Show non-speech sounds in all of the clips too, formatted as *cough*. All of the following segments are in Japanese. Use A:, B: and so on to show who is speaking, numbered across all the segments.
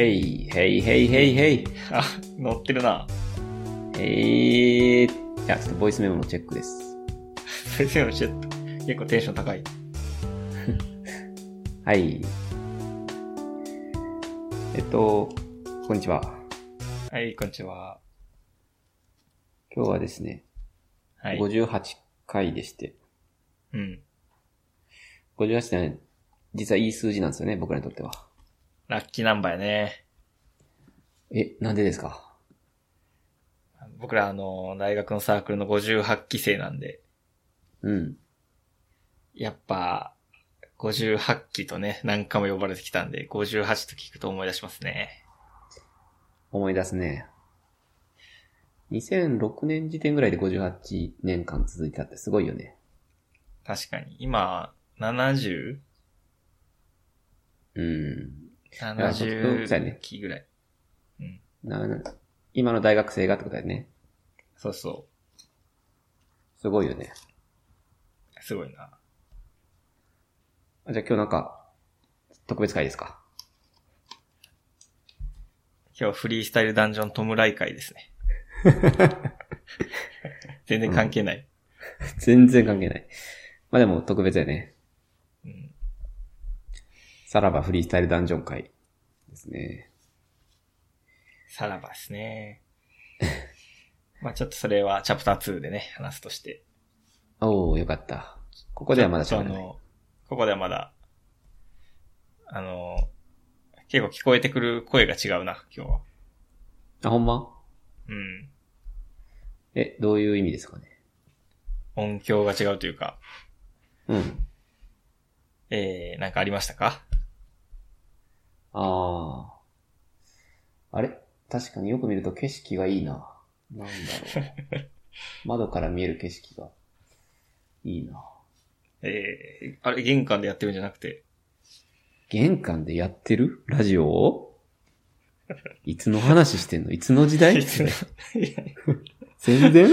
A: へいへいへいへい。
B: あ、乗ってるな。
A: えー、いや、ちょっとボイスメモのチェックです。
B: 先生のシュッと。結構テンション高い。
A: はい。えっと、こんにちは。
B: はい、こんにちは。
A: 今日はですね、
B: はい。
A: 58回でして、
B: うん。
A: 58ってね、実はいい数字なんですよね、僕らにとっては。
B: ラッキーナンバーやね。
A: え、なんでですか
B: 僕らあの、大学のサークルの58期生なんで、
A: うん。
B: やっぱ、58期とね、何回も呼ばれてきたんで、58と聞くと思い出しますね。
A: 思い出すね。2006年時点ぐらいで58年間続いたってすごいよね。
B: 確かに。今、70?70
A: うん。やそうそうやね
B: 70期ぐらい。
A: な今の大学生がってことだよね。
B: そうそ
A: すごいよね。
B: う。すごいな。
A: あじゃあ今日なんか、特別会ですか
B: 今日はフリースタイルダンジョン弔い会です *laughs* ね。全然関係ない。
A: 全然関係ない。まあでも特別だよね。
B: うん
A: さらばフリースタイルダンジョン会ですね。
B: さらばですね。 *laughs* まあちょっとそれはチャプター2でね、話すとして。
A: おー、よかった。ここ
B: こ
A: ではまだ
B: ちょっ
A: 喋
B: と
A: ら
B: あ
A: ない。
B: の、ここではまだ、あの、結構聞こえてくる声が違うな、今日は。
A: あ、ほんま
B: うん。
A: え、どういう意味ですかね。
B: 音響が違うというか、
A: うん。
B: えー、なんかありましたか
A: あー。あれ確かによく見ると景色がいいな。なんだろ
B: *laughs*
A: う。窓から見える景色がいいな。
B: えー、あれ、玄関でやってるんじゃなくて、
A: 玄関でやってるラジオ
B: *laughs*
A: をいつの話してんのいつの時代
B: いつのいや
A: 全然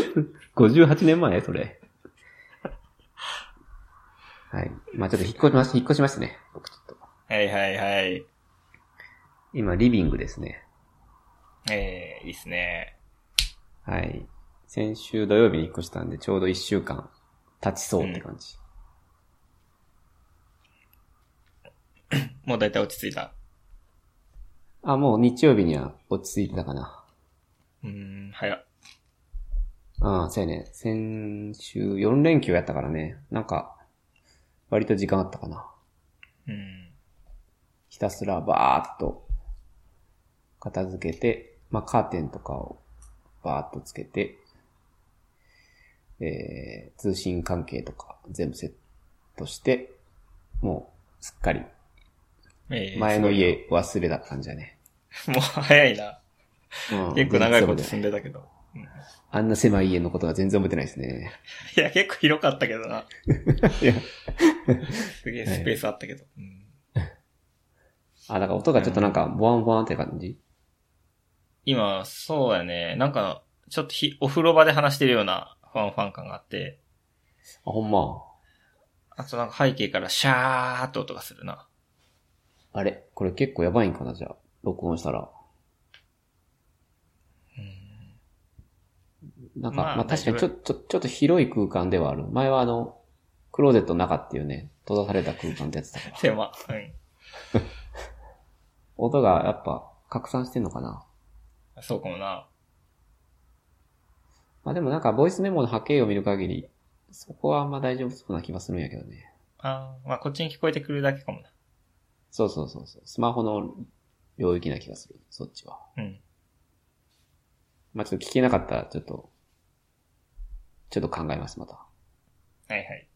A: ?58 年前それ。はい。まあちょっと引っ越しまし、引っ越しましたね。僕ちょっと。
B: *laughs* はいはいはい。
A: 今、リビングですね。
B: えー、いいっすね。
A: はい。先週土曜日に引っ越したんで、ちょうど1週間経ちそうって感じ。
B: もうだいたい落ち着いた。
A: あ、もう日曜日には落ち着いてたかな。
B: うーん、早っ。
A: ああ、そうやね。先週4連休やったからね。なんか、割と時間あったかな。
B: うん。
A: ひたすらバーっと片付けて、まあ、カーテンとかをバーっとつけて、えー、通信関係とか全部セットして、もうすっかり
B: えー
A: 前の。家忘れた感じだね。
B: すごいもう早いな。
A: うん
B: 結構長い
A: 全然
B: こと
A: 覚えて
B: 住ん
A: ない
B: でたけど。
A: あんな狭い家のことは全然覚えてないですね。
B: いや、結構広かったけどな。
A: *laughs* いや
B: すげえスペースあったけど。うん
A: あ、だから音がちょっとなんかボワンボワンって感じ
B: 今、そうやね。なんか、ちょっとひお風呂場で話してるようなファンファン感があって、
A: あ、ほんま。
B: あとなんか背景からシャーっと音がするな。
A: あれこれ結構やばいんかなじゃあ、録音したら。なんか、
B: まあ
A: まあ確かに
B: 大
A: ち
B: 丈
A: ょ、ちょ、ちょっと広い空間ではある。前はあの、クローゼットの中っていうね、閉ざされた空間ってやつだから。
B: 手間。うん。
A: 音がやっぱ拡散してんのかな
B: そうかもな。
A: まあでもなんか、ボイスメモの波形を見る限り、そこはあんま大丈夫そうな気がするんやけどね。
B: あーまあ、こっちに聞こえてくるだけかもな。
A: そうそうそうそう。スマホの領域な気がする。そっちは。
B: うん。
A: まあちょっと聞けなかったら、ちょっと、ちょっと考えます、また。
B: はいはい。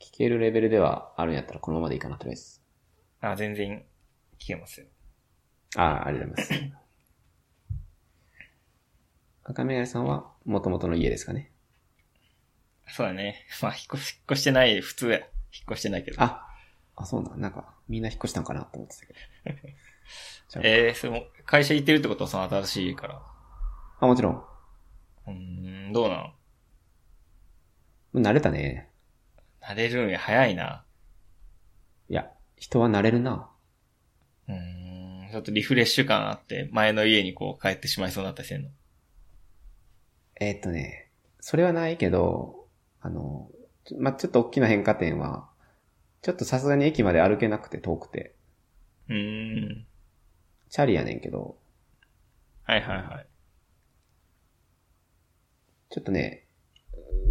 A: 聞けるレベルではあるんやったらこのままでいいかな、とりあえず。
B: あ、全然聞けますよ。
A: ああ、ありがとうございます。赤目さんは元々の家ですかね。
B: そうだね。 *laughs* まあ、引っ越し、引っ越してない、普通や。引っ越してないけど。
A: あ、あ、そうなん、なんか、みんな引っ越したんかなと思ってたけど。じゃあ
B: えー、その、会社行ってるってことその新しい家から。
A: あ、もちろん。も
B: うーん、どうなん
A: う慣れたね。
B: 慣れるんや、早いな。
A: いや、人は慣れるな。
B: うーん、ちょっとリフレッシュ感あって、前の家にこう帰ってしまいそうになったりせんの。
A: えーっとね、それはないけど、あの、ちょまあ、ちょっと大きな変化点は、ちょっとさすがに駅まで歩けなくて遠くて、
B: うーん。
A: チャリやねんけど、
B: はいはいはい。
A: ちょっとね、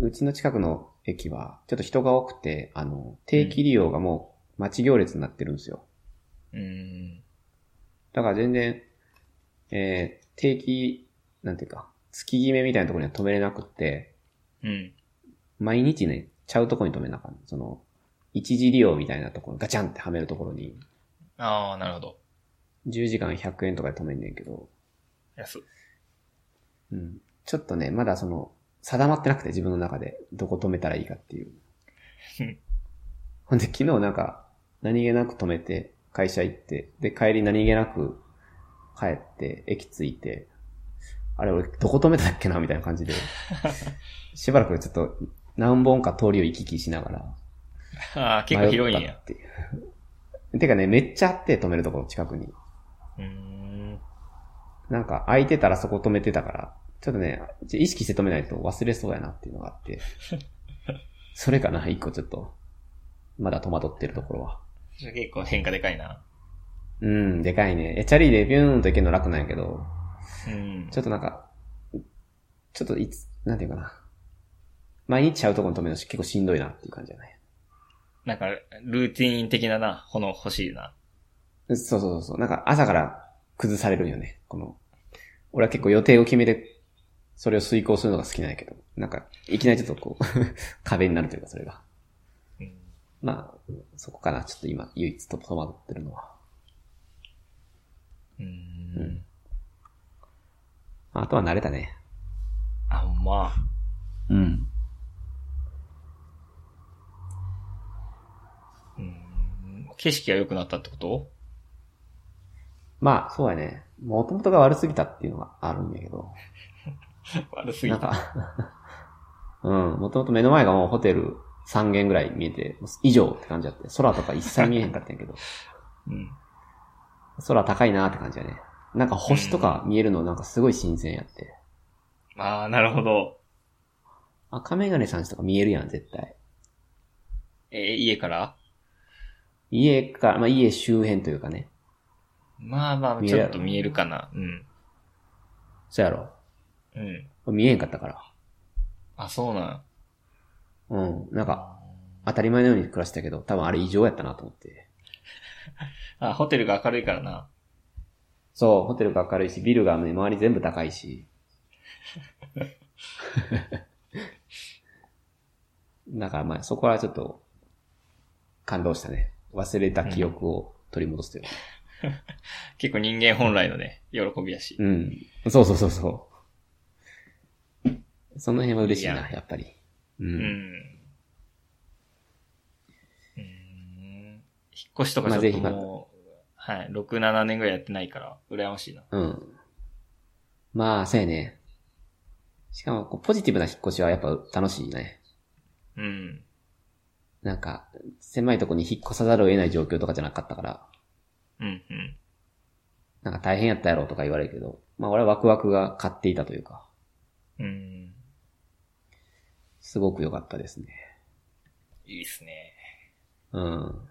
A: うちの近くの駅は、ちょっと人が多くて、あの、定期利用がもう待ち行列になってるんですよ。
B: うーん。
A: だから全然、えー定期、なんていうか、月決めみたいなところには止めれなくって、
B: うん。
A: 毎日ね、ちゃうとこに止めなあかん。その、一時利用みたいなところ、ガチャンってはめるところに、
B: ああ、なるほど。
A: 10時間100円とかで止めんねんけど、
B: 安。
A: うん。ちょっとね、まだその、定まってなくて自分の中で、どこ止めたらいいかっていう
B: うん。
A: ほんで、昨日なんか、何気なく止めて、会社行って、で、帰り何気なく帰って、駅着いて、あれ、俺、どこ止めたっけなみたいな感じ
B: *laughs*
A: で、しばらくちょっと、何本か通りを行き来しながら。
B: ああ、結構広いん
A: 迷った
B: や
A: っ。ていう。てかね、めっちゃあって、止めるところ、近くに。
B: うーん。
A: なんか空いてたらそこ止めてたから、ちょっとね、意識して止めないと忘れそうやなっていうのがあって。それかな、一個ちょっと。まだ戸惑ってるところは。
B: それ結構変化でかいな。
A: うん、でかいね。え、チャリでビューンと行けるの楽なんやけど、
B: うん。
A: ちょっとなんか、ちょっといつ、なんていうかな。毎日会うところに止めるのし結構しんどいなっていう感じじゃない。
B: なんか、ルーティン的なな、この欲しいな。
A: そうそうそうそう。なんか朝から崩されるんよね。この、俺は結構予定を決めて、それを遂行するのが好きなんやけど、なんか、いきなりちょっとこう、 *laughs* 壁になるというか、それが。
B: うん。
A: まあ、そこかな。ちょっと今、唯一と戸惑ってるのは。
B: うー。
A: うんあとは慣れたね。
B: あ、ほんま
A: うん。
B: あ。うん。景色が良くなったってこと
A: まあ、そうやね。もともとが悪すぎたっていうのがあるんやけど。
B: 悪すぎ
A: なん
B: た。
A: か、 *laughs* うん。もともと目の前がもうホテル3軒ぐらい見えて、もう以上って感じだって。空とか一切見えへんかったんやけど。 *laughs*
B: うん。
A: 空高いなって感じだね。なんか星とか見えるのなんかすごい新鮮やって。
B: ああ、なるほど。
A: 赤メガネさんちとか見えるやん、絶対。
B: えー家から
A: 家か、まあ家周辺というかね。
B: まあまあ、
A: 見え
B: ち
A: る
B: ょ
A: や
B: っ
A: ろ
B: と見えるかな。うん。
A: そうやろ。
B: うん。
A: 見えへんかったから。
B: あ、そうなん。
A: うん。なんか、
B: あ
A: 当たり前のように暮らしてたけど、多分あれ異常やったなと思って。
B: あ、ホテルが明るいからな。
A: そう、ホテルが明るいし、ビルが、ね、周り全部高い *laughs* し。だからまあ、そこはちょっと、感動したね。忘れた記憶を取り戻すというか。
B: 結構人間本来のね、喜びやし。
A: うん。そうそうそうそう。その辺は嬉しいな、
B: い
A: や
B: や
A: っぱり。う。
B: うん。うんーん引っ越しとか
A: まあ
B: ちょ
A: ぜ
B: っと
A: ひまた
B: もう、はい、6、7年ぐらいやってないから、羨ましいな。
A: うん。まあ、そうやね。しかもこう、ポジティブな引っ越しはやっぱ楽しいね。
B: うん。
A: なんか、狭いとこに引っ越さざるを得ない状況とかじゃなかったから、
B: うん、うん。
A: なんか大変やったやろとか言われるけど、まあ俺はワクワクが買っていたというか、
B: うん。
A: すごく良かったですね。
B: いいっすね。
A: うん。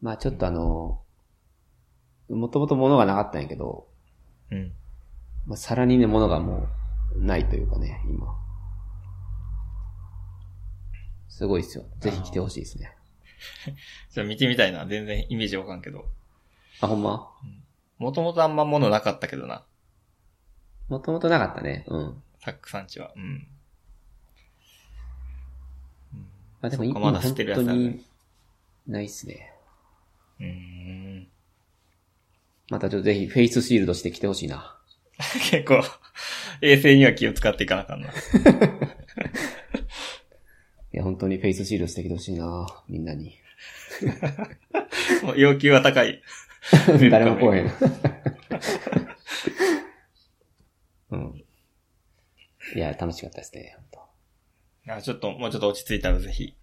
A: まあちょっとあの、もともと物がなかったんやけど、
B: うん。
A: まあ、さらにね、ものがもう、ないというかね、今。すごいですよ。ぜひ来てほしいですね。
B: じゃあ見てみたいな。全然イメージわかんけど。
A: あ、ほんま
B: もともとあんま物なかったけどな。
A: もともとなかったね。うん。
B: タックさんちは。うん。うん
A: まあでも
B: そっ
A: 今、
B: かまだ捨
A: 本
B: てるや
A: 当
B: つあるね
A: に、ないっすね。
B: うーん。 *laughs*
A: またちょっとぜひ、フェイスシールドして来てほしいな。
B: 結構、衛生には気を使っていかなあかんな。
A: いや、本当にフェイスシールドして来てほしいな。みんなに。
B: も *laughs* う要求は高い。
A: 誰も来へん。うん。いや、楽しかったですね。本
B: あ、ちょっと、もうちょっと落ち着いたらぜひ。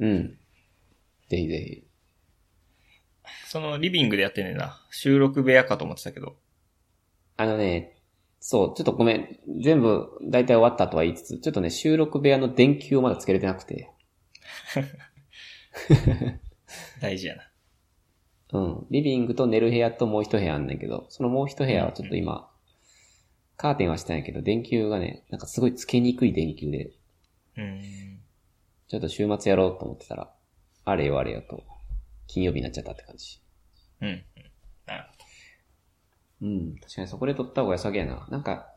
A: 当うん。ぜひぜひ。
B: そのリビングでやってんねんな。収録部屋かと思ってたけど。
A: あのね、そう、ちょっとごめん。全部、だいたい終わったとは言いつつ、ちょっとね、収録部屋の電球をまだつけれてなくて。
B: 大事やな。
A: うん。リビングと寝る部屋ともう一部屋あんねんけど、そのもう一部屋はちょっと今、カーテンはしてないけど、電球がね、なんかすごいつけにくい電球で、
B: うん。
A: ちょっと週末やろうと思ってたら、あれよあれよと、金曜日になっちゃったって感じ。
B: うんうん。なるほど。
A: うん。確かにそこで撮った方が安上げやな。なんか、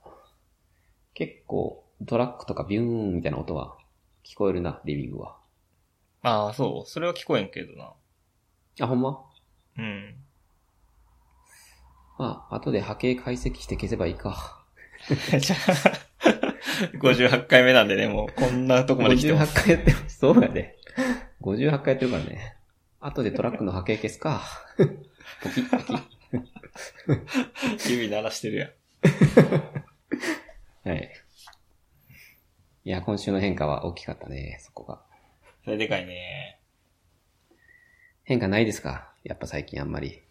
A: 結構、トラックとかビューンみたいな音は聞こえるな、リビングは。
B: ああ、そう。それは聞こえんけどな。
A: あ、ほんま
B: うん。 *laughs*
A: まあ、後で波形解析して消せばいいか。
B: じゃあ、58回目 *laughs* なんでね、もうこんなとこまで来てます。
A: 58回やってます。そうやで。58回やってるからね。後でトラックの波形消すか。ポキポキ。
B: 指鳴らしてるやん。
A: はい。いや、今週の変化は大きかったね、そこが。
B: それでかいね。
A: 変化ないですかやっぱ最近あんまり。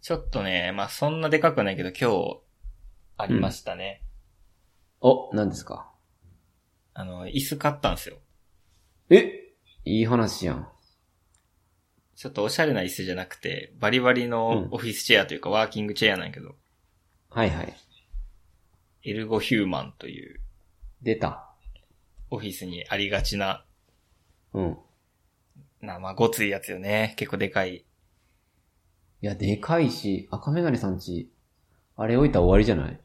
B: ちょっとね、まあそんなでかくないけど今日、ありましたね。
A: お、何ですか
B: あの、椅子買ったんですよ。
A: えいい話やん。
B: ちょっとおしゃれな椅子じゃなくて、バリバリのオフィスチェアというかワーキングチェアなんやけど、
A: はいはい。
B: エルゴヒューマンという
A: 出た。
B: オフィスにありがちな、
A: うん。
B: な、まあごついやつよね。結構でかい。
A: いや、でかいし、赤メガネさんち、あれ置いたら終わりじゃない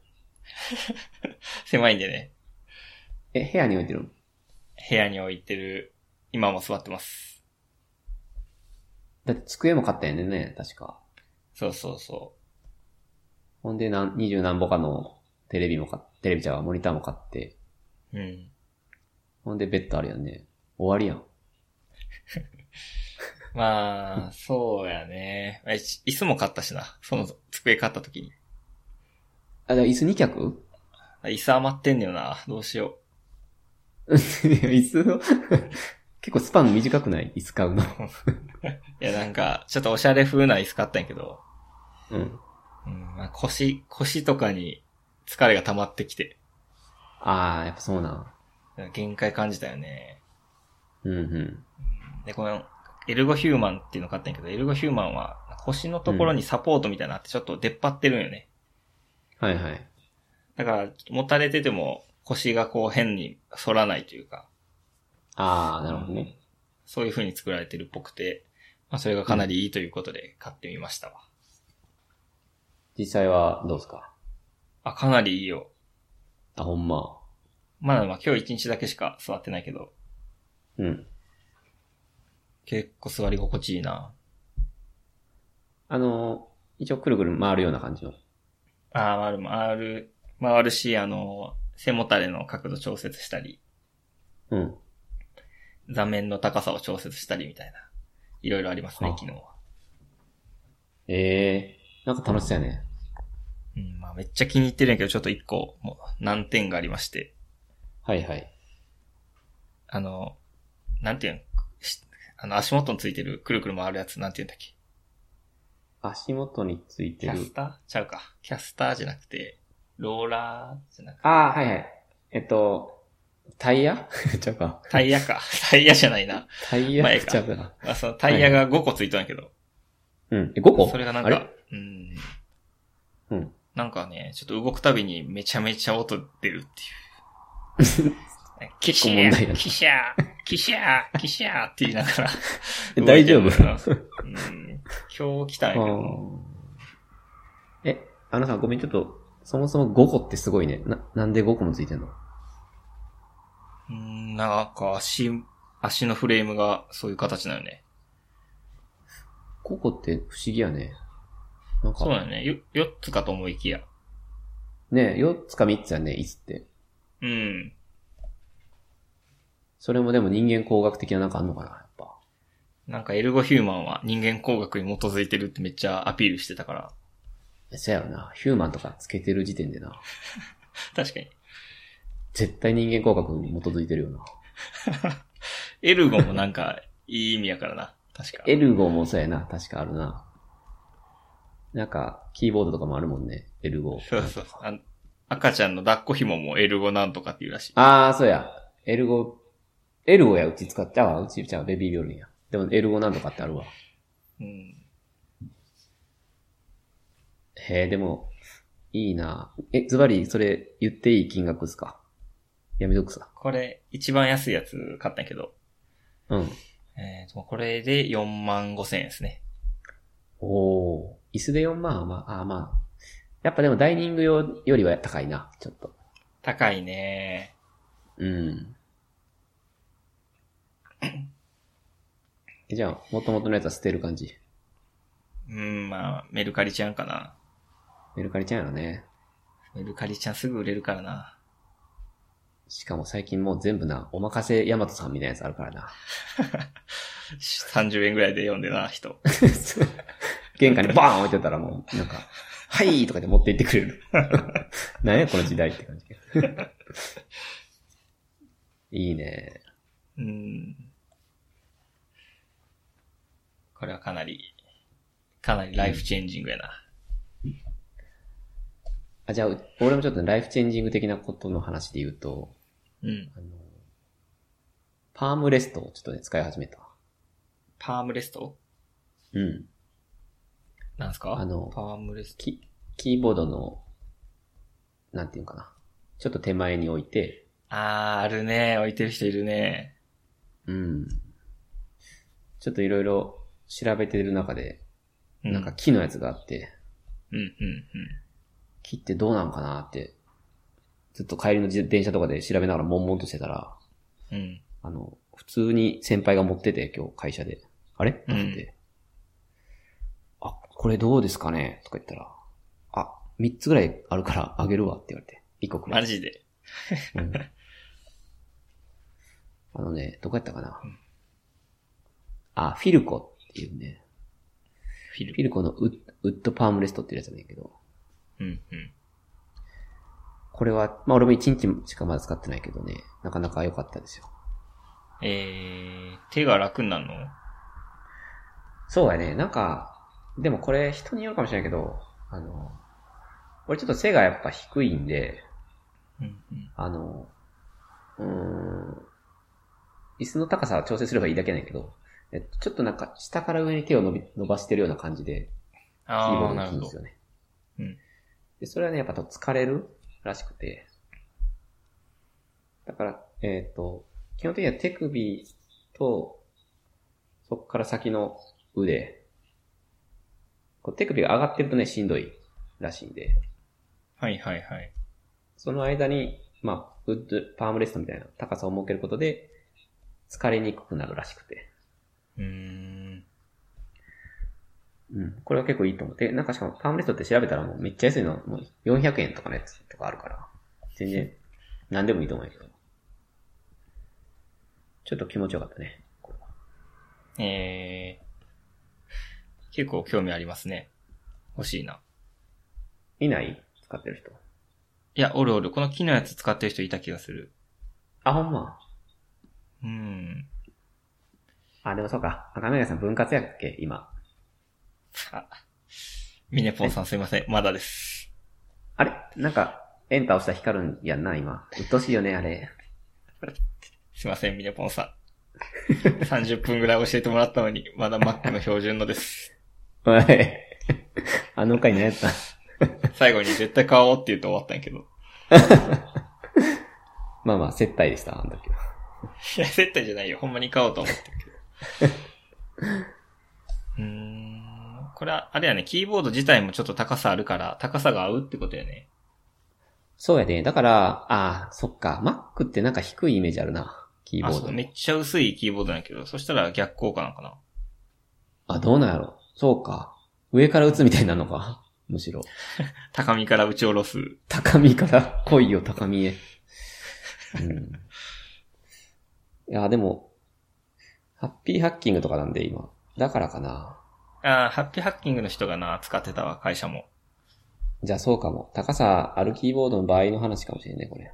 B: 狭いんでね、
A: え、部屋に置いてるの
B: 部屋に置いてる、今も座ってます。
A: だって机も買ったよね、確か。
B: そうそうそ
A: ほんで、なん、二十何ぼかのテレビも買っテレビちゃうわモニターも買って、
B: う。うん。
A: ほんでベッドあるやんね。終わりやん。
B: まあ、そうやね。まあいち椅子も買ったしな。その机買った時に。
A: あ、じゃ椅子2脚 *laughs*
B: 椅子余ってんのよな。どうしよ
A: いや椅子の、 *laughs* 結構スパン短くない椅子買うの。
B: う。いや、なんか、ちょっとおしゃれ風な椅子買ったんやけど、
A: うん。
B: うんまあ、腰、腰とかに疲れが溜まってきて、
A: あー、やっぱそうなん。
B: 限界感じたよね。
A: うんうん。
B: で、この、エルゴヒューマンっていうの買ったんやけど、エルゴヒューマンは腰のところにサポートみたいなのあってちょっと出っ張ってるんよね。
A: はいはい。
B: だから、持たれてても腰がこう変に反らないというか、
A: あー、なるほどね。
B: そういう風に作られてるっぽくて、まあそれがかなりいいということで買ってみましたわ。
A: 実際はどうですか
B: あ、かなりいいよ。
A: あ、ほんま。
B: まだまあ今日一日だけしか座ってないけど、
A: うん。
B: 結構座り心地いいな。
A: あの、一応くるくる回るような感じの。
B: ああ、回る、回る、回るし、あの、背もたれの角度調節したり、
A: うん。
B: 座面の高さを調節したりみたいな。いろいろありますね
A: は、あ
B: 昨日は。
A: えー、なんか楽しそうやね。
B: うん、まあめっちゃ気に入ってるんやけど、ちょっと一個、もう難点がありまして。
A: はいはい。
B: あの、なんていうんしあの、足元についてるくるくる回るやつ、なんていうんだっけ
A: 足元について
B: キャス
A: る。
B: ターちゃうか。キャスターじゃなくて、ローラーじゃなくて、
A: ああ、はいはい。えっと、タイヤ *laughs* ちゃうか。
B: タイヤか。 *laughs* タイヤじゃないな。
A: タイヤ
B: 前か
A: ちゃうか。
B: まあ、そのタイヤが5個ついとんやけど。
A: うん。え、5個
B: それがなん
A: あ
B: か
A: れ、
B: うん。
A: うん。
B: なんかね、ちょっと動くたびにめちゃめちゃ音出るって
A: *laughs*
B: いう。キシ
A: 構問
B: ャ
A: 題だ
B: ー、キシャー、キシャー、キシャーって言いながら。
A: え *laughs* 大丈夫
B: 動いてるのよなうん。今日来たんやけ
A: あ
B: ど。
A: ーえ、あのさん、ごめん、ちょっと、そもそも5個ってすごいね。な、なんで5個もついてんの
B: うん、なんか足、足のフレームがそういう形なのね。
A: ?5 個って不思議やね。なん
B: そ
A: か、
B: うだよね。よ、4つかと思いきや。
A: ね、4つか3つやね、椅子って。
B: うん。
A: それもでも人間工学的ななんかあんのかな、やっぱ。
B: なんかエルゴヒューマンは人間工学に基づいてるってめっちゃアピールしてたから。
A: えそうやろな。ヒューマンとかつけてる時点でな。
B: 確かに。
A: 絶対人間工学に基づいてるよな。
B: エルゴもなんかいい意味やからな。確か。
A: エルゴもそうやな。確かあるな。なんか、キーボードとかもあるもんね。エルゴ。
B: そうそうそうあの赤ちゃんの抱っこ紐もエルゴなんとかっていうらしい。
A: あー、そうや。エルゴ、エルゴや、うち使ったわ。うち、じゃあベビービオリンや。でも、エルゴなんとかってあるわ。
B: うん。
A: へえ、でも、いいなえ、ズバリ、それ、言っていい金額っすかやめとくさ。
B: これ、一番安いやつ買ったんやけど、
A: うん。
B: えーと、これで4万5千円ですね。
A: おおー。椅子で4万はまあ、あーまあ。やっぱでも、ダイニング用よりは高いな。ちょっと。
B: 高いね。
A: うん。えじゃあ、元々のやつは捨てる感じ。
B: うん、まあ、メルカリちゃんかな。
A: メルカリちゃんやろね。
B: メルカリちゃんすぐ売れるからな。
A: しかも最近もう全部な、おまかせヤマトさんみたいなやつあるから *laughs* な。
B: 30円ぐらいで読んでな、人。
A: 玄関にバーン置いてたらもう、なんか、はいとかで持って行ってくれる。なんやこの時代って感じ。いいね。
B: うん。これはかなり、かなりライフチェンジングやな。
A: あ、じゃあ、俺もちょっとライフチェンジング的なことの話で言うと、
B: うん。
A: あの、パームレストをちょっとね、使い始めた。
B: パームレスト
A: うん。
B: なんすか
A: あの
B: パームレスト。
A: キ、キーボードの、なんていうのかな。ちょっと手前に置いて、
B: あー、あるね。置いてる人いるね。
A: うん。ちょっといろいろ調べてる中で、
B: う
A: なんか、木のやつがあって、
B: うん、うん、
A: 木ってどうなんかなって、ずっと帰りの自電車とかで調べながら悶々としてたら、
B: うん。うん。
A: あの、普通に先輩が持ってて、今日会社で。あれ
B: うん
A: なって。あ、これどうですかねとか言ったら、あ、3つぐらいあるからあげるわって言われて。1個くれ
B: マ。ジで。
A: うんあのね、どこやったかな
B: うん。
A: あ、フィルコっていうね。
B: フィル
A: フィルコのウッウッドパームレストっていうやつなんだけど。
B: うん、うん。
A: これは、まあ俺も1日しかまだ使ってないけどね、なかなか良かったですよ。
B: えー、手が楽になるの
A: そうやね、なんか、でもこれ人によるかもしれないけど、あの、俺ちょっと背がやっぱ低いんで、
B: うん、うん。
A: あの、うーん、椅子の高さは調整すればいいだけなんやけど、えっとちょっとなんか下から上に手を伸び伸ばしてるような感じで、キーボ
B: あ
A: ードが
B: ー、な
A: 効
B: る
A: くん
B: ほ
A: です
B: ど。
A: よね。
B: うん
A: で、それはね、やっぱ疲れるらしくて。だから、えっ、と、基本的には手首と、そこから先の腕。こう手首が上がってるとね、しんどいらしいんで、
B: はい、はい、はい。
A: その間に、まあ、ウッド、パームレストみたいな高さを設けることで、疲れにくくなるらしくて。
B: うーん。
A: うん。これは結構いいと思って、なんかしかもパームレストって調べたらもうめっちゃ安いの、もう400円とかのやつとかあるから、全然何でもいいと思うんやけど。ちょっと気持ちよかったね。これは
B: えー、結構興味ありますね。欲しいな。
A: いない使ってる人。
B: いや、おるおる。この木のやつ使ってる人いた気がする。
A: あ、ほんま。
B: うん。
A: あ、でもそうか。赤目がさん分割やっけ今。
B: あ、ミネポンさんすいません。まだです。
A: あれなんか、エンター押したら光るんやんな、今。鬱陶しいよね、あれ。
B: すいません、ミネポンさん。30分ぐらい教えてもらったのに、まだ Mac の標準のです。
A: おい。 *laughs* あの回何やった
B: 最後に絶対買おうって言って終わったんやけど。
A: まあまあ、接待でした、あの時は。
B: いや、絶対じゃないよ。ほんまに買おうと思ってるけど。
A: *laughs*
B: うーん。これは、あれやね、キーボード自体もちょっと高さあるから、高さが合うってことやね。
A: そうやね。だから、ああ、そっか。Mac ってなんか低いイメージあるな。キー
B: あ、
A: ボー
B: そ
A: ド
B: う
A: の
B: だ。めっちゃ薄いキーボードなんやけど、そしたら逆効果なんかな。
A: あ、どうなんやろそうか。上から打つみたいになるのか。むしろ。
B: 高みから打ち下ろす。
A: 高みから来いよ、高みへ。うん。いや、でも、ハッピーハッキングとかなんで、今。だからかな。
B: ああ、ハッピーハッキングの人がな、使ってたわ、会社も。
A: じゃあそうかも。高さあるキーボードの場合の話かもしれない、これ。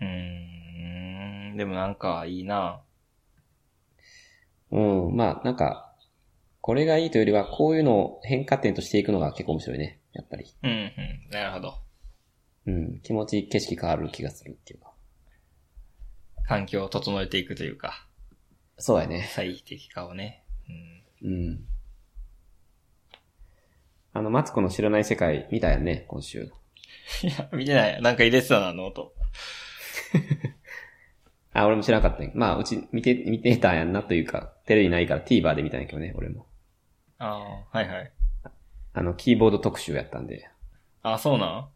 B: うーん、でもなんかいいな。
A: うん、まあ、なんか、これがいいというよりは、こういうのを変化点としていくのが結構面白いね。やっぱり。
B: うん、うん。なるほど。
A: うん。気持ち、景色変わる気がするっていうか。
B: 環境を整えていくというか、
A: そうやね。
B: 最適化をね。うん。
A: う
B: *laughs*
A: ん。あの、マツコの知らない世界見たよね、今週。
B: いや、見てない。なんか入れてたな、ノート。
A: あ、俺も知らなかったね。まあ、うち見て、見てたんやんなというか、テレビないから TVer で見たんやけどね、俺も。
B: ああ、はいはい。
A: あの、キーボード特集やったんで。
B: あ、そうなん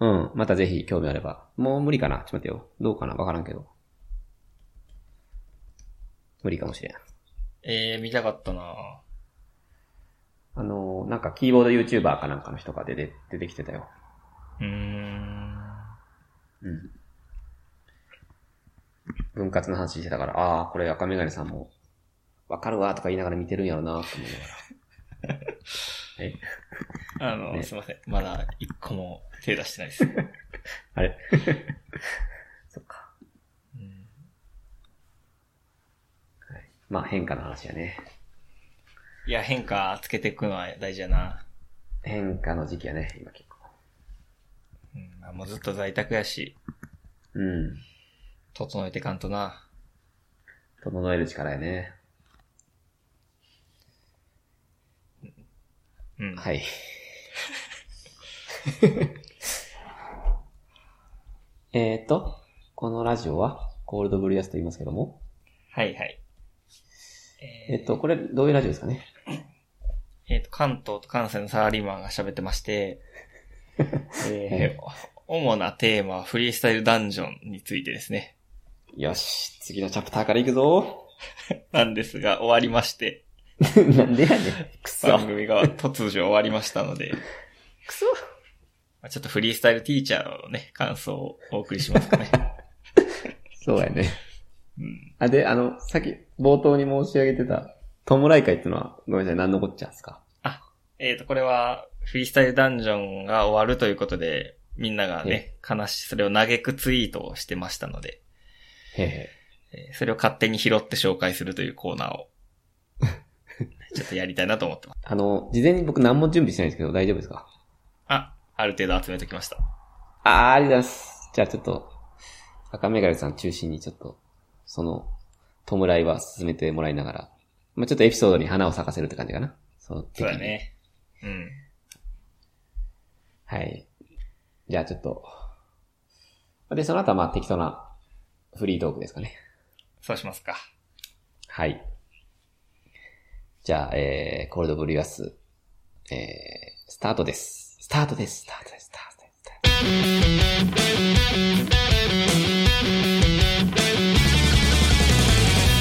A: うん。またぜひ興味あれば。もう無理かなちょっと待ってよ。どうかなわからんけど。無理かもしれん。
B: ええー、見たかったな
A: あのー、なんかキーボード YouTuber かなんかの人が出て、出てきてたよ。
B: うーん。
A: うん。分割の話してたから、ああ、これ赤メガネさんも、わかるわとか言いながら見てるんやろなと思いながら。え
B: あの、
A: ね
B: すいません。まだ一個も手出してない *laughs* です。う
A: あれそっか。
B: ん
A: まあ変化の話やね。
B: いや、変化つけていくのは大事やな。
A: 変化の時期やね、今結構。
B: うん、まあもうずっと在宅やし、
A: うん。
B: 整えてかんとな。
A: 整える力やね。
B: うん。い。
A: はい。 *laughs* えっと、このラジオは、コールドブリュアスと言いますけども。
B: はいはい。
A: えっと、これ、どういうラジオですかね
B: えっ、と、関東と関西のサラリーマンが喋ってま *laughs* して、えー主なテーマはフリースタイルダンジョンについてですね。
A: よし、次のチャプターから行くぞ。
B: なんですが、終わりまして、
A: *laughs* なんでやねん。くそ。
B: 番組が突如終わりましたので、
A: くそ。
B: まあちょっとフリースタイルティーチャーのね、感想をお送りします
A: *laughs*
B: かね。
A: *laughs* そうやね。
B: うん。
A: あ、で、あの、さっき、冒頭に申し上げてた、弔い会ってのは、ごめんなさい、何のこっちゃですか
B: えっ、と、これは、フリースタイルダンジョンが終わるということで、みんながね、悲し、それを嘆くツイートをしてましたので、
A: へへ。
B: えーそれを勝手に拾って紹介するというコーナー
A: *laughs*
B: を、ちょっとやりたいなと思ってます。
A: あの、事前に僕何も準備してないんですけど、大丈夫ですか
B: あ、ある程度集めてきました。
A: あー、ありがとうございます。じゃあちょっと、赤メガネさん中心にちょっと、その、弔いは進めてもらいながら、まあちょっとエピソードに花を咲かせるって感じかな。そう
B: そうだ。ね。うん。
A: はい。じゃあちょっと。で、その後はまあ適当なフリートークですかね。
B: そうしますか。
A: はい。じゃあ、えー、コールドブリュアス、えー、スタートです。スタートです。スタートです。スタートです。スタートです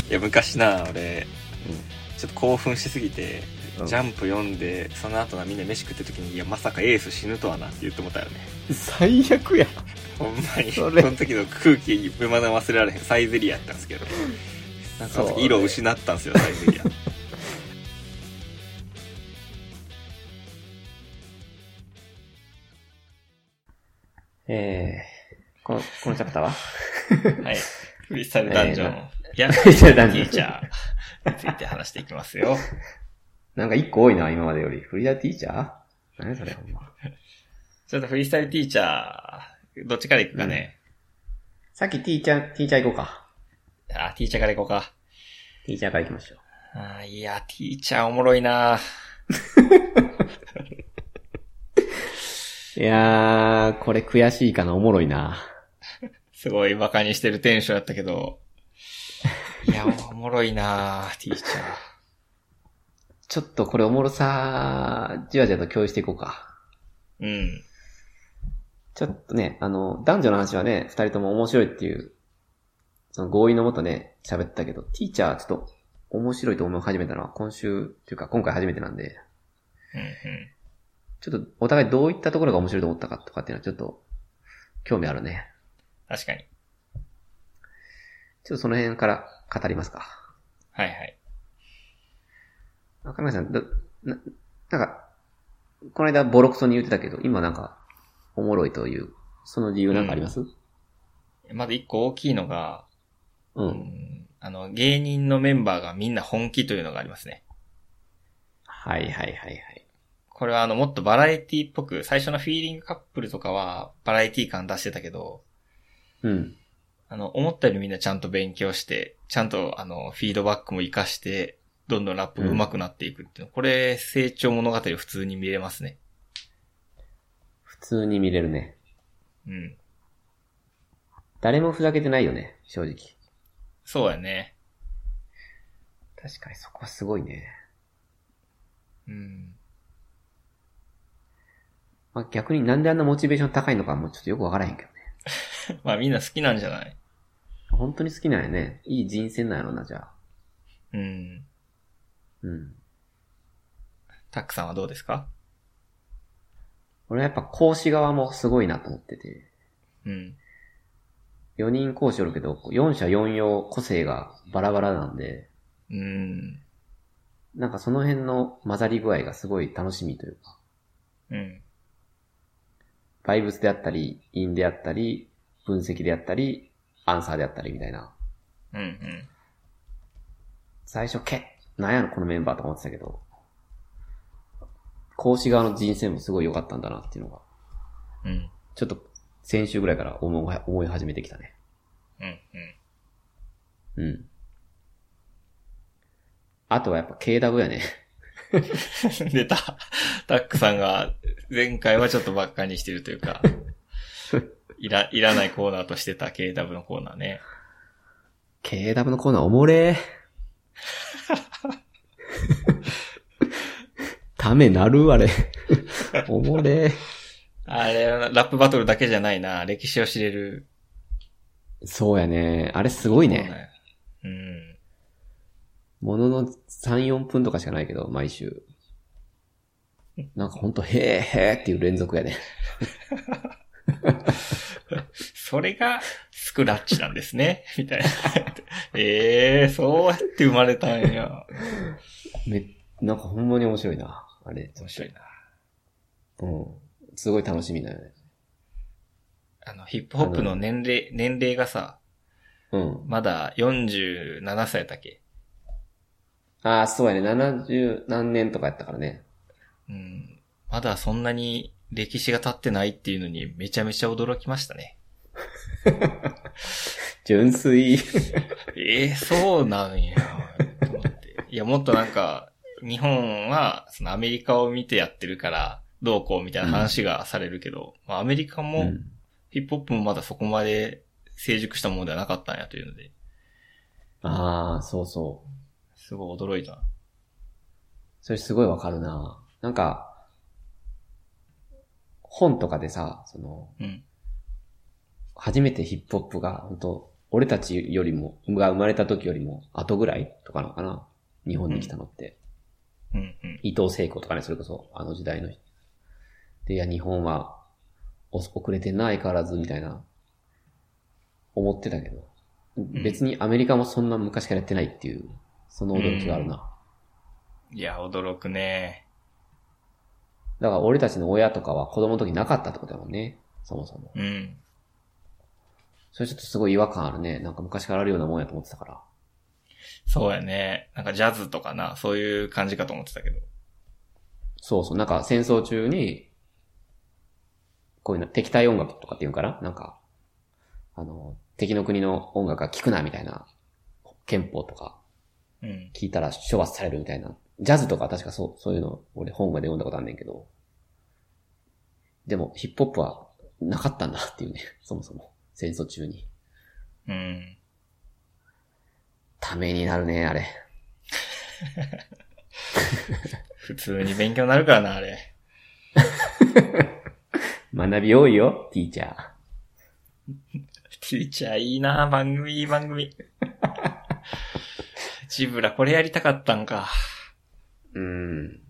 B: いや、昔な、俺、
A: うん
B: ちょっと興奮しすぎて、
A: うん
B: ジャンプ読んで、その後なみんな飯食ってる時に、いや、まさかエース死ぬとはなって言ってもたよ *laughs* ね。
A: 最悪や。
B: ほんまに、
A: そ
B: そ
A: れ
B: の時の空気、未だ忘れられへん。サイゼリアやったんですけど。なんかあの時
A: そう
B: 色を失ったんですよ、サイゼリア。
A: えー、この、このチャプターは
B: *laughs* はい。フリースタイルダンジョン。
A: え
B: いや、
A: フリースタイルダンジョン
B: ティーチャー *laughs* について話していきますよ。
A: なんか一個多いな、今までより。フリーダーティーチャー何それ、ほんま。
B: ちょっとフリースタイルティーチャー、どっちから行くかね。
A: さっきティーチャー、ティーチャー行こうか。
B: あ、ティーチャーから行こうか。
A: ティーチャーから行きましょう。
B: あいや、ティーチャーおもろいな
A: はいやー、これ悔しいかな、おもろいな。
B: すごい馬鹿にしてるテンションやったけど。 *laughs* いや、おもろいなティーチャー。
A: ちょっとこれおもろさー、じわじわと共有していこうか。
B: うん。
A: ちょっとね、あの、男女の話はね、二人とも面白いっていう、その合意のもとね、喋ったけど、ティーチャーちょっと面白いと思い始めたのは今週、というか今回初めてなんで、
B: うんうん。
A: ちょっとお互いどういったところが面白いと思ったかとかっていうのはちょっと、興味あるね。
B: 確かに。
A: ちょっとその辺から語りますか。
B: はいはい。
A: 赤嶺さん、ど、な、なんか、この間ボロクソに言ってたけど、今なんか、おもろいという、その理由なんかあります
B: まず一個大きいのが、
A: う。
B: うんんあの、芸人のメンバーがみんな本気というのがありますね。
A: はいはいはいはい。
B: これはあの、もっとバラエティっぽく、最初のフィーリングカップルとかは、バラエティ感出してたけど、
A: うん。
B: あの、思ったよりみんなちゃんと勉強して、ちゃんとあの、フィードバックも活かして、どんどんラップが上手くなっていくっていうの、これ、成長物語普通に見れますね。
A: 普通に見れるね。
B: うん。
A: 誰もふざけてないよね、正直。
B: そうやね。
A: 確かにそこはすごいね。
B: うん。
A: まあ、逆になんであんなモチベーション高いのかもうちょっとよくわからへんけどね。
B: まあみんな好きなんじゃない
A: 本当に好きなんやね。いい人生なんやろな、じゃあ。
B: うん。
A: うん。
B: タックさんはどうですか
A: 俺はやっぱ講師側もすごいなと思ってて。
B: うん。
A: 4人講師おるけど、4社4用個性がバラバラなんで、
B: うん。
A: なんかその辺の混ざり具合がすごい楽しみというか、
B: うん。
A: バイブスであったり、インであったり、分析であったり、アンサーであったりみたいな。
B: うん。うん。
A: 最初、けっなんやろこのメンバーとか思ってたけど、講師側の人生もすごい良かったんだなっていうのが、
B: うん。
A: ちょっと先週ぐらいから思い思い始めてきたね。
B: うん。 *laughs*
A: うん。あとはやっぱ KW やね。
B: うん。出た。タックさんが前回はちょっとばっかにしてるというか、 *laughs* いら、いらないコーナーとしてた KW のコーナーね。
A: KW のコーナーおもれー。ためなるあれ。おもれー。
B: あれ、ラップバトルだけじゃないな。歴史を知れる。
A: そうやね。あれすごい
B: コーナー
A: ね。
B: や。うん。
A: ものの3、4分とかしかないけど、毎週。なんかほんと、へーへーっていう連続やね。
B: それがスクラッチなんですね。みたいな。ええー、そうやって生まれたんや。
A: め、なんかほんまに面白いな。あれ。
B: 面白いな。
A: うん。すごい楽しみだよね。
B: あの、ヒップホップの年齢、年齢がさ、
A: うん。
B: まだ47歳だっけ
A: ああ、そうやね。70何年とかやったからね。
B: うん。まだそんなに歴史が経ってないっていうのにめちゃめちゃ驚きましたね。
A: 純粋。
B: ええそうなんや。と思っていや、もっとなんか、日本は、そのアメリカを見てやってるから、どうこうみたいな話がされるけど、まあアメリカ
A: う
B: も、
A: ん
B: ヒップホップもまだそこまで成熟したものではなかったんやというので、
A: ああ、そうそう。
B: すごい驚いた。
A: それすごいわかるな。なんか、本とかでさ、その、
B: うん。
A: 初めてヒップホップが、本当俺たちよりも、が生まれた時よりも、後ぐらいとかなのかな日本に来たのって。
B: うん、うん。
A: 伊藤聖子とかね、それこそ、あの時代の人。で、いや、日本は、お遅れてんな、相変わらず、みたいな、思ってたけど、別にアメリカもそんな昔からやってないっていう、その驚きがあるな。
B: いや、驚くね。
A: だから俺たちの親とかは子供の時なかったってことだもんね。そもそも。
B: うん。
A: それちょっとすごい違和感あるね。なんか昔からあるようなもんやと思ってたから。
B: そうやね。なんかジャズとかな、そういう感じかと思ってたけど。
A: そうそう。なんか戦争中に、こういうの敵対音楽とかっていうんかななんか、あの、敵の国の音楽が聴くなみたいな、憲法とか
B: うん。
A: 聞いたら処罰されるみたいな。ジャズとか確かそう、そういうの俺本まで読んだことあんねんけど。でもヒップホップはなかったんだっていうね。そもそも。戦争中に。
B: うん。
A: ためになるね、あれ。
B: 普通に勉強になるからな、あれ。
A: 学び多いよ、ティーチャー。
B: ティーチャーいいな番組いい番組。 *laughs* ジブラ、これやりたかったんか。
A: うん。い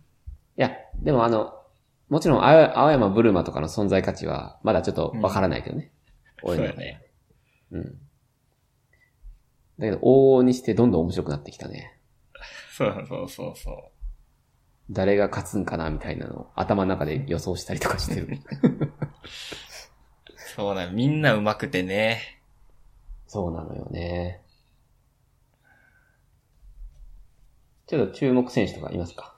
A: や、でもあの、もちろん、あや青山ブルマとかの存在価値は、まだちょっとわからないけどね。
B: そう
A: 俺の
B: や
A: 中で。
B: ね。
A: うん。だけど、往々にしてどんどん面白くなってきたね。
B: そうそうそうそ
A: 誰が勝つんかな、みたいなのを頭の中で予想したりとかして
B: *laughs*
A: る。
B: う。そうだよ。みんな上手くてね。
A: そうなのよね。ちょっと注目選手とかいますか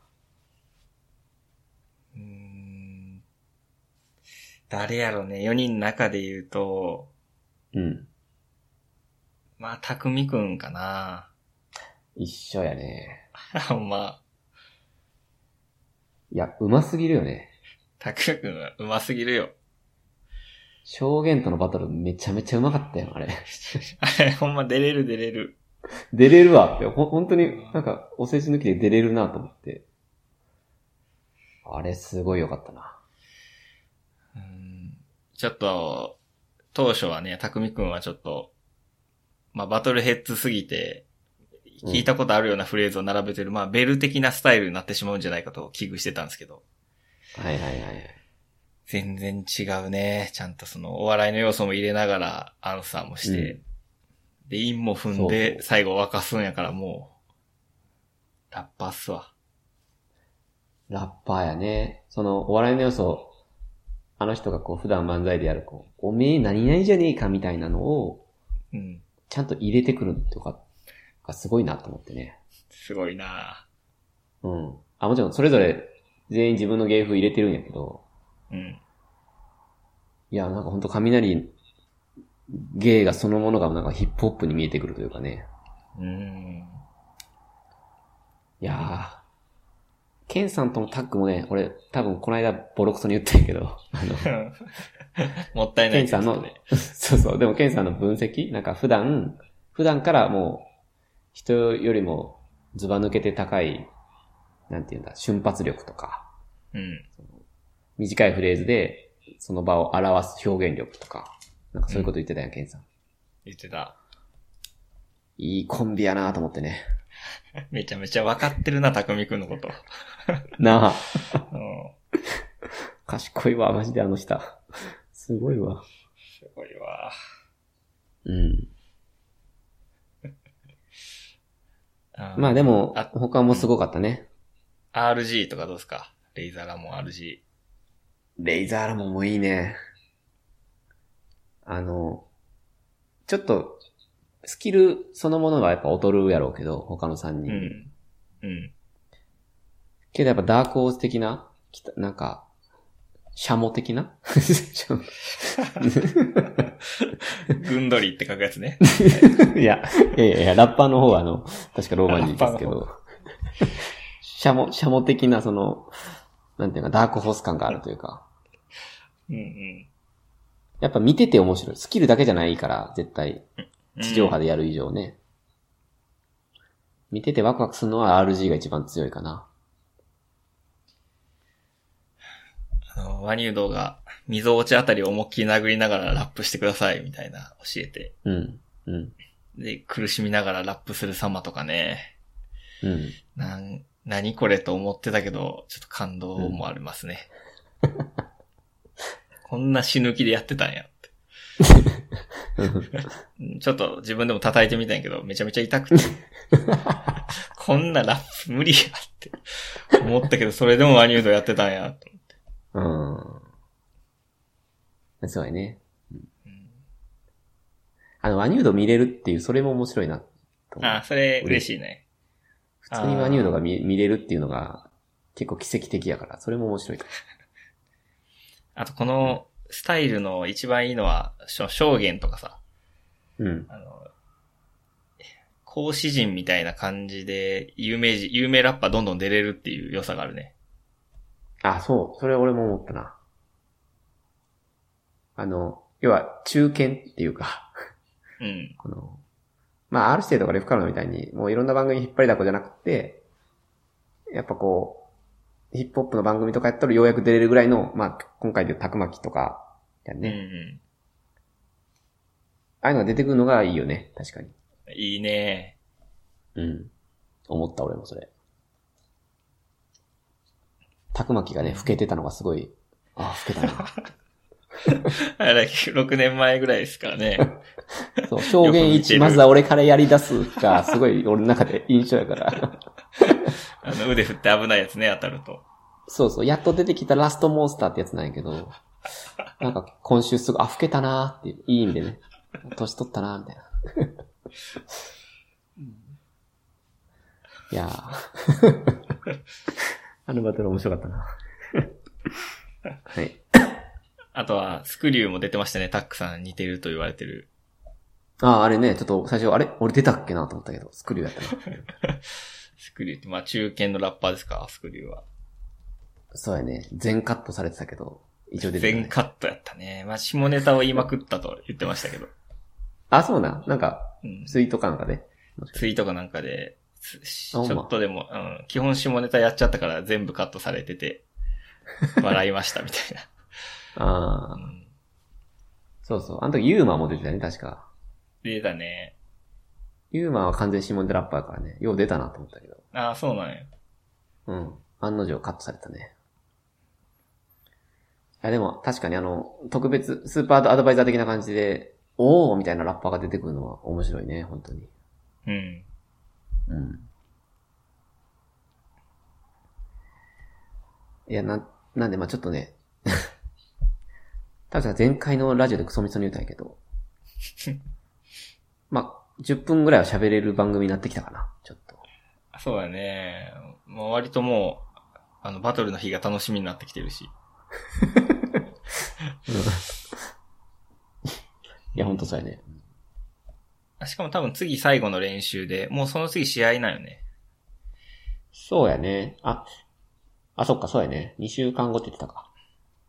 B: 誰やろね、4人の中で言うと、
A: うん。
B: まあ、たくみくんかな。
A: 一緒やね。
B: ほんま、
A: いや、うますぎるよね。
B: たくみくんはうますぎるよ。 *laughs*
A: 証言とのバトルめちゃめちゃうまかったよ、あれ。
B: あれ、ほんま出れる出れる。
A: 出れるわって、ほ、本当になんか、お世辞抜きで出れるなと思って。あれ、すごい良かったな。
B: うんちょっと、当初はね、たくみくんはちょっと、まあ、バトルヘッズすぎて、
A: うん
B: 聞いたことあるようなフレーズを並べてる、まあ、ベル的なスタイルになってしまうんじゃないかと危惧してたんですけど、
A: はいはいはい。
B: 全然違うね。ちゃんとその、お笑いの要素も入れながら、アンサーもして、
A: うん
B: で、陰も踏ん
A: そう
B: で
A: そ、う
B: 最後沸かすんやから、もう、ラッパーっすわ。
A: ラッパーやね。その、お笑いの要素、あの人がこう、普段漫才でやる、こう、おめえ何々じゃねえかみたいなのを、
B: うん。
A: ちゃんと入れてくるとか、がすごいなと思ってね。
B: すごいな
A: うん。あ、もちろん、それぞれ、全員自分の芸風入れてるんやけど、
B: うん。
A: いや、なんかほんと雷、芸がそのものがなんかヒップホップに見えてくるというかね。
B: うん。 *laughs*
A: いやー、ケンさんとのタッグもね、俺、多分この間ボロクソに言ったんやけど、あの、
B: もったいない
A: ケン
B: です
A: さんの
B: ね。、
A: そうそう、でもケンさんの分析なんか普段、普段からもう、人よりもズバ抜けて高い、なんていうんだ、瞬発力とか、
B: うん。
A: 短いフレーズで、その場を表す表現力とか、なんかそういうこと言ってたやん、ケンさん。
B: 言ってた。 *laughs*
A: いいコンビやなと思ってね。
B: めちゃめちゃ分かってるな、たくみくんのこと。
A: なあ、
B: うん。
A: 賢いわ、マジであの人。すごいわ。
B: すごいわ。
A: うん。
B: うん
A: まあでも
B: あ、
A: 他もすごかったね。
B: RG とかどうですかレイザーラモン RG。
A: レイザーラモンもいいね。あの、ちょっと、スキルそのものがやっぱ劣るやろうけど、他の3
B: う
A: 人。
B: ん。うん。
A: けどやっぱダークホース的な、きたなんか、シャモ的なシャ *laughs*
B: グンドリーって書くやつね。
A: モいや、いやいやいや、ラッパーの方はあの、確かローマ人ですけ
B: ラ
A: ど、シャモ、シャモ的なその、なんていうか、ダークホース感があるというか、
B: うんうん
A: やっぱ見てて面白い。スキルだけじゃないから、絶対。
B: うん。
A: 地上波でやる以上ね。見ててワクワクするのは RG が一番強いかな。
B: あの、ワニュードウが、溝落ちあたりを思いっきり殴りながらラップしてください、みたいな教えて。
A: うん。うん。
B: で、苦しみながらラップする様とかね。
A: うん。
B: なん、何これと思ってたけど、ちょっと感動もありますね。こんな死ぬ気でやってたんやって。
A: *laughs*
B: うんちょっと自分でも叩いてみたんやけど、めちゃめちゃ痛くて。こんなラップ無理やって思ったけど、それでもワニュードやってたんやと。
A: うん。そうやね。あの、ワニュード見れるっていう、それも面白いなと思う。
B: あ、それ嬉しいね。
A: 普通にワニュードが見見れるっていうのが結構奇跡的やから、それも面白い。
B: あとこのスタイルの一番いいのは、しょ証言とかさ、
A: うん。
B: あの、講師陣みたいな感じで、有名人、有名ラッパーどんどん出れるっていう良さがあるね。
A: あ、そう。それ俺も思ったな。あの、要は中堅っていうか、
B: うん。
A: この、まあ、RC とかレフカルノみたいに、もういろんな番組に引っ張りだこじゃなくて、やっぱこう、ヒップホップの番組とかやったらようやく出れるぐらいの、まあ、今回でいうたくまきとか、や
B: うん
A: ね、
B: う
A: ああいうのが出てくるのがいいよね、確かに。
B: ん。いいね。
A: うん。思った俺もそれ。たくまきがね、老けてたのがすごい、ああ、老けたな。
B: あれ、6年前ぐらいですか
A: *laughs*
B: らね。
A: そう、証言
B: よく見て
A: 1、
B: る
A: まずは俺からやり出すが、すごい俺の中で印象やから。
B: あの、腕振って危ないやつね、当たると。
A: そうそう、やっと出てきたラストモンスターってやつなんやけ
B: *laughs*
A: ど、なんか今週すぐ、あ、老けたなーっていう、いい意味でね、年取ったなーみたいな。いやー。
B: *laughs*
A: あのバトル面白かったな。はい。
B: あとは、スクリューも出てましたね。タックさん似てると言われてる。
A: ああ、あれね、ちょっと最初、あれ俺出たっけなと思ったけど、スクリューやったな。
B: スクリューって、まあ中堅のラッパーですか、スクリューは。
A: そうやね。全カットされてたけど、一応出てた、ね。
B: 全カットやったね。まあ下ネタを言いまくったと言ってましたけど。
A: あ、そうなん。なんか、
B: うん、
A: ツイートかなんかね。
B: ツイートかなんかで、つしち
A: あほんま
B: ょっとでも、うん、基本下ネタやっちゃったから全部カットされ
A: *laughs*
B: てて、笑いましたみたい
A: あ
B: な。う
A: あ、
B: ん、
A: そうそう。あの時ユーマも出てたね、確か。
B: 出たね。
A: ユーマは完全シモンデラッパーやからね。よう出たなと思ったけど。
B: ああ、そうなんや。
A: うん。案の定カットされたね。いや、でも確かにあの、特別、スーパーアドバイザー的な感じで、おーみたいなラッパーが出てくるのは面白いね、本当に。
B: うん。
A: うん。いや、な、なんで、まあちょっとね、 *laughs* たぶん前回のラジオでクソみそに言うたんやけど、まあ10分ぐらいは喋れる番組になってきたかな、ちょっと。
B: そうだね。まあ、割ともう、あの、バトルの日が楽しみになってきてるし。
A: いや、ほんとそうやね。
B: あしかも多分次最後の練習で、もうその次試合なんよね。
A: そうやね。あ、あ、そっか、そうやね。2週間後って言ってたか。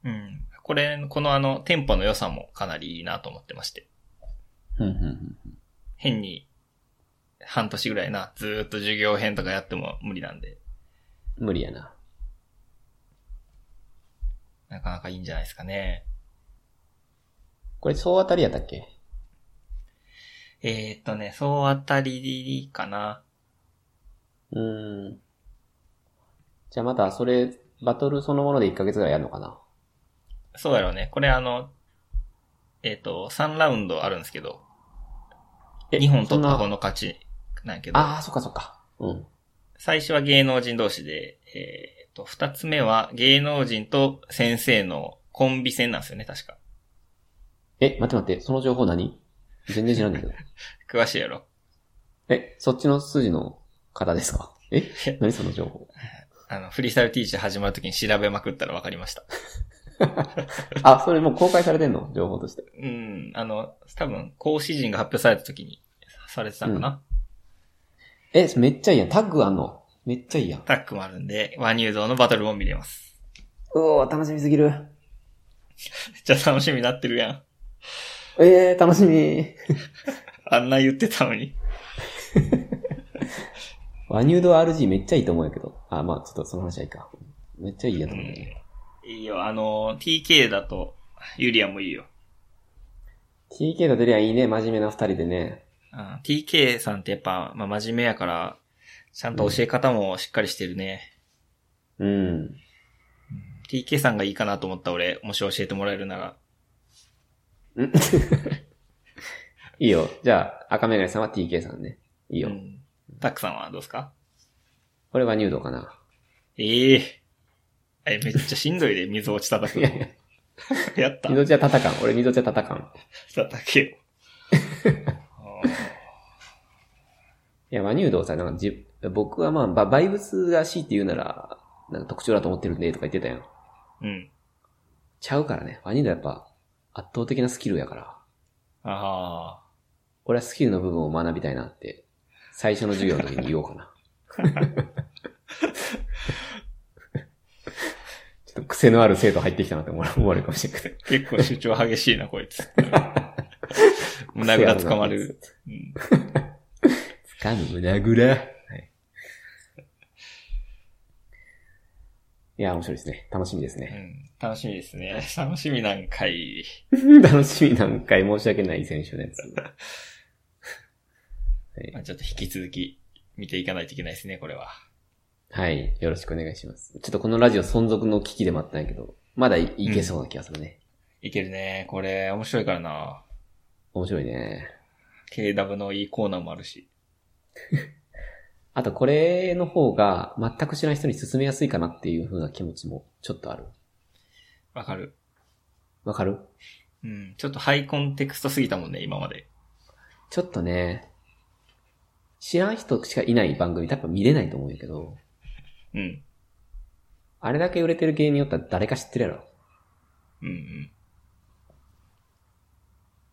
B: うん。これ、このあの、テンポの良さもかなりいいなと思ってまして。
A: うん、うん、うん。
B: 変に、半年ぐらいな、ずーっと授業編とかやっても無理なんで、
A: 無理やな。
B: なかなかいいんじゃないですかね。
A: これ、総当たりやったっけ
B: えー、っとね、総当たりかな。
A: うーん。じゃあまた、それ、バトルそのもので1ヶ月ぐらいやるのかな
B: そうやろうね。これあの、えーっと、3ラウンドあるんですけど、2本取った方
A: の。
B: の勝ちなんやけど、
A: ああ、そっかそっか。うん。
B: 最初は芸能人同士で、えーっと、2つ目は芸能人と先生のコンビ戦なんですよね、確か。
A: え、待って待って、その情報何全然知らんねんけど。
B: 詳しいやろ。
A: え、そっちの数字の方ですかえ何その情報
B: あの、フリースタイルティーチ始まるときに調べまくったら分かりました。
A: あ、それもう公開されてんの情報として。
B: うん、あの、多分、講師陣が発表された時に、されてたのかな、
A: え、めっちゃいいやん。タッグあんのめっちゃいいやん。
B: タックもあるんで、和乳道のバトルも見れます。
A: うおー、楽しみすぎる。
B: めっちゃ楽しみになってるやん。
A: えー、楽しみ。
B: あんな言ってたのに。
A: ワニュード RG めっちゃいいと思うんやけど。あ、まあちょっとその話はいいか。めっちゃいいやと思うんだよね。
B: いいよ、あの、TK だと、ユリアもいいよ。
A: TK と出りゃいいね、真面目な二人でね。
B: あ TK さんってやっぱ、まあ、真面目やから、ちゃんと教え方もしっかりしてるね。
A: うん。
B: TK さんがいいかなと思った俺、もし教えてもらえるなら。
A: いいよ。じゃあ、赤メガネさんは TK さんね。いいうよ。
B: んタックさんはどうですか
A: これはニュードかな。
B: えええ、めっちゃしんどい *laughs* で、水落ち叩く
A: いやいや、
B: やった
A: ニ。ドチは叩かん。俺ニドチは叩かん。
B: 叩け *laughs* よ。
A: いや、まあニュードさ、なんかじ、僕はまあ、ババイブスが C って言うなら、なんか特徴だと思ってるんで、とか言ってたやん。
B: うん。
A: ちゃうからね。ワニュードやっぱ、圧倒的なスキルやから。
B: あ
A: 俺はスキルの部分を学びたいなって、最初の授業の時に言おうかな。 *laughs* ちょっと癖のある生徒入ってきたなって思わ思われるかもしれないけど。
B: あ。結構主張激しいな、こい *laughs* つ。胸ぐらつかまれる。うん
A: つかぬ胸ぐら。はい。いや、面白いですね。楽しみです
B: う
A: ね。
B: ん楽しみですね。 *laughs* 楽しみなんかい。
A: 楽しみなんかい申し訳ない選手のやつ。
B: まあちょっと引き続き見ていかないといけないですね、これは。
A: はい。よろしくお願いします。ちょっとこのラジオ存続の危機でもあったんやけど、まだいいけそうな気がするね。
B: いけるね。これ、面白いからな。
A: 面白いね。
B: KW のいいコーナーもあるし。
A: あとこれの方が全く知らない人に勧めやすいかなっていう風な気持ちもちょっとある。
B: わかる。
A: わかる
B: うん。ちょっとハイコンテクストすぎたもんね、今まで。
A: ちょっとね、知らん人しかいない番組多分見れないと思うんやけど、
B: うん。
A: あれだけ売れてる芸人よったら誰か知ってるやろ。
B: うんうん。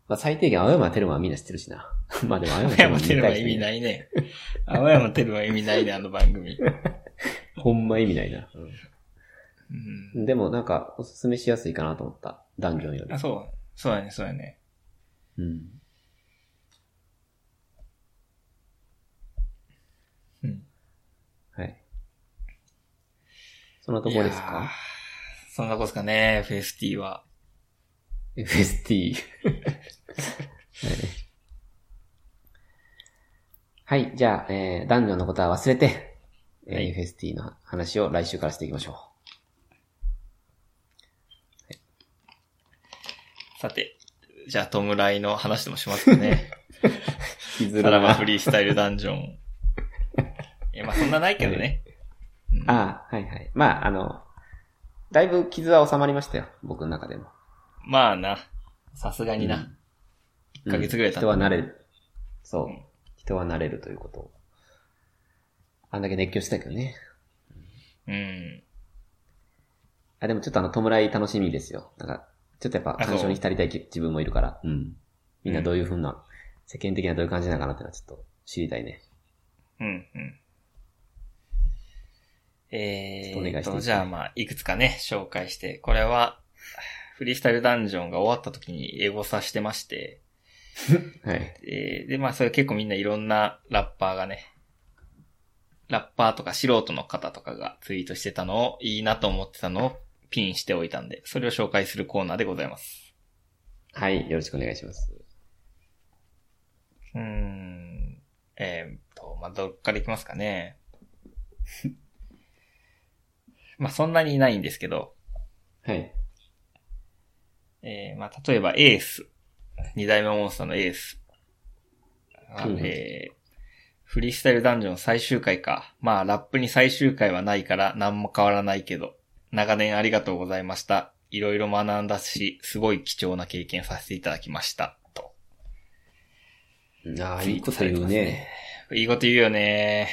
A: まあ最低限、青山テルマはみんな知ってるしな。 *laughs* まあでも青山
B: 青山テルマ
A: 見た
B: 意味
A: い
B: な
A: *laughs*
B: いね。青山テルマ意味ないね、あの番組。
A: 人。ほんま意味ないな。
B: うん
A: うん、でもなんか、おすすめしやすいかなと思った。ダンジョンより
B: あ、。そう。そうだね、そうだね。
A: うん。
B: うん。
A: はい。そんなとこです
B: いやー
A: か
B: そんなことですかね、フェスティは。 *laughs*
A: ?FST。はい。はい、じゃあ、えー、ダンジョンのことは忘れて、えー
B: はい
A: FST の話を来週からしていきましょう。
B: さて、じゃあ、トムライの話でもしますかね。
A: 引きず
B: サラマフリースタイルダンジョン。いや、まあそんなないけどね。うん
A: ああ、はいはい。まあ、あの、だいぶ傷は収まりましたよ。僕の中でも。
B: まあな。さすがにな。
A: うん
B: 1ヶ月ぐらい経った
A: 人は慣れる。そう
B: うん。
A: 人は慣れるということを。あんだけ熱狂してたけどね。
B: うん。
A: あ、でもちょっとあの、弔い楽しみですよ。なんか、ちょっとやっぱ、
B: あそう
A: 感傷に浸りたいき自分もいるから。うん。みんなどういうふうな、世間的にはどういう感じなのかなってのはちょっと知りたいね。
B: うん、うん。え
A: ちょっとお願
B: ー
A: いしていいです
B: と、
A: か
B: じゃあまあ、いくつかね、紹介して、これは、フリースタイルダンジョンが終わった時にエゴサしてまして、
A: はい。
B: えーで、まあ、それ結構みんないろんなラッパーがね、ラッパーとか素人の方とかがツイートしてたのを、いいなと思ってたのをピンしておいたんで、それを紹介するコーナーでございます。
A: はい。よろしくお願いします。
B: うーん。えーっと、まあ、どっからいきますかね。 *laughs* まあ、そんなにいないんですけど、
A: はい。
B: えーまあ、例えばエース。二代目モンスターのエース。あ
A: うん
B: えーフリースタイルダンジョン最終回か。まあ、ラップに最終回はないから何も変わらないけど、長年ありがとうございました。いろいろ学んだし、すごい貴重な経験させていただきました。と。
A: ああ、いいこと言うね。
B: いいこと言うよね。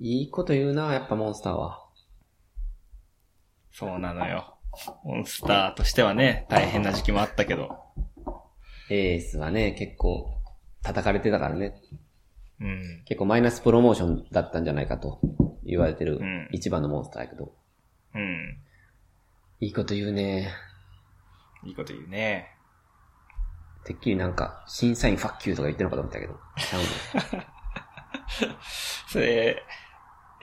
A: いいこと言うな、やっぱモンスターは。
B: そうなのよ。モンスターとしてはね、大変な時期もあったけど。
A: エースはね、結構、叩かれてたからね。
B: うん。
A: 結構マイナスプロモーションだったんじゃないかと言われてる
B: うん
A: 一番のモンスターやけど。
B: うん。
A: いいこと言うね。
B: いいこと言うね。
A: てっきりなんか、審査員ファッキューとか言ってるのかと思ったけど。ちゃう
B: それ、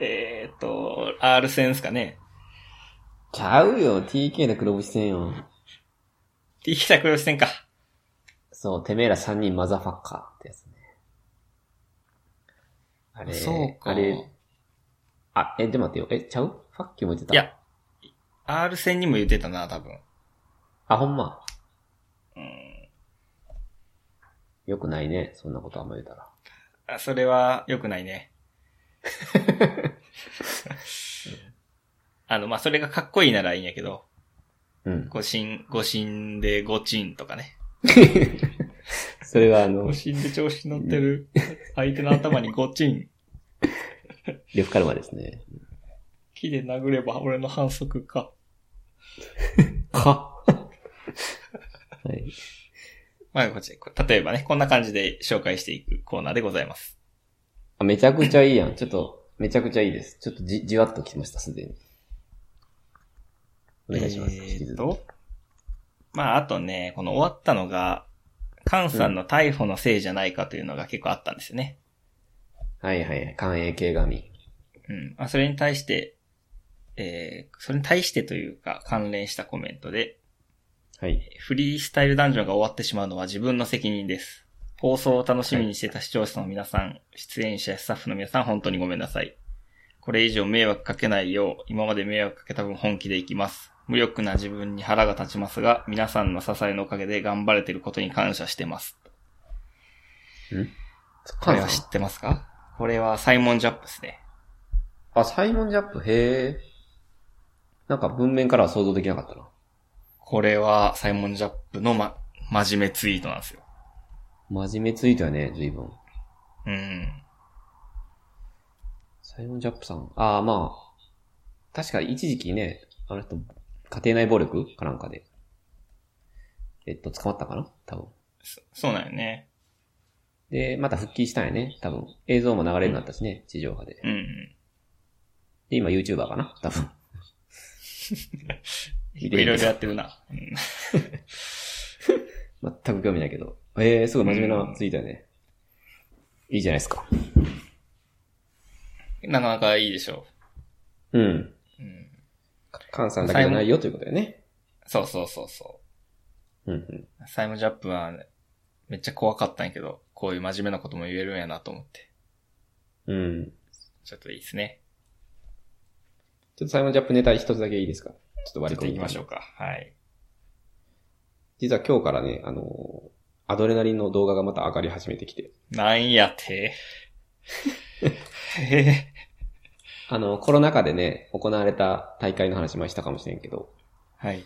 B: えーっと、R 戦ですかね。
A: ちゃうよ。TK の黒星戦よ。
B: T タクロス戦か。
A: そう、てめえら3人マザーファッカーってやつね。あれ、あれ、あ、え、でも待ってよ。え、ちゃうファッキューも言ってた。
B: いや、R 戦にも言ってたな、多分。
A: あ、ほんま。
B: うん。
A: よくないね。そんなことあんま言うたら。
B: あそれは良くない *laughs* ね。あの、まあ、それがかっこいいならいいんやけど、 *laughs*
A: うん。
B: 誤信、誤信で誤チンとかね。
A: それはあの
B: 誤、信で調子乗ってる相手の頭にゴチン。
A: レフカルマですね。
B: 木で殴れば俺の反則か。
A: か。はい。
B: まあ、こっち、こ例えばね、こんな感じで紹介していくコーナーでございます。
A: あ、めちゃくちゃいいやん。ちょっと、めちゃくちゃいいです。ちょっとじ、じわっときました、すでに。お願いします。
B: えーっと。まあ、あとね、この終わったのが、カンさんの逮捕のせいじゃないかというのが結構あったんですよね。
A: はいはいはい。関営系神。
B: うん。まあ、それに対して、えー、それに対してというか、関連したコメントで、
A: はい。
B: フリースタイルダンジョンが終わってしまうのは自分の責任です。放送を楽しみにしてた視聴者の皆さん、出演者やスタッフの皆さん、本当にごめんなさい。これ以上迷惑かけないよう、今まで迷惑かけた分本気でいきます。無力な自分に腹が立ちますが、皆さんの支えのおかげで頑張れてることに感謝してます。こ
A: 関
B: れは知
A: さん
B: ってますかこれはサイモン・ジャップですね。
A: あ、サイモンジャップ、へえ。なんか文面からは想像できなかったな。
B: これはサイモン・ジャップのま、真面目ツイートなんですよ。
A: 真面目ツイートやね、随分。
B: うん。
A: サイモンジャップさん。ああ、まあ。確か一時期ね、あの人、家庭内暴力かなんかで。えっと、捕まったかな多分。
B: そそうなんよね。
A: で、また復帰したんやね。多分。映像も流れるようになったしね、地上波で。
B: うんうん。
A: で、今 YouTuber かな多分。
B: い
A: 見てみる
B: ろいろやってるな。うん
A: 全く興味ないけど。えー、すごい真面目なツイートやね。いいじゃないですか。
B: なかなかいいでしょ
A: うん。
B: う。うん。
A: 菅さんだけじゃないよということだよね。
B: そうそうそうそ
A: うんうん。
B: う。サイムジャップは、めっちゃ怖かったんやけど、こういう真面目なことも言えるんやなと思って。
A: うん。
B: ちょっといいですね。
A: ちょっとサイモンジャップネタ一つだけいいですかちょっと
B: ちょ
A: 割
B: っ
A: り
B: と
A: 込み
B: 行きましょうか。はい。
A: 実は今日からね、あのーアドレナリンの動画がまた上がり始めてきて。
B: なんや
A: *laughs*
B: て。へ
A: あの、コロナ禍でね、行われた大会の話もしたかもしれんけど。
B: ーはい。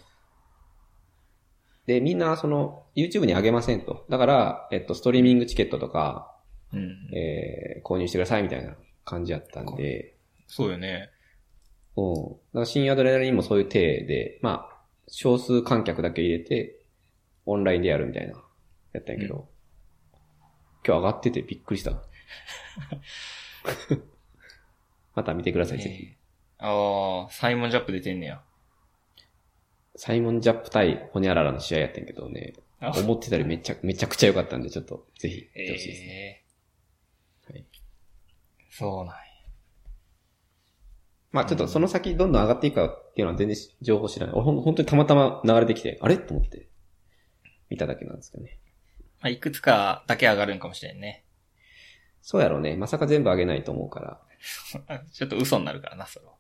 A: で、みんな、その、YouTube に上げませんと。だから、えっと、ストリーミングチケットとか、
B: うん。
A: えー購入してくださいみたいな感じやったんで、
B: そうよね。
A: うん。だから新アドレナリンもそういう体で、まあ、少数観客だけ入れて、オンラインでやるみたいな、やったんやけど、
B: う
A: 今日上がっててびっくりした。また見てください、ぜひ。
B: ああ、サイモンジャップ出てんねや。
A: サイモン・ジャップ対ホニャララの試合やったんやけどね、
B: あ
A: 思ってたよりめちゃめちゃくちゃ良かったんで、ちょっと、ぜひ、見てほしいですね。
B: ええ
A: はい
B: そうなんや。
A: まあちょっとその先どんどん上がっていくかっていうのは全然情報知らない。俺ほん本当にたまたま流れてきて、あれと思って、見ただけなんですけどね。
B: まあ、いくつかだけ上がるんかもしれんね。 *laughs*
A: そうやろうね。まさか全部上げないと思うから、
B: ちょっと嘘になるからな、それは。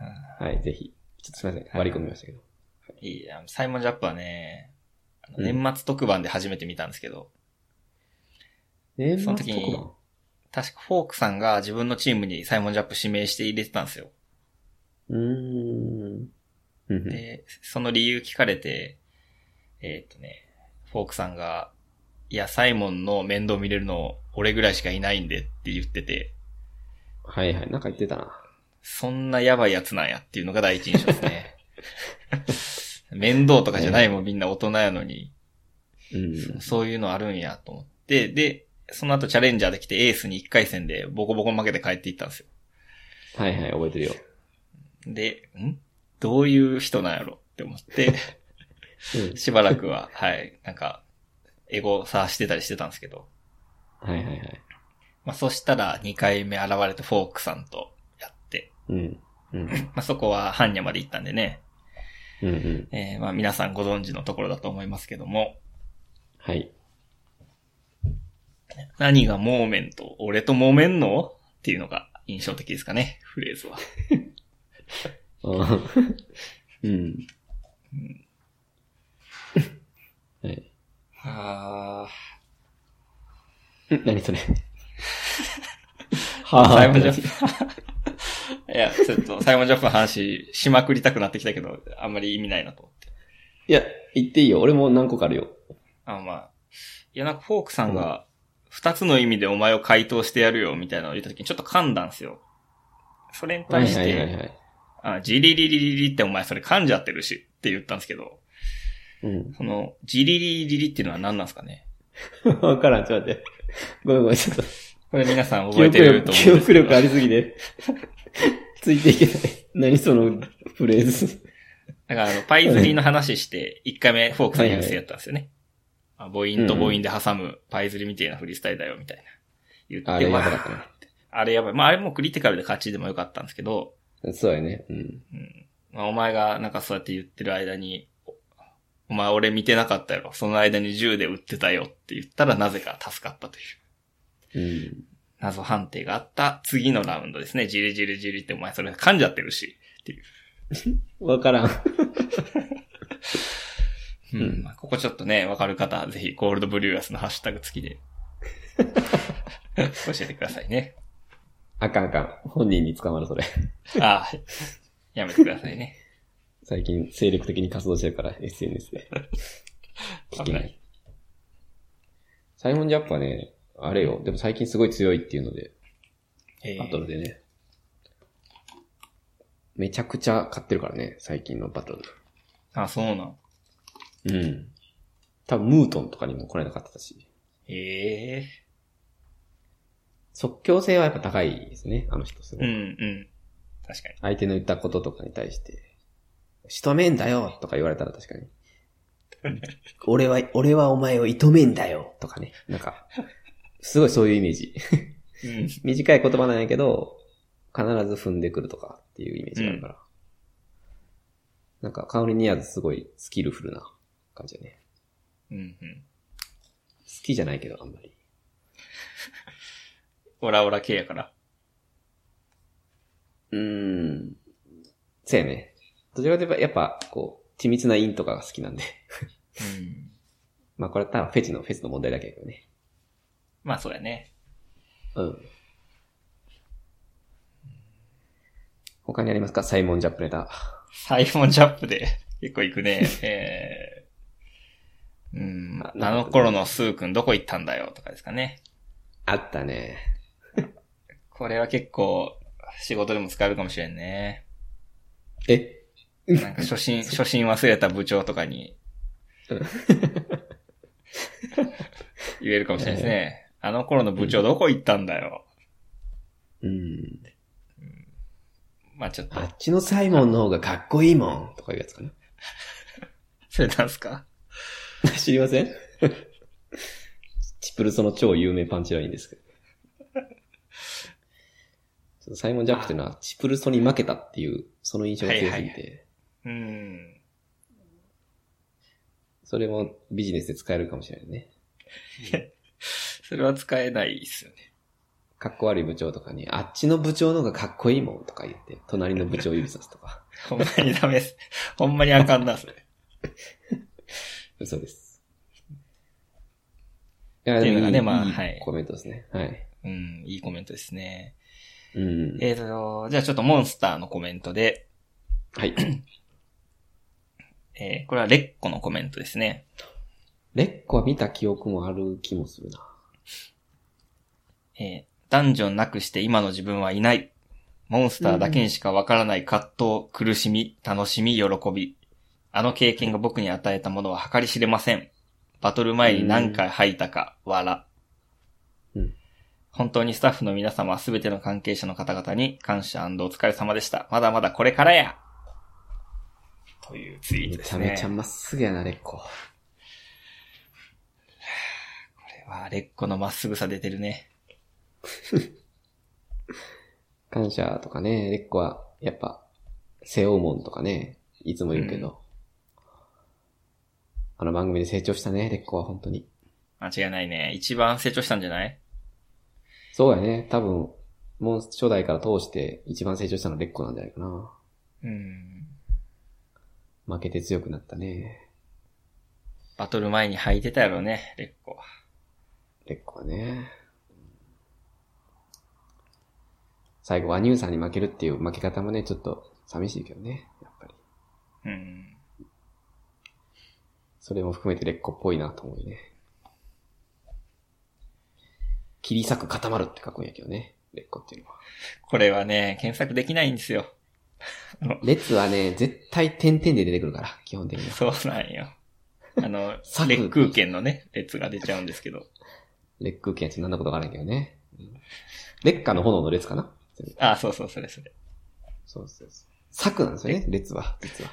B: うん
A: はい、ぜひ。ちょっとすみません。割り込みましたけど。
B: いいやサイモンジャップはね、あの
A: うん
B: 年末特番で初めて見たんですけど、
A: 年
B: その時に確かフォークさんが自分のチームにサイモンジャップ指名して入れてたんですよ。
A: うーん。うんうん。
B: で、その理由聞かれて、えーっとね、フォークさんが、いや、サイモンの面倒見れるの俺ぐらいしかいないんでって言ってて、
A: はいはい。なんか言ってたな。
B: そんなやばいやつなんやっていうのが第一印象です
A: *laughs*
B: ね。面倒とかじゃないもん、みんな大人やのに。
A: うん。
B: そういうのあるんやと思って、で、その後チャレンジャーで来てエースに1回戦でボコボコ負けて帰っていったんですよ。
A: はいはい、覚えてるよ。
B: で、んどういう人なんやろって思
A: *laughs*
B: って、しばらくは、はい、なんか、エゴ探してたりしてたんですけど、
A: うん。はいはいはい。
B: まあそしたら2回目現れたフォークさんとやって、
A: うん。うん。
B: まあそこは半夜まで行ったんでね、
A: うんうん。
B: えーまあ皆さんご存知のところだと思いますけども、
A: はい。
B: 何がモーメント俺とモーメンのっていうのが印象的ですかね、フレーズは。
A: うん。 *laughs* はい。
B: はー。
A: うん何そ
B: *laughs*
A: れ。
B: サイモンジ
A: は
B: ャップ。 *laughs* いや、ちょっと、サイモンジャップの話しまくりたくなってきたけど、あんまり意味ないなと思って。
A: いや、言っていいよ。俺も何個かあるよ。
B: あ、まあ。いや、なんかフォークさんが、二つの意味でお前を回答してやるよ、みたいなのを言った時にちょっと噛んだんですよ。それに
A: はい
B: 対し
A: はいはい
B: て、
A: はい。
B: あ、ジリリリリリってお前それ噛んじゃってるし、って言ったんですけど、
A: うん。
B: その、ジリリリリっていうのは何なんですかね
A: わからん、ちょっと待って。ごめんごめん、ちょっと。
B: これ皆さん
A: 記
B: 覚え
A: 憶
B: てると
A: 力、
B: 思
A: 記
B: う
A: 憶
B: んですけど。
A: 力ありすぎて、ついていけない。何そのフレーズ。
B: だから、あの、パイズリーの話して、1回目フォークさん優勢やったんですよね。あ母音と母音で挟むパイズリーみたいなフリースタイルだよ、みたいな。言って、
A: あれやばか
B: わ
A: っ
B: ーあれやばい。まあ、あれもクリティカルで勝ちでもよかったんですけど、
A: たな。そうやね。うん。
B: うんまあ、お前がなんかそうやって言ってる間に、おお前俺見てなかったやろ。その間に銃で撃ってたよって言ったらなぜか助かったという
A: うん。
B: 謎判定があった次のラウンドですね。ジリジリジリってお前それ噛んじゃってるしっていう。
A: わからん。
B: うんん。まあここちょっとね、わかる方、ぜひ、ゴールドブリューアスのハッシュタグ付き *laughs* で、教えてくださいね。
A: あかんあかん。本人に捕まる、それ。
B: ああ、やめてくださいね。
A: 最近、精力的に活動してるから、SNS で。聞け
B: 危
A: な
B: ないい。
A: サイモンジャップはね、あれよ。でも最近すごい強いっていうので、
B: え
A: バトルでね。めちゃくちゃ勝ってるからね、最近のバトル。
B: あ、そうなん。
A: うん。多分ムートンとかにも来れなかったし、
B: ええ
A: 即興性はやっぱ高いですね、あの人すご
B: う
A: い。
B: んうん。確かに。
A: 相手の言ったこととかに対して、しとめんだよとか言われたら確か *laughs* に。俺は、俺はお前を射止めんだよとかね。なんか、すごいそういうイメージ。 *laughs*
B: うん。
A: 短い言葉なんやけど、必ず踏んでくるとかっていうイメージがあるから。なんか、カオリニアーズすごいスキルフルな感じだね。
B: うんうん。
A: 好きじゃないけど、あんまり。
B: オラオラ系やから。
A: うーん。そうやね。どちらかというと、やっぱ、こう、緻密なンとかが好きなんで。
B: うん。
A: まあ、これは多分フェチの、フェチの問題だけどね。
B: まあそうやね。
A: うん。他にありますかサイモン・ジャップネタ。
B: サイモンジャップで *laughs* 結構行くね。ええうん。
A: あ
B: あの頃のスー君どこ行ったんだよとかですかね。
A: あったね。
B: これは結構仕事でも使えるかもしれんね。
A: え
B: なんか初心、初心忘れた部長とかに
A: うん
B: 言えるかもしれないですね。あの頃の部長どこ行ったんだよ。
A: うん。
B: まあちょっと
A: あ、っちのサイモンの方がかっこいいもんとかいうやつかな。
B: それなんすか
A: *laughs* 知りませんチプルソの超有名パンチラインですけど。ちょっとサイモン・ジャップっていうのは、チプルソに負けたっていう、その印象が強すぎて、
B: はいはいはうん。
A: それもビジネスで使えるかもしれないね。
B: それは使えないですよね。 *laughs*
A: かっこ悪い部長とかに、あっちの部長の方がかっこいいもんとか言って、隣の部長を指さすとか。
B: ほんまにダメです。ほんまにあかんな、それ。
A: 嘘です。いや
B: っていうのがね
A: でも
B: まあはい
A: コメントですね。はい。
B: うん、いいコメントですね。
A: うん。
B: えっ、と、じゃあちょっとモンスターのコメントで、
A: はい。
B: *clears throat* えーこれはレッコのコメントですね。
A: レッコは見た記憶もある気もするな。
B: えーダンジョンなくして今の自分はいない。モンスターだけにしかわからない葛藤、苦しみ、楽しみ、喜び。あの経験が僕に与えたものは計り知れません。バトル前に何回吐いたか、笑。
A: うん
B: 本当にスタッフの皆様、すべての関係者の方々に感謝お疲れ様でした。まだまだこれからやというツイー
A: め
B: トで
A: ち
B: す
A: ゃ
B: ね。
A: めちゃまっすぐやな、レッコ。
B: これは、レッコのまっすぐさ出てるね。
A: 感謝とかね、レッコは、やっぱ、背負うもんとかね、いつも言うけど。あの番組で成長したね、レッコは本当に。
B: 間違いないね。一番成長したんじゃない
A: そうやね、多分、もう初代から通して一番成長したのはレッコなんじゃないかな。
B: うん。
A: 負けて強くなったね、
B: バトル前に履いてたやろうね、レッコは。
A: レッコはね。最後、ワニューさんに負けるっていう負け方もね、ちょっと寂しいけどね、やっぱり。
B: うん。
A: それも含めてレッコっぽいなと思うよね。切り裂く固まるって書くんやけどね。レッコっていうのは。
B: これはね、検索できないんですよ。
A: 列はね、絶対点々で出てくるから、基本的には。
B: そうなんよ。あの、
A: サク
B: 列空券のね、列が出ちゃうんですけど。
A: レック系って何のことかわからんけどね。烈火の炎の列かな
B: あ、そうそう、それそれ。
A: そうそうそう。策なんですよね、列は、実は。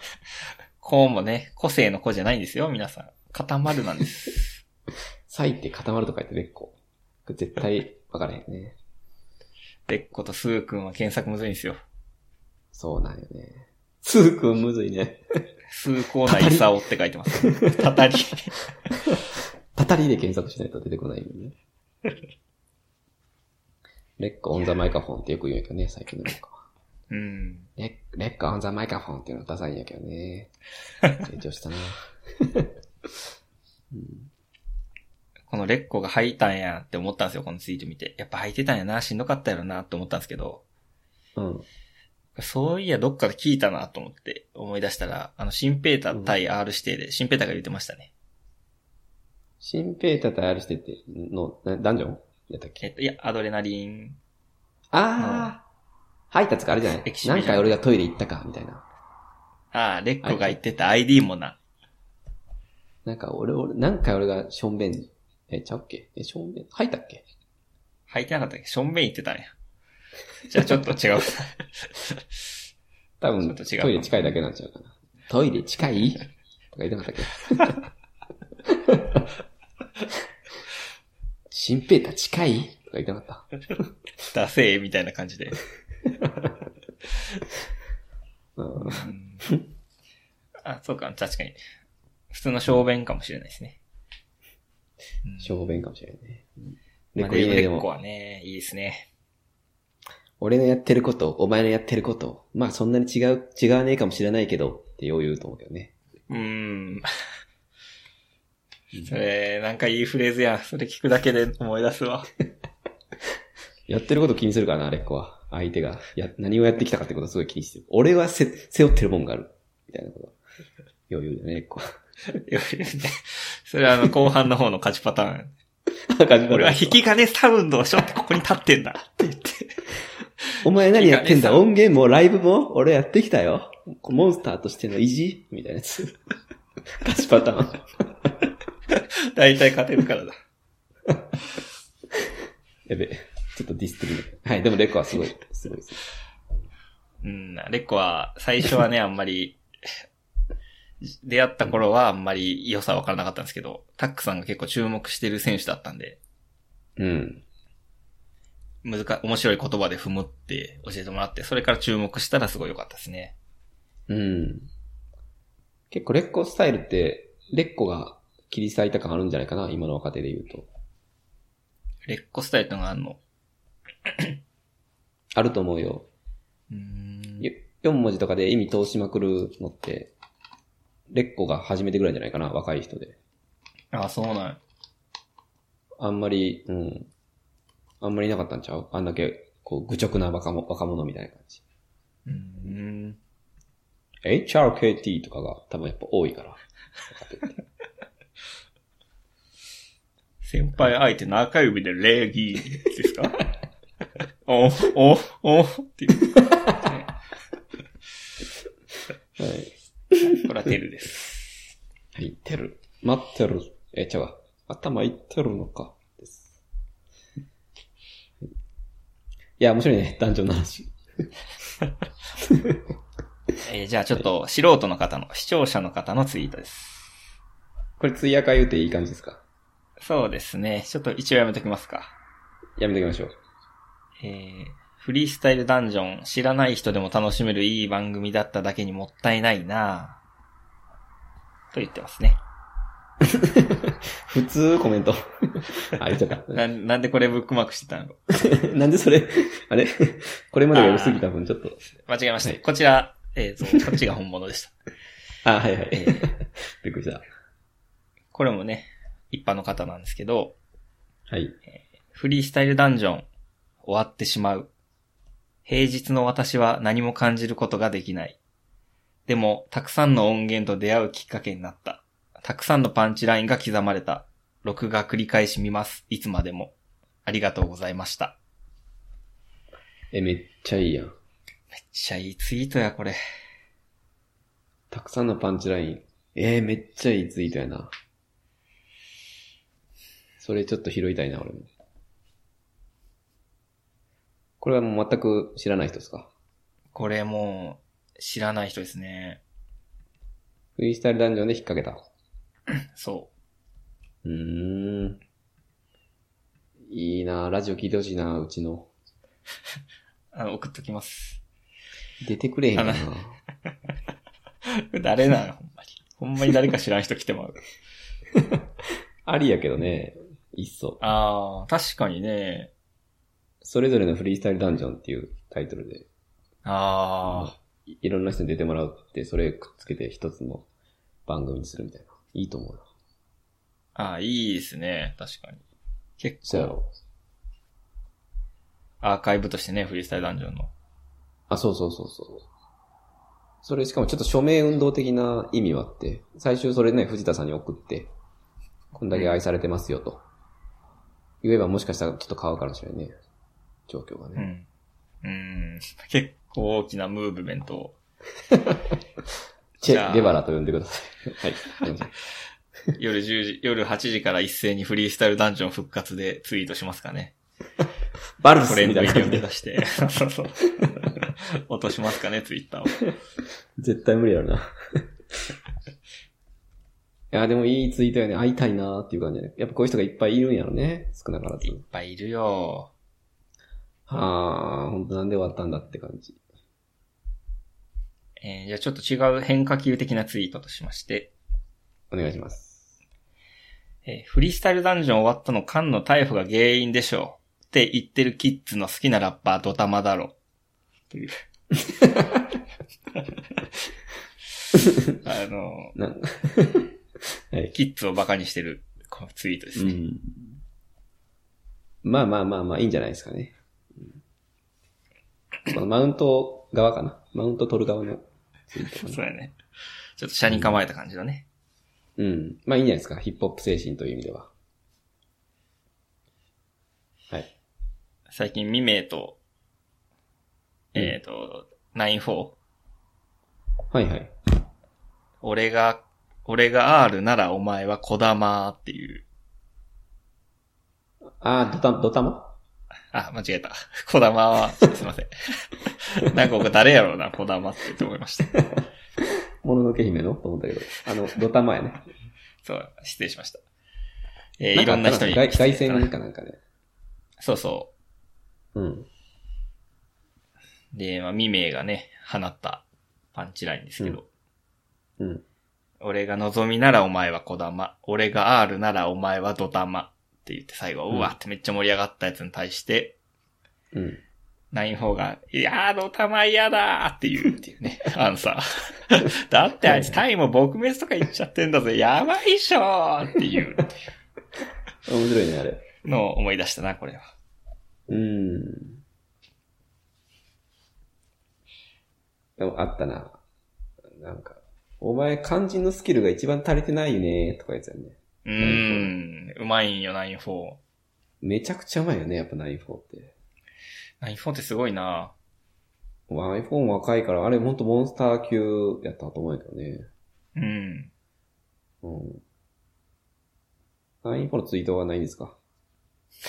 B: こうもね、個性の子じゃないんですよ、皆さん。固まるなんです。
A: 裂いて固まるとか言って烈コ。これ絶対わからへんね。
B: レッコとスー君は検索むずいんですよ。
A: そうなんよね。つーくんむずいね。
B: 崇高なイサオって書いてます。たたり。
A: たたりで検索しないと出てこないよね。レッカオンザマイカフォンってよく言うんやけどね、最近のレッカは。
B: うん。
A: レッレッカオンザマイカフォンっていうのはダサいんやけどね。成長したな。
B: このレッコが履いたんやって思ったんですよ、このツイート見て。やっぱ履いてたんやな、しんどかったやろなって思ったんですけど。
A: うん。
B: そういや、どっかで聞いたなと思って思い出したら、あの、シンペータ対 R 指定で、シンペータが言ってましたね。
A: シンペータと R してっての、なダンジョンやったっ
B: えっ
A: け
B: と、いや、アドレナリン。
A: あー、配達かあれじゃない
B: エキシビジョン
A: 何回俺がトイレ行ったか、みたいな。
B: ああ、レッコが言ってた ID もな。
A: なんか俺、俺、何回俺がションベン、え、ちゃうっけえ、ションベン、入ったっけ
B: 履いてなかったっけションベン行ってたんや。じゃあちょっと違う。
A: 多
B: ちょ
A: 分、
B: っと違う
A: トイレ近いだけなんちゃうかな。トイレ近い *laughs* とか言ってなかったっけ *laughs* 新平太近いとか言ってなかった。
B: ダセーみたいな感じで。
A: うん
B: あ、そうか、確かに。普通の小便かもしれないですね。うん
A: 小便かもしれないね。
B: ま
A: で、
B: あ
A: こ
B: レ
A: れ
B: イブ
A: ね、
B: レ
A: で
B: ッコ
A: も、
B: はね、いいですね。
A: 俺のやってること、お前のやってること、まあそんなに違う、違わねえかもしれないけど、ってよう言うと思うけどね。
B: うーん。それ、なんかいいフレーズや。それ聞くだけで思い出すわ。
A: やってること気にするからな、あれっ子は。相手が。や、何をやってきたかってことをすごい気にしてる。俺はせ、背負ってるもんがある。みたいなこと。余裕だね、レッコは。
B: *laughs* それはあの、後半の方の勝ちパ *laughs* ターン。
A: *laughs*
B: 俺は引き金スタウンドをしょってここに立ってん *laughs* だ。って言って。
A: お前何やってん
B: いいかね
A: だ音源もライブも俺やってきたよ。モンスターとしての意地みたいなやつ。 *laughs* 勝ちパターン。
B: 大体勝てるからだ。
A: やべえ。ちょっとディスってるね。はい、でもレッコはすごい、すごいです。
B: うん、レッコは、最初はね、あんまり、出会った頃はあんまり良さ分からなかったんですけど、タックさんが結構注目してる選手だったんで、
A: うん。
B: 難か、面白い言葉で踏むって教えてもらって、それから注目したらすごい良かったですね。
A: うん。結構レッコスタイルって、レッコが切り裂いた感あるんじゃないかな今の若手で言うと。
B: レッコスタイルってのがあるの。
A: あると思うよ。
B: うーん。
A: 4文字とかで意味通しまくるのって、レッコが初めてぐらいじゃないかな若い人で。
B: あそうなんや。
A: あんまり、うん。あんまりいなかったんちゃうあんだけ、こう、愚直な若者若者みたいな感じ。
B: うーん。
A: HRKT とかが多分やっぱ多いから。
B: 先輩相手中指で礼儀です *laughs* かお、お、おっていう。
A: はい。
B: これはテルです。
A: 入ってる。待ってる。え、違うわ。頭いってるのか。です。いや、面白いね。男女の話。
B: えーじゃあちょっと素人の方の、視聴者の方のツイートです。
A: これ、追加言うていい感じですか
B: そうですね。ちょっと一応やめときますか。
A: やめときましょう。
B: えー、フリースタイルダンジョン、知らない人でも楽しめるいい番組だっただけにもったいないなぁと言ってますね。
A: 普通コメント。 *laughs* あ、言っちゃっ
B: な、
A: た。
B: なんでこれブックマークしてたの
A: なんでそれ、あれこれまでが良すぎた分、ちょっと。
B: 間違えました。
A: はい
B: こちら、えー、と、こっちが本物でした。
A: あ、はいはい
B: え。ー
A: *laughs* びっくりした。
B: これもね、一般の方なんですけど、
A: はい。
B: フリースタイルダンジョン、終わってしまう。平日の私は何も感じることができない。でも、たくさんの音源と出会うきっかけになった。たくさんのパンチラインが刻まれた。録画繰り返し見ます。いつまでも。ありがとうございました。
A: え、めっちゃいいやん。
B: めっちゃいいツイートや、これ。
A: たくさんのパンチライン。えー、めっちゃいいツイートやな。それちょっと拾いたいな、俺も。これはもう全く知らない人ですか
B: これもう、知らない人ですね。
A: フリースタイルダンジョンで引っ掛けた。
B: そう
A: ーん。いいなラジオ聞いてほしいなうちの。
B: う。あの、送っときます。 *laughs*
A: 出てくれへんかな
B: あ誰なのほんまに。ほんまに誰か知らん人来てもらう。
A: ありやけどね。いっそ。
B: *laughs* あー、確かにね。
A: それぞれのフリースタイルダンジョンっていうタイトルで、
B: あー。
A: いいろんな人に出てもらうって、それくっつけて一つの番組にするみたいな。いいと思うな。
B: ああ、いいですね。確かに。結
A: そうや
B: 構、
A: ろ。
B: アーカイブとしてね、フリースタイルダンジョンの。
A: あ、そうそうそうそう。それしかもちょっと署名運動的な意味はあって、最終それね、藤田さんに送って、こんだけ愛されてますよと。言えばもしかしたらちょっと変わるかもしれないね。状況が
B: う
A: ね。
B: ん。うん。結構大きなムーブメントを。
A: チ
B: じゃあ
A: ェ・ゲバラと呼んでください。はい。すいません *laughs*
B: 夜10時、 *laughs* 夜8時から一斉にフリースタイルダンジョン復活でツイートしますかね。
A: バル
B: ト
A: ス
B: レン
A: みた
B: ド
A: い
B: 入
A: な
B: り
A: 感
B: を
A: じ
B: 目
A: で。
B: 指して。そうそう。落としますかね、ツイッターを。
A: 絶対無理やろ *laughs* な。いや、でもいいツイートやね。会いたいなーっていう感じで。やっぱこういう人がいっぱいいるんやろね。少なからず
B: いっ。ぱいいるよ。
A: あー、ほんとなんで終わったんだって感じ。
B: えーじゃあちょっと違う変化球的なツイートとしまして、
A: お願いします。
B: えーフリースタイルダンジョン終わったの菅の逮捕が原因でしょうって言ってるキッズの好きなラッパードタマだろ。と
A: *laughs*
B: いう。あの、
A: なんはい。
B: キッズをバカにしてるこのツイートです
A: う
B: ね。
A: ん。まあまあまあまあ、いいんじゃないですかね。このマウント側かな。マウント取る側のツイートか
B: そう
A: な。
B: やね。ちょっと車に構えた感じだね。
A: うん。まあいいんじゃないですか。ヒップホップ精神という意味では。はい。
B: 最近未明と、
A: うん
B: えっ、と、94。
A: はいはい。
B: 俺が、俺が R ならお前は小玉っていう。
A: あー、ドタ、ドタマ
B: あ、間違えた。 *laughs* 小玉は、すいません。 *laughs* なんか僕誰やろうな、小玉って言って思いました。 *laughs*
A: もののけ姫のと思ったけど。あの、ドタマやね。
B: そう、失礼しました。えーいろんな人に。
A: 外外線かなんかね。
B: そうそ
A: うん。
B: う。で、まあ、未明がね、放ったパンチラインですけど。
A: うん。
B: 俺が望みならお前は小玉。俺が R ならお前はド玉。って言って最後、
A: うん
B: うわってめっちゃ盛り上がったやつに対して、
A: うん。
B: ナインフォーが、いやー、ドタマ嫌だーって言うっていうね、 *laughs* アンサー。 *laughs* だってあいつタイム撲滅とか言っちゃってんだぜ、やばいっしょーっていう
A: 面白いね、あれ。
B: のを思い出したな、これは。
A: うん。でも、あったな。なんか、お前肝心のスキルが一番足りてないよね、とか言ってたよね。
B: うーん、うまいんよ、ナインフォー。
A: めちゃくちゃうまいよね、やっぱ94って。
B: ナインフォーってすごいな
A: 94若いから、あれほんとモンスター級やったと思うんやけどね。
B: う
A: う
B: ん。
A: ん。94のツイートはないんですか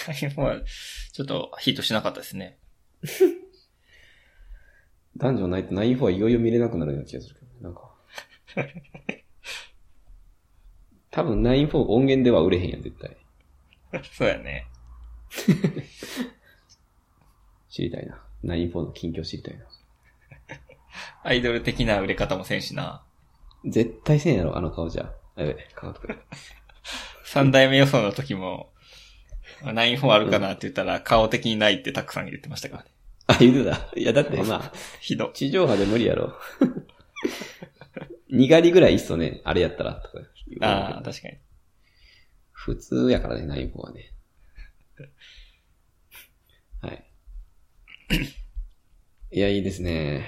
B: ナインフォーは、ちょっとヒットしなかったですね。 *laughs*
A: 男女ないと94はいよいよ見れなくなるような気がするけどね、なんか。 *laughs* 多分94音源では売れへんやん、絶対。
B: そうやね。
A: 知りたいな。94の近況知りたいな。
B: アイドル的な売れ方もせんしな
A: 絶対せんやろ、あの顔じゃ。あやべ、科学君。
B: 三代目予想の時も、ナインフォーあるかなって言ったら、顔的にないってたくさん言ってましたからね。
A: あ、言うてた。いや、だってまあ、
B: ひど。
A: 地上波で無理やろ。 *laughs* にがりぐらいいっそね、あれやったら、とか言う。
B: ああ、確かに。
A: 普通やからね、94はね。はい。いや、いいですね。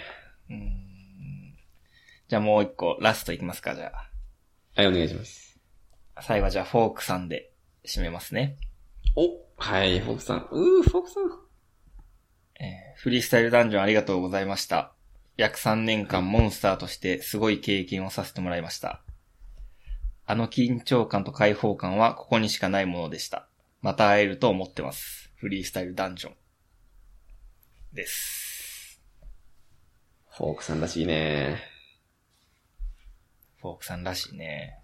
B: うーんじゃあもう一個、ラストいきますか、じゃ
A: はい、お願いします。
B: あ。最後はじゃあ、フォークさんで締めますね。
A: おはい、フォークさん。うー、フォークさん。
B: えーフリースタイルダンジョンありがとうございました。約3年間モンスターとしてすごい経験をさせてもらいました。あの緊張感と解放感はここにしかないものでした。また会えると思ってます。フリースタイルダンジョン。です。
A: フォークさんらしいね。
B: フォークさんらしいね。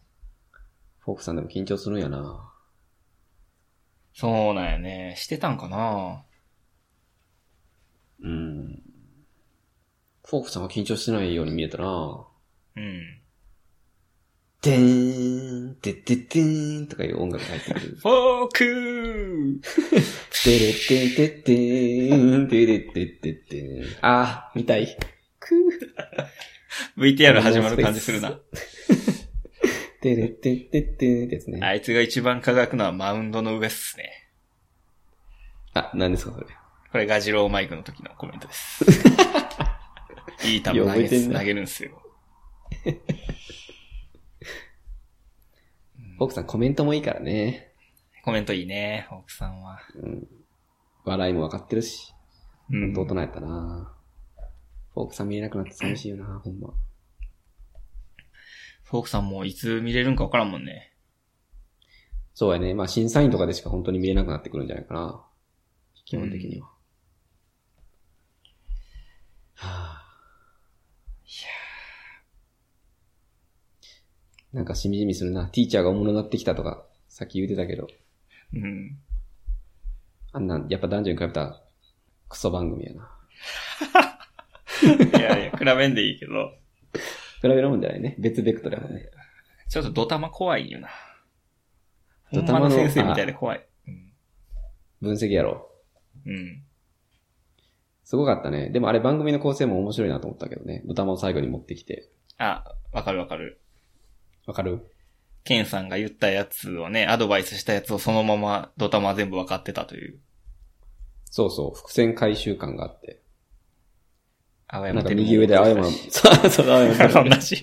A: フォークさんでも緊張するんやな。
B: そうなんやね。してたんかな
A: うん。フォークさんは緊張してないように見えたな。
B: うん。
A: でーん、でででーんとかいう音楽が入ってくる。
B: フォークー
A: でれでででーん、でれでででーん。あー、見たい。く
B: VTR 始まる感じするな。。
A: でれでででーんってやつね。
B: あいつが一番輝くのはマウンドの上っすね。
A: あ、何ですかそれ。
B: これガジローマイクの時のコメン
A: *laughs*
B: トです。いい球投
A: いや覚
B: げ
A: えてんな
B: 投げるんすよ。
A: フォークさんコメントもいいからね。
B: コメントいいね、奥さんは。
A: 笑いもわかってるし。
B: う
A: ほん
B: ん
A: と大人やったなフォークさん見れなくなって寂しいよなほんま。
B: フォークさんもいつ見れるんかわからんもんね。
A: そうやね。まあ審査員とかでしか本当に見れなくなってくるんじゃないかな。基本的には。はあ、なんかしみじみするな。ティーチャーがおもろになってきたとか、さっき言うてたけど、
B: うん。
A: あんなん、やっぱ男女に比べたらクソ番組やな。
B: いやい
A: *laughs*
B: や、比べんでいいけど、
A: 比べるもんじゃないね。別ベクトルやもんね。
B: ちょっとドタマ怖いよな。
A: ド
B: ド
A: タマ
B: タマ
A: の
B: の先生みたいで怖い。うん。
A: 分析やろ。
B: うん。
A: すごかったね。でもあれ番組の構成も面白いなと思ったけどね。歌も最後に持ってきて。
B: あ、わかるわかる。
A: わかる
B: ケンさんが言ったやつをね、アドバイスしたやつをそのままドタマ全部わかってたという。
A: そうそう。伏線回収感があって。
B: 青
A: なんか
B: テル
A: 右上で青山、
B: も
A: *laughs* そうそう、青山テル
B: 同じ、 *laughs*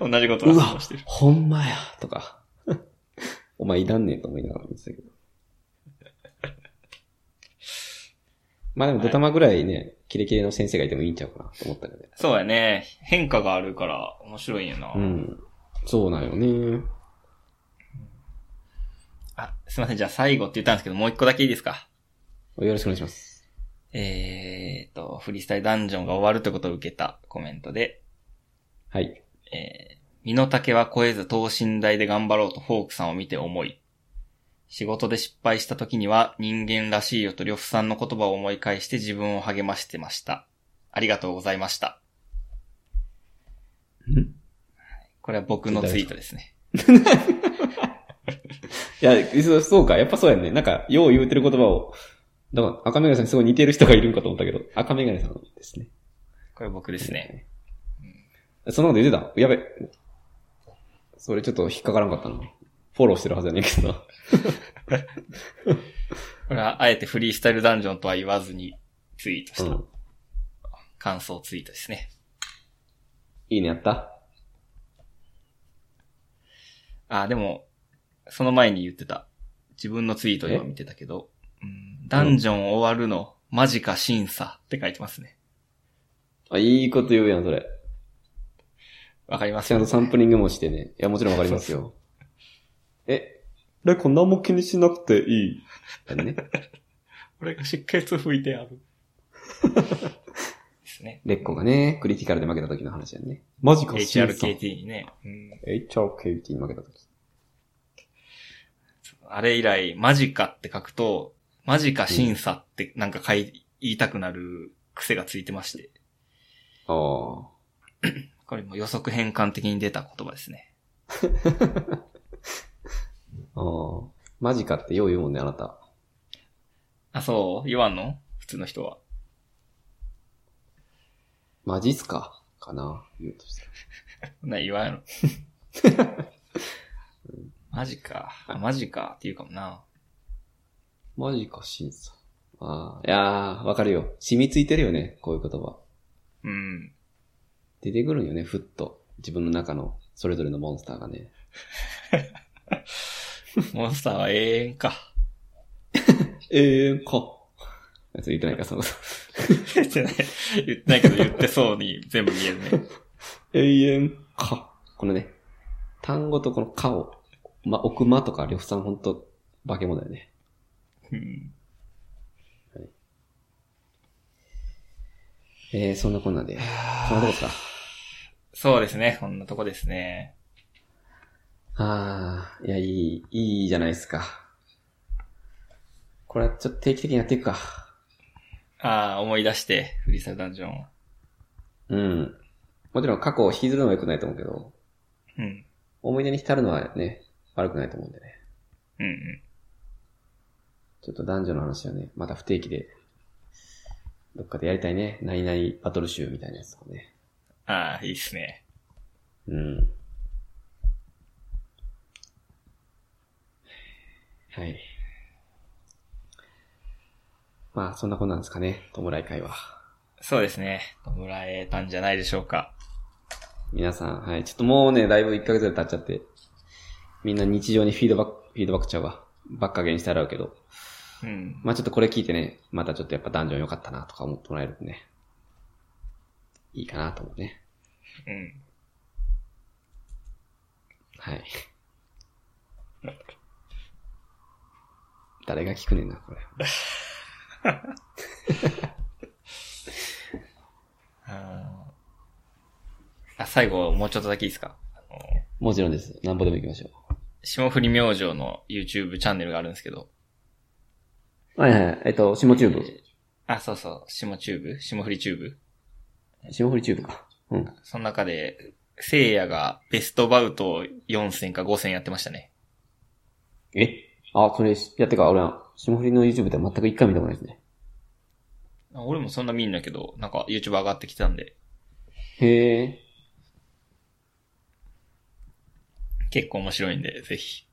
B: 同じことをしてる。
A: *laughs* ほんまや、とか。 *laughs* お前いらんねえと思いながら見てたけど。まあでも、ドタマぐらいね、キレキレの先生がいてもいいんちゃうかなと思ったけどね。
B: そうやね。変化があるから面白いんやな。
A: うん。そうなんよね。
B: あ、すいません。じゃあ最後って言ったんですけど、もう一個だけいいですか。
A: よろしくお願いします。
B: えーと、フリースタイルダンジョンが終わるってことを受けたコメントで、
A: はい。
B: えー、身の丈は超えず等身大で頑張ろうとフォークさんを見て思い。仕事で失敗した時には人間らしいよと呂布さんの言葉を思い返して自分を励ましてました。ありがとうございました。
A: んい
B: これは僕のツイートですね。
A: や、そそうか。やっぱそうやね。なんか、よう言うてる言葉を、だから、赤メガネさんにすごい似てる人がいるんかと思ったけど、赤メガネさんですね。
B: これ僕ですね。
A: そんなこと言ってたやべ。それちょっと引っかからんかったな。フォローしてるはずやねんけど。
B: これはあえてフリースタイルダンジョンとは言わずにツイート
A: う
B: した。
A: ん。
B: 感想ツイートですね。
A: いいね、やった
B: あ、でも、その前に言ってた。自分のツイートを今見てたけど、うんダンジョン終わるの、マジか審査って書いてますね。
A: あ、いいこと言うやん、それ。
B: わかります
A: ちゃんとサンプリングもしてね。いや、もちろんわかりますよ。え、レコ何も気にしなくていい。だね。
B: 俺が出血拭いてある。
A: *laughs*
B: ですね。
A: レッコがね、クリティカルで負けた時の話やね。マジ
B: HRKT にね、うん。
A: HRKT に負けた時。
B: あれ以来、マジかって書くと、マジか審査ってなんか書い、言いたくなる癖がついてまして。
A: ああ。
B: これも予測変換的に出た言葉ですね。
A: ああ。マジかってよう言うもんね、あなた。
B: あ、そう言わんの普通の人は。
A: マジっすかかな。言うとしたら。
B: な、言わんやろ。マジか。あマジかって言うかもな。
A: マジか、審査。ああ。いやー、わかるよ。染みついてるよね、こういう言葉。
B: うん。
A: 出てくるんよね、ふっと。自分の中の、それぞれのモンスターがね。
B: モンスターは永遠か。
A: ええー、か。あいつ言ってないか、そのこと。
B: 言ってない。言ってないけど言ってそうに全部見えるね。
A: 永遠か。このね、単語とこのかを、ま、奥間とか、呂布さんほんと、化け物だよね。
B: うん。
A: えー、そんなこんなんで。そんなとこですか。
B: そうですね。こんなとこですね。
A: あー、いや、いい、いいじゃないですか。これはちょっと定期的にやっていくか。
B: ああ、思い出して、フリーサイルダンジョンを。
A: うん。もちろん過去を引きずるのは良くないと思うけど、
B: うん。
A: 思い出に浸るのはね、悪くないと思うんでね。
B: うんうん。
A: ちょっと男女の話はね、また不定期で、どっかでやりたいね。何々バトル集みたいなやつとかね。
B: ああ、いいっすね。
A: うん。はい。まあ、そんなことなんですかね。弔い会は。
B: そうですね。弔えたんじゃないでしょうか。
A: 皆さん、はい。ちょっともうね、だいぶ1ヶ月で経っちゃって、みんな日常にフィードバック、フィードバックちゃうわ。ばっかげにしてあるけど。
B: うん。
A: まあちょっとこれ聞いてね、またちょっとやっぱダンジョン良かったなとか思ってもらえるとね、いいかなと思うね。
B: うん。
A: はい。誰が聞くねんな、これ。
B: あーあ、最後、もうちょっとだけいいですかあの
A: もちろんです。なんぼでも行きましょ
B: 霜降り明星の YouTube チャンネルがあるんですけど。
A: う。はいはい。えっと、下チュー
B: えあ、そうそう。霜チューブ霜降りチューブ
A: ブ。下振りチューブか。うん。
B: その中で、聖夜がベストバウトを4戦か5戦やってましたね。
A: えあ、それ、やってか、俺は、下振りの YouTube って全く一回見たことないですね。
B: 俺もそんな見んだけど、なんか YouTube 上がってきたんで、
A: へえ。
B: 結構面白いんで、ぜひ。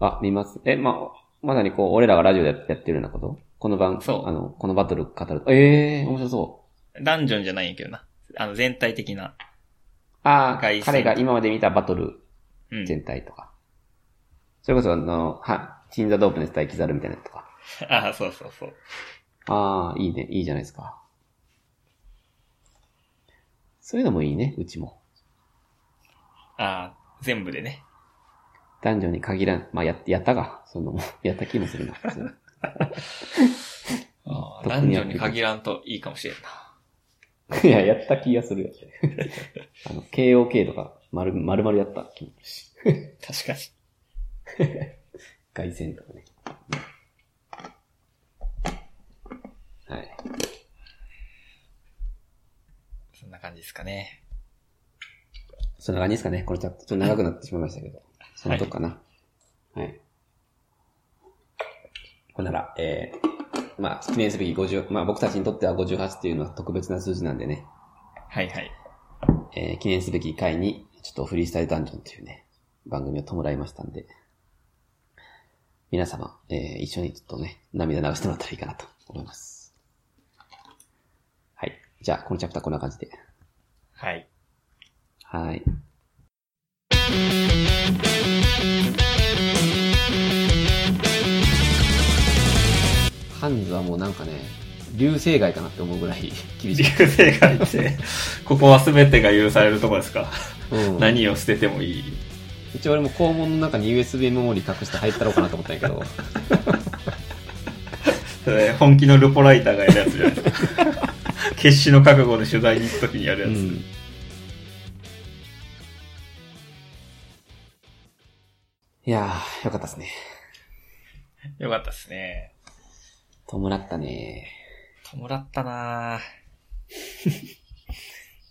A: あ、見ます。え、まあ、まさにこう、俺らがラジオでやってるようなことこの番、
B: そう
A: あの、このバトル語ると。ええ面白そ
B: ダンジョンじゃないんやけどな。あの、全体的な。
A: う。ああ
B: 外、戦
A: 彼が今まで見たバトル
B: うん。
A: 全体とか。それこそ、あの、は、鎮座ドープネス対キザルみたいなやつとか。
B: あそうそうそう。
A: ああ、いいね。いいじゃないですか。そういうのもいいね、うちも。
B: あ全部でね。
A: 男女に限らん。まあ、や、やったが、その、 *laughs* やった気もするな、普通
B: あ
A: 特
B: ダン
A: に
B: ジ
A: やって
B: ョン
A: る
B: に限らんといいかもしれんな。
A: いや、やった気がするよ。 *laughs* あの、KOK とか、まる、まるまるやった気もするし。
B: 確かに。
A: 外線とかね。はい。
B: そんな感じですかね。
A: そんな感じですかね。このチャット、ちょっと長くなってしまいましたけど。そのとこかな。はい。ほんなら、えー、まあ、記念すべき50、まあ僕たちにとっては58っていうのは特別な数字なんでね、
B: はいはい。
A: えー、記念すべき回に、ちょっとフリースタイルダンジョンというね、番組を弔いましたんで、皆様、えー、一緒にちょっとね、涙流してもらったらいいかなと思います。はい。じゃあ、このチャプターこんな感じで。
B: はい。 *laughs*
A: はい。ハンズはもうなんかね、流星街かなって思うぐらい厳しい。
B: 流星街って、ここは全てが許されるとこですか
A: うん、
B: 何を捨ててもいい。
A: 一応俺も肛門の中に USB メモリー隠して入ったろうかなと思ったんやけど、
B: それ本気のルポライターがやるやつじゃないですか。決死の覚悟で取材に行くときにやるや
A: う
B: つ。
A: ん。いやー、よかったですね。
B: よかったですね。
A: 弔ったね
B: 弔ったなぁ。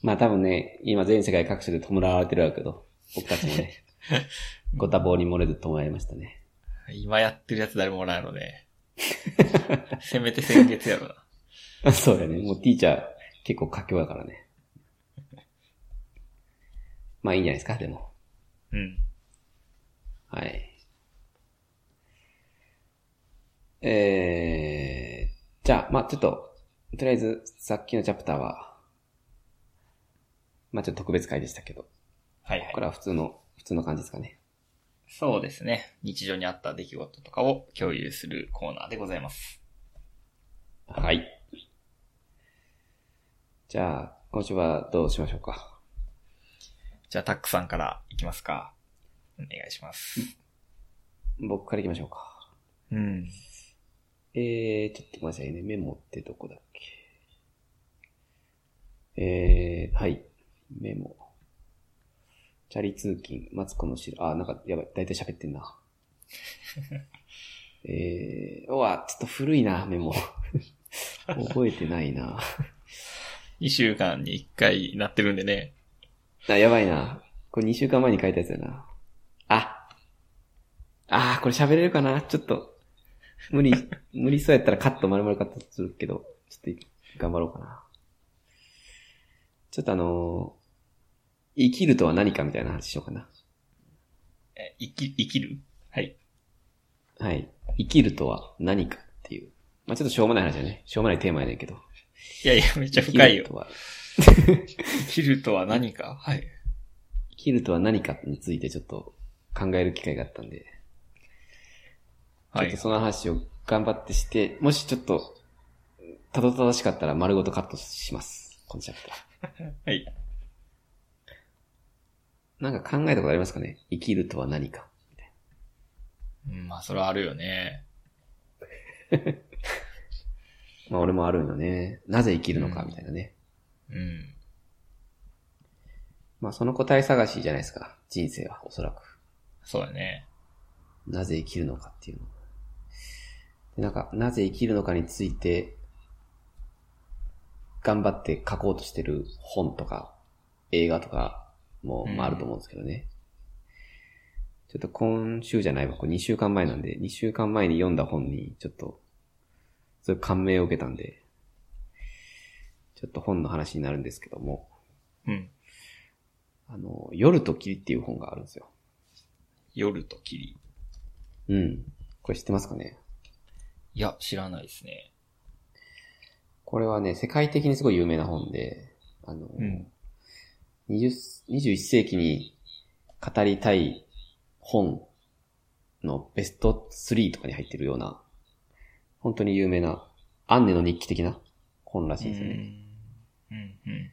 A: まあ多分ね、今全世界各地で弔われてるわけど、僕たちもね、ご多忙に漏れず弔いましたね。 *laughs*
B: 今やってるやつ誰もおらんの *laughs* で。せめて先月やろな。
A: そうやね。もうティーチャー結構佳境だからね。まあいいんじゃないですか、でも。
B: うん。
A: はい。えー、じゃあ、まあちょっと、とりあえずさっきのチャプターは、まあちょっと特別会でしたけど、
B: はいは
A: これは普通の、普通の感じですかね。
B: そうですね。日常にあった出来事とかを共有するコーナーでございます。
A: はい。じゃあ、今週はどうしましょうか。
B: じゃあ、タックさんからいきますか。お願いします。
A: 僕から行きましょうか。
B: うん。
A: えー、ちょっとごめんなさいね。メモってどこだっけ。えー、はい。メモ。チャリ通勤、マツコの知る、あ、なんか、やばい、だいたい喋ってんな。 *laughs* えー、うわ、ちょっと古いな、メモ。 *laughs* 覚えてないな。
B: 2週間に1回なってるんでね。
A: あ、やばいな。これ2週間前に書いたやつだな。あ。あー、これ喋れるかなちょっと。無
B: *laughs*
A: 理、無理そうやったらカット丸々カットするけど、ちょっと頑張ろうかな。ちょっとあのー生きるとは何かみたいな話しようかな。
B: え、生き、生きるはい。
A: はい。生きるとは何かっていう。まあちょっとしょうもない話だね。しょうもないテーマやねんけど。
B: いやいや、めっちゃ深
A: 生きる
B: いよ。
A: とは、
B: 生きるとは何かはい。
A: 生きるとは何かについてちょっと考える機会があったんで。
B: は
A: ちょっ
B: い
A: と。その話を頑張ってして、もしちょっと、たどたどしかったら丸ごとカットします。このチャプター。
B: はい。
A: なんか考えたことありますかね生きるとは何か。
B: うんまあ、それはあるよね。
A: まあ俺もあるんよね。なぜ生きるのか、みたいなね。
B: うん。
A: まあその答え探しじゃないですか。人生は、おそらく。
B: そうだね。
A: なぜ生きるのかっていうの。でなんか、なぜ生きるのかについて、頑張って書こうとしてる本とか、映画とかも、
B: うん
A: まああると思うんですけどね。ちょっと今週じゃないわ、これ2週間前なんで、2週間前に読んだ本に、ちょっと、そういう感銘を受けたんで、ちょっと本の話になるんですけども、
B: うん。
A: あの、夜と霧っていう本があるんですよ。
B: 夜と霧。
A: うん。これ知ってますかね
B: いや、知らないですね。
A: これはね、世界的にすごい有名な本で、あの、
B: うん
A: 20 21世紀に語りたい本のベスト3とかに入ってるような、本当に有名な、アンネの日記的な本らしいんですよね。
B: うん。うん。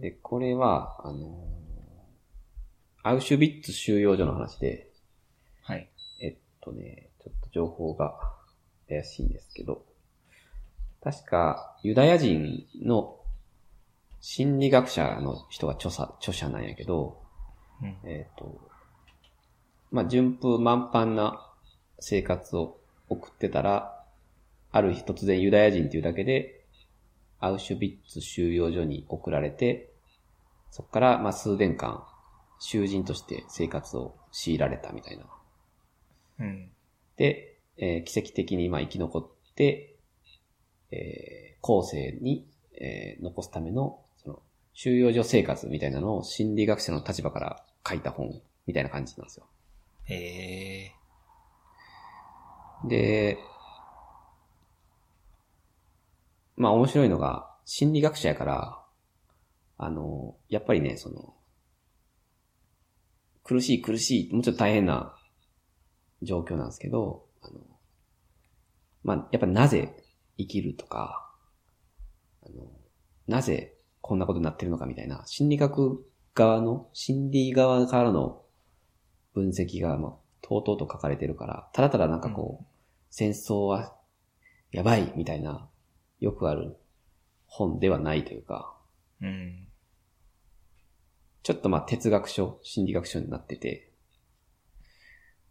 A: で、これは、あの、アウシュビッツ収容所の話で、
B: はい。
A: えっとね、ちょっと情報が怪しいんですけど、確かユダヤ人の心理学者の人が著者、著者なんやけど、
B: うん。
A: えっと、まあ、順風満帆な生活を送ってたら、ある日突然ユダヤ人っていうだけで、アウシュビッツ収容所に送られて、そこからまあ数年間、囚人として生活を強いられたみたいな
B: うん。
A: で、えー奇跡的に今生き残って、えー後世に、えー残すための、その、収容所生活みたいなのを心理学者の立場から書いた本みたいな感じなんですよ。
B: ええ
A: で、まあ面白いのが、心理学者やから、あの、やっぱりね、その、苦しい苦しい、もうちょっと大変な状況なんですけど、あの、まあ、やっぱなぜ生きるとか、あの、なぜこんなことになってるのかみたいな、心理学側の、心理側からの分析が、まあ、とうとうと書かれてるから、ただただなんかこう、戦争はやばいみたいな、よくある本ではないというか、
B: うん。
A: ちょっとまあ哲学書、心理学書になってて、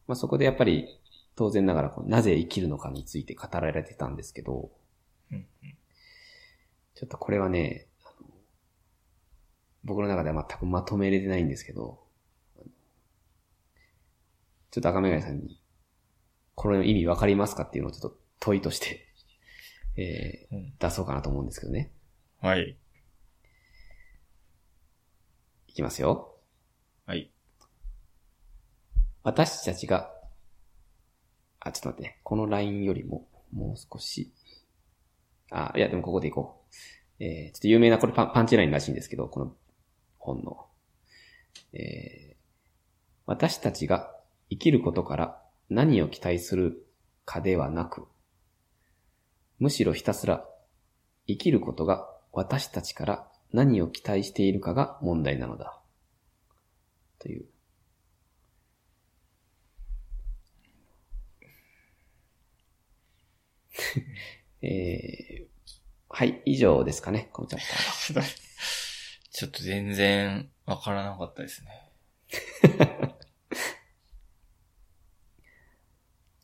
A: まあそこでやっぱり当然ながらこうなぜ生きるのかについて語られてたんですけど、
B: うん
A: ちょっとこれはね、あの僕の中では全くまとめれてないんですけど、ちょっと赤目がさんに、この意味わかりますかっていうのをちょっと問いとして、え
B: うん
A: ー出そうかなと思うんですけどね。
B: はい。
A: いきますよ。
B: はい。
A: 私たちが、あ、ちょっと待ってね。このラインよりも、もう少し。あ、いや、でもここでいこう。えーちょっと有名な、これパンパンチラインらしいんですけど、この本の。えー私たちが生きることから何を期待するかではなく、むしろひたすら生きることが私たちから何を期待しているかが問題なのだ。という。えーはい、以上ですかね、このチャプターは。
B: *laughs* ちょっと全然わからなかったですね。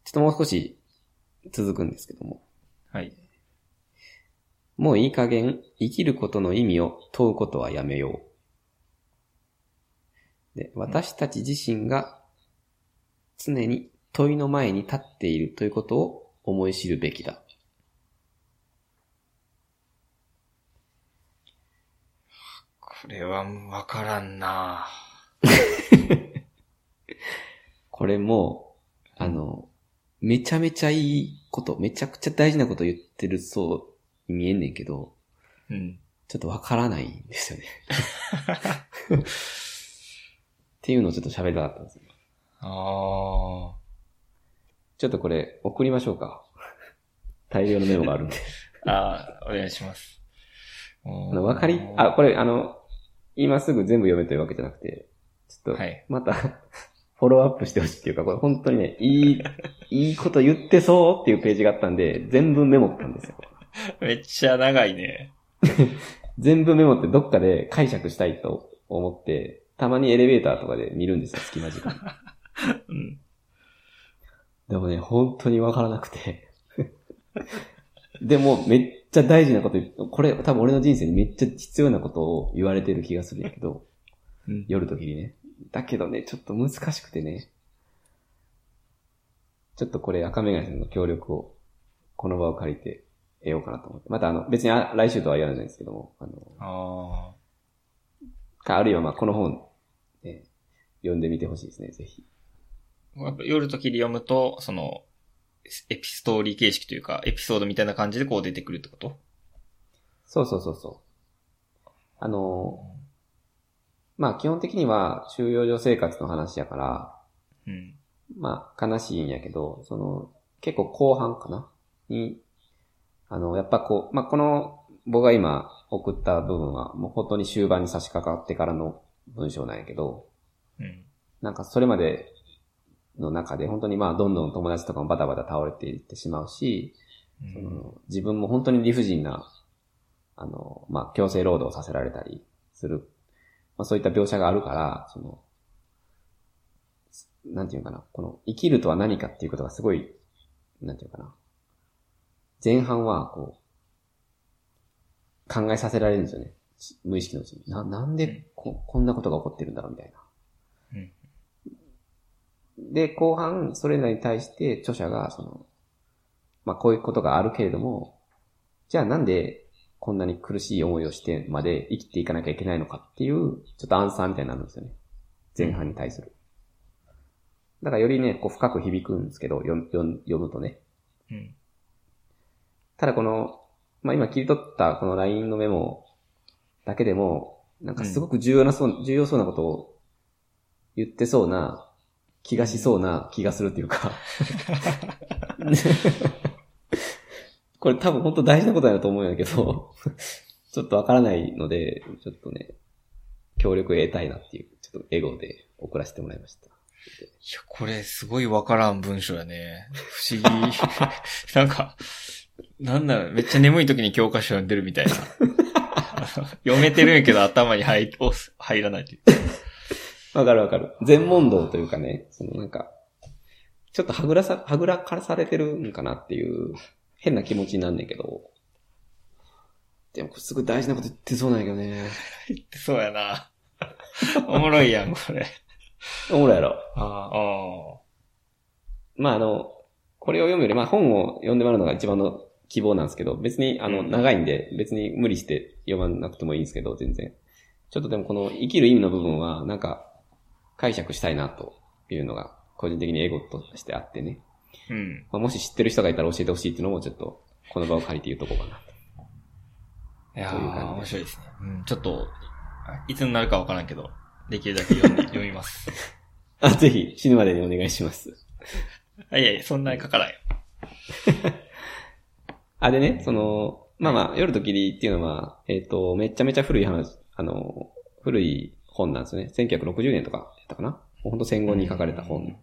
A: ちょっともう少し続くんですけども。
B: はい。
A: もういい加減、生きることの意味を問うことはやめよう。で私たち自身が常に問いの前に立っているということを思い知るべきだ。
B: これはわからんな
A: これも、あの、めちゃめちゃいいこと、めちゃくちゃ大事なこと言ってるそうに見えんねんけど、
B: うん。
A: ちょっとわからないんですよね。 *laughs* っていうのをちょっと喋りたかったんですよ。
B: ああ。
A: ちょっとこれ送りましょうか。大量のメモがあるんで。
B: ああ、お願いします。
A: *laughs* あ
B: あ
A: の、わかり、あ、これあの、今すぐ全部読めというわけじゃなくて、ちょっと
B: はい、
A: また、フォローアップしてほしいっていうか、これ本当にね、いい、いいこと言ってそうっていうページがあったんで、全部メモったんですよ。
B: めっちゃ長いね。
A: 全部メモってどっかで解釈したいと思って、たまにエレベーターとかで見るんですよ、隙間時間。
B: うん。
A: でもね、本当にわからなくて。 *laughs* でも、めっちゃ大事なこと言う、これ多分俺の人生にめっちゃ必要なことを言われてる気がするんやけど、
B: うん
A: 夜時にね。だけどね、ちょっと難しくてね。ちょっとこれ赤メガネさんの協力を、この場を借りて得ようかなと思って。またあの、別にあ来週とは言わないんですけども、あの、
B: ああ。
A: かあるいはまあこの本、ね、読んでみてほしいですね、ぜひ。
B: やっぱ夜と切り読むと、その、エピストーリー形式というか、エピソードみたいな感じでこう出てくるってこと
A: そうそうそうそう。あの、まあ基本的には収容所生活の話やから、
B: うん。
A: まあ悲しいんやけど、その結構後半かなに、あの、やっぱこう、まあこの僕が今送った部分はもう本当に終盤に差し掛かってからの文章なんやけど、
B: うん。
A: なんかそれまでの中で本当にまあどんどん友達とかもバタバタ倒れていってしまうし、
B: うん
A: その自分も本当に理不尽な、あの、まあ、強制労働をさせられたりする、まあ、そういった描写があるから、その、なんていうのかな、この、生きるとは何かっていうことがすごい、なんていうのかな、前半は、こう、考えさせられるんですよね。し無意識のうちに。な、なんでこ、こんなことが起こってるんだろうみたいな。で、後半、それらに対して著者が、その、まあ、こういうことがあるけれども、じゃあなんでこんなに苦しい思いをしてまで生きていかなきゃいけないのかっていう、ちょっとアンサーみたいになるんですよね。前半に対する。だからよりね、こう深く響くんですけど、読む読む読むとね。
B: うん。
A: ただこの、まあ、今切り取ったこの LINE のメモだけでも、なんかすごく重要なそう、重要そうなことを言ってそうな気がしそうな気がするっていうか。これ多分本当大事なことだと思うんだけど、ちょっとわからないので、ちょっとね、協力を得たいなっていう、ちょっとエゴで送らせてもらいました。
B: いや、これすごいわからん文章やね。不思 *laughs* 議。なんか、なんだろう、めっちゃ眠い時に教科書読んでるみたいな。読めてるんやけど頭に入入らないという。
A: わかるわかる。全問答というかね、そのなんか、ちょっとはぐらさ、はぐらからされてるんかなっていう、変な気持ちになんねんけど。でも、すごい大事なこと言ってそうなんやけどね。
B: そうやな。おもろいやん、これ。
A: おもろいやろ。
B: ああ。
A: まあ、あの、これを読むより、まあ、本を読んでもらうのが一番の希望なんですけど、別に、あの、
B: うん
A: 長いんで、別に無理して読まなくてもいいんですけど、全然。ちょっとでも、この生きる意味の部分は、なんか、解釈したいなというのが、個人的にエゴとしてあってね。
B: うん。
A: まあ、もし知ってる人がいたら教えてほしいっていうのもちょっと、この場を借りて言うとこうかな。 *laughs*
B: いや
A: という感
B: ー、
A: じ
B: 面白いですね。うん、ちょっと、いつになるかわからんけど、できるだけ *laughs* 読み読みます。
A: あ、ぜひ、死ぬまでにお願いします。
B: あいやいや、そんなにかからんよ。
A: あ、でね、その、まあまあ、夜と霧っていうのは、えっ、と、めちゃめちゃ古い話、あの、古い本なんですよね。1960年とかやったかな。もうほんと戦後に書かれた
B: うん
A: 本。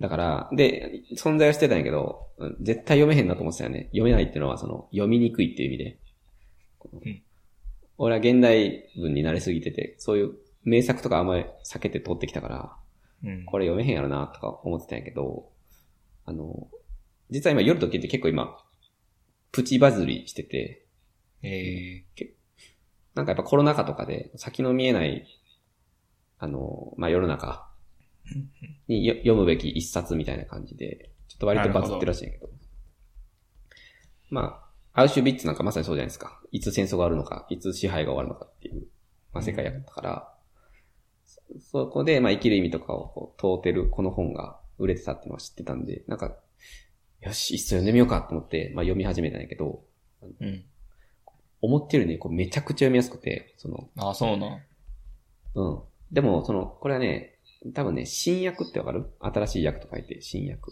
A: だから、で、存在はしてたんやけど、うん絶対読めへんなと思ってたよね。読めないっていうのは、その、読みにくいっていう意味で。
B: ん
A: 俺は現代文に慣れすぎてて、そういう名作とかあんまり避けて通ってきたから、
B: うん。
A: これ読めへんやろな、とか思ってたんやけど、あの、実は今夜と聞いて結構今、プチバズりしてて、
B: え
A: なんかやっぱコロナ禍とかで先の見えない、あの、まあ、世の中によ読むべき一冊みたいな感じで、ちょっと割とバズってるらしいんやけど。まあ、アウシュビッツなんかまさにそうじゃないですか。いつ戦争があるのか、いつ支配が終わるのかっていう、まあ、世界やったから、そそこで、まあ、生きる意味とかをこう問うてるこの本が売れてたっていうのは知ってたんで、なんか、よし、いっそ読んでみようかと思って、まあ、読み始めたんやけど、
B: えうん。
A: 思ってるよりね、こうめちゃくちゃ読みやすくて、その、
B: ああ、そうなん。
A: うん。でも、その、これはね、多分ね、新訳ってわかる新しい訳と書いて、新訳。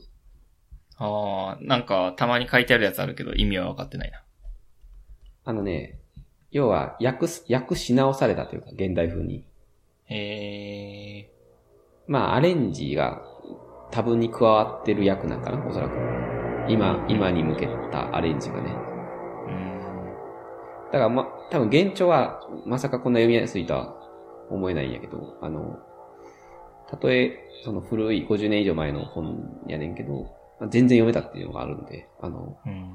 B: ああ、なんか、たまに書いてあるやつあるけど、意味は分かってないな。
A: あのね、要は、訳す、訳し直されたというか、現代風に。
B: へえ。
A: まあ、アレンジが多分に加わってる役なんかな、おそらく。今、今に向けたアレンジがね。
B: うん。
A: だからま、多分現調はまさかこんな読みやすいとは思えないんやけど、あの、たとえ、その古い50年以上前の本やねんけど、まあ全然読めたっていうのがあるんで、あの、
B: うん。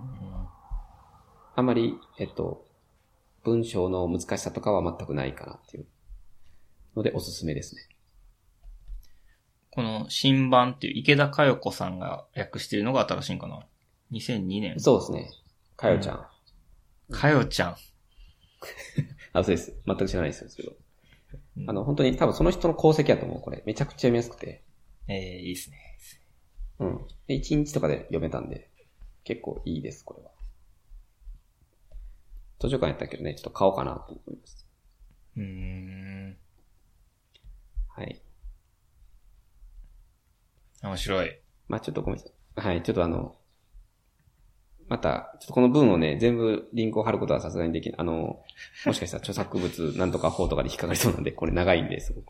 A: あまり、えっと、文章の難しさとかは全くないかなっていうのでおすすめですね。
B: この新版っていう池田佳代子さんが訳してるのが新しいんかな ?2002 年。
A: そうですね。かよちゃん。
B: 佳代ちゃん。
A: あ、そうです。全く知らないですけど
B: う。ん
A: あの、本当に多分その人の功績やと思う、これ。めちゃくちゃ読みやすくて。
B: ええいいですね。
A: うん。で、1日とかで読めたんで、結構いいです、これは。図書館やったけどね、ちょっと買おうかなと思います。
B: うーん。
A: はい。
B: 面白い。
A: まあちょっとごめんなさい。はい、ちょっとあの、また、ちょっとこの文をね、全部リンクを貼ることはさすがにできない。あの、もしかしたら著作物なんとか法とかで引っかかりそうなんで、これ長いんですごく。